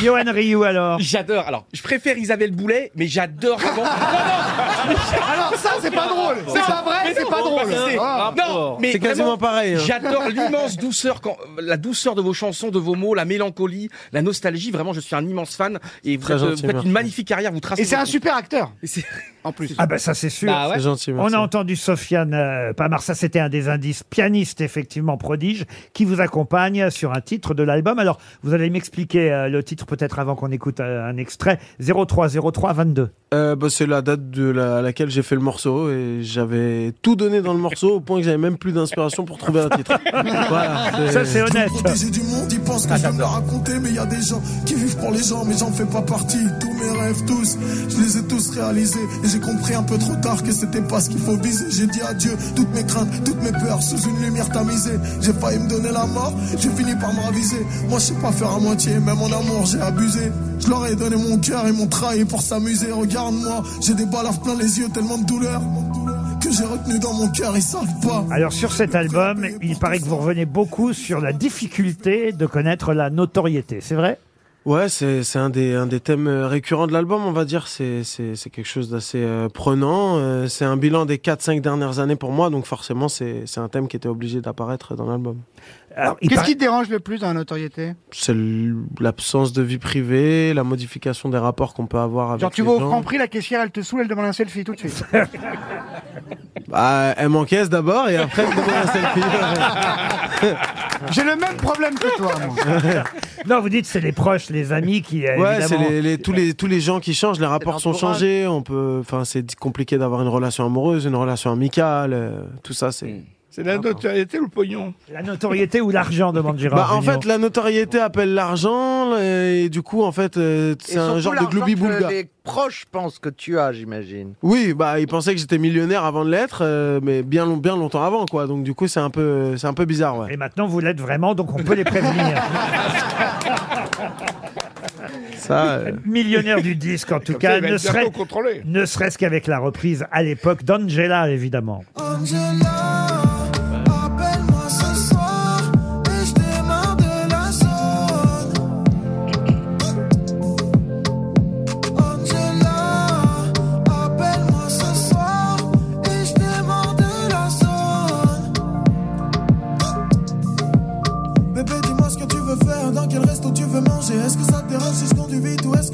Johan Ryu alors J'adore. Alors, je préfère Isabelle Boulet, [laughs] mais j'adore vraiment. Alors ça, c'est pas drôle. C'est pas vrai, Mais c'est non, pas drôle. c'est- Ah. Non, mais C'est quasiment vraiment, pareil, hein. J'adore l'immense douceur, quand, la douceur de vos chansons, de vos mots, la mélancolie, la nostalgie. Vraiment, je suis un immense fan et vous, Très êtes, euh, gentil, vous faites merci. une magnifique carrière. Vous tracez. Et c'est un votre- super acteur. Et [laughs] c'est- En plus. Ah bah ça c'est sûr. Bah ouais. C'est gentil, On merci. a entendu Sofiane euh, Pamar, ça c'était un des indices pianiste effectivement prodige qui vous accompagne sur un titre de l'album. Alors vous allez m'expliquer euh, le titre peut-être avant qu'on écoute euh, un extrait 030322. Euh, bah, c'est la date de la- à laquelle j'ai fait le morceau et j'avais tout donné dans le morceau au point que j'avais même plus d'inspiration pour trouver un titre. [laughs] Voilà, Ça c'est honnête. Je veux protéger du monde, ils pensent Ah, que je vais me la raconter, mais il y a des gens qui vivent pour les gens, mais j'en fais pas partie. Tous mes rêves, tous, je les ai tous réalisés. Et j'ai compris un peu trop tard que c'était pas ce qu'il faut viser. J'ai dit adieu, toutes mes craintes, toutes mes peurs, sous une lumière tamisée. J'ai failli me donner la mort, j'ai fini par me raviser. Moi, je sais pas faire à moitié, même en amour, j'ai abusé. Je leur ai donné mon cœur et mon trahi pour s'amuser. Regarde-moi, j'ai des balafres plein les yeux, tellement de douleur que j'ai retenu dans mon cœur, ils savent pas. Alors sur cet album, il paraît que vous revenez beaucoup sur la difficulté de connaître la notoriété, c'est vrai Ouais, c'est c'est un des, un des thèmes euh, récurrents de l'album, on va dire. C'est c'est- c'est quelque chose d'assez euh, prenant. Euh, c'est un bilan des 4-5 dernières années pour moi, donc forcément, c'est c'est un thème qui était obligé d'apparaître dans l'album. Qu'est-ce qui te dérange le plus dans la notoriété C'est l- l'absence de vie privée, la modification des rapports qu'on peut avoir avec Genre tu les vas au gens. Franprix, la caissière, elle te saoule, elle demande un selfie tout de suite. Bah, elle m'encaisse d'abord et après, elle me demande un [laughs] selfie. J'ai le même problème que toi, moi. [laughs] Non, vous dites c'est les proches, les amis qui euh, Ouais, c'est évidemment. les, les- tous, les, tous les gens qui changent, les rapports sont l'entourage. changés, on peut, enfin, c'est d- compliqué d'avoir une relation amoureuse, une relation amicale, euh, tout ça, c'est... Mm. C'est la notoriété ou le pognon La notoriété ou l'argent demande Gérard. Bah, en Jugnot. fait, la notoriété appelle l'argent, et du coup, en fait, euh, Et c'est un surtout, genre de l'argent gloubi-boulga. que Les proches pensent que tu as, j'imagine. Oui, bah, ils pensaient que j'étais millionnaire avant de l'être, euh, mais bien, long- bien longtemps avant, quoi. Donc, du coup, c'est un peu, c'est un peu bizarre, ouais. Et maintenant vous l'êtes vraiment, donc on peut les prévenir. Ça, euh, Millionnaire du disque en tout Comme ça, cas, il va ne être bientôt serait- contrôlé. ne serait-ce qu'avec la reprise à l'époque d'Angela évidemment. Angela, appelle-moi ce soir et je démarre de la zone.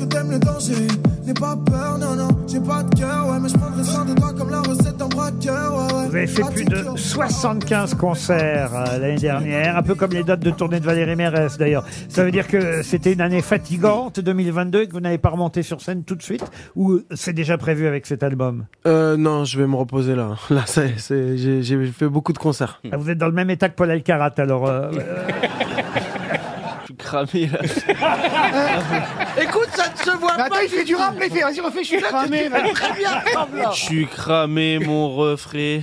t'aimes le danger. N'aie pas peur, non, non, j'ai pas de cœur. Ouais, mais je prendrai soin de toi comme la recette d'un braqueur. Ouais, ouais. Ah, Vous avez fait plus de 75 concerts euh, l'année dernière, un peu comme les dates de tournée de Valérie Mérès d'ailleurs. Ça veut dire que c'était une année fatigante 2022 et que vous n'avez pas remonté sur scène tout de suite ou euh, c'est déjà prévu avec cet album [laughs] Euh, non, je vais me reposer là. [laughs] Là, ça y est, c'est- j'ai j'ai fait beaucoup de concerts. Ah, Vous êtes dans le même état que Paul Alcarat alors. euh, Je suis cramé là. Écoute, ça ne se voit Mais attends, pas. il fait du rap, là, il fait, vas-y, refais, je suis cramé, vas-y. Très bien, hop là. Je suis cramé, mon refrain.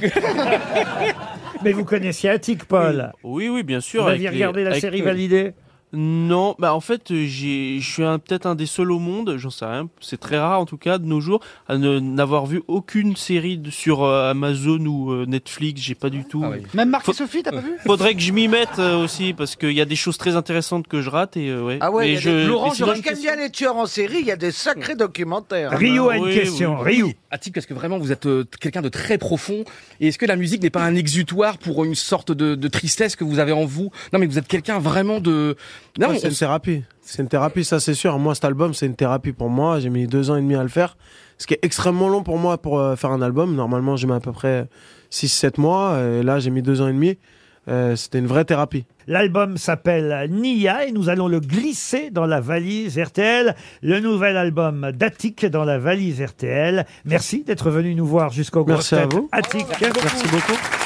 Mais vous connaissiez Attic, Paul Oui, oui, bien sûr. Vous avec aviez les- regardé la avec- série Validé Non, bah en fait, euh, j'ai- je suis un- peut-être un des seuls au monde, j'en sais rien, c'est très rare en tout cas de nos jours, à ne- n'avoir vu aucune série de- sur euh, Amazon ou euh, Netflix, j'ai pas du tout. Ah Même Marc et Sophie, t'as pas vu Faudrait que je m'y mette euh, aussi, parce qu'il y a des choses très intéressantes que je rate et euh, ouais. Ah ouais, Mais il y a je- des- mais Laurent, sinon, je aime bien les tueurs en série, il y a des sacrés documentaires. Ah Ah, Attic, parce que vraiment, vous êtes euh, quelqu'un de très profond. Et est-ce que la musique n'est pas un exutoire pour une sorte de, de tristesse que vous avez en vous Non, mais vous êtes quelqu'un vraiment de. Non, Ouais, on- c'est une thérapie. C'est une thérapie, ça c'est sûr. Moi, cet album, c'est une thérapie pour moi. J'ai mis deux ans et demi à le faire, ce qui est extrêmement long pour moi pour euh, faire un album. Normalement, je mets à peu près 6-7 mois. Et là, j'ai mis deux ans et demi. Euh, C'était une vraie thérapie. L'album s'appelle Nia et nous allons le glisser dans la valise RTL. Le nouvel album d'Attic dans la valise RTL. Merci d'être venu nous voir jusqu'au gros Merci à vous. Attic. Merci beaucoup.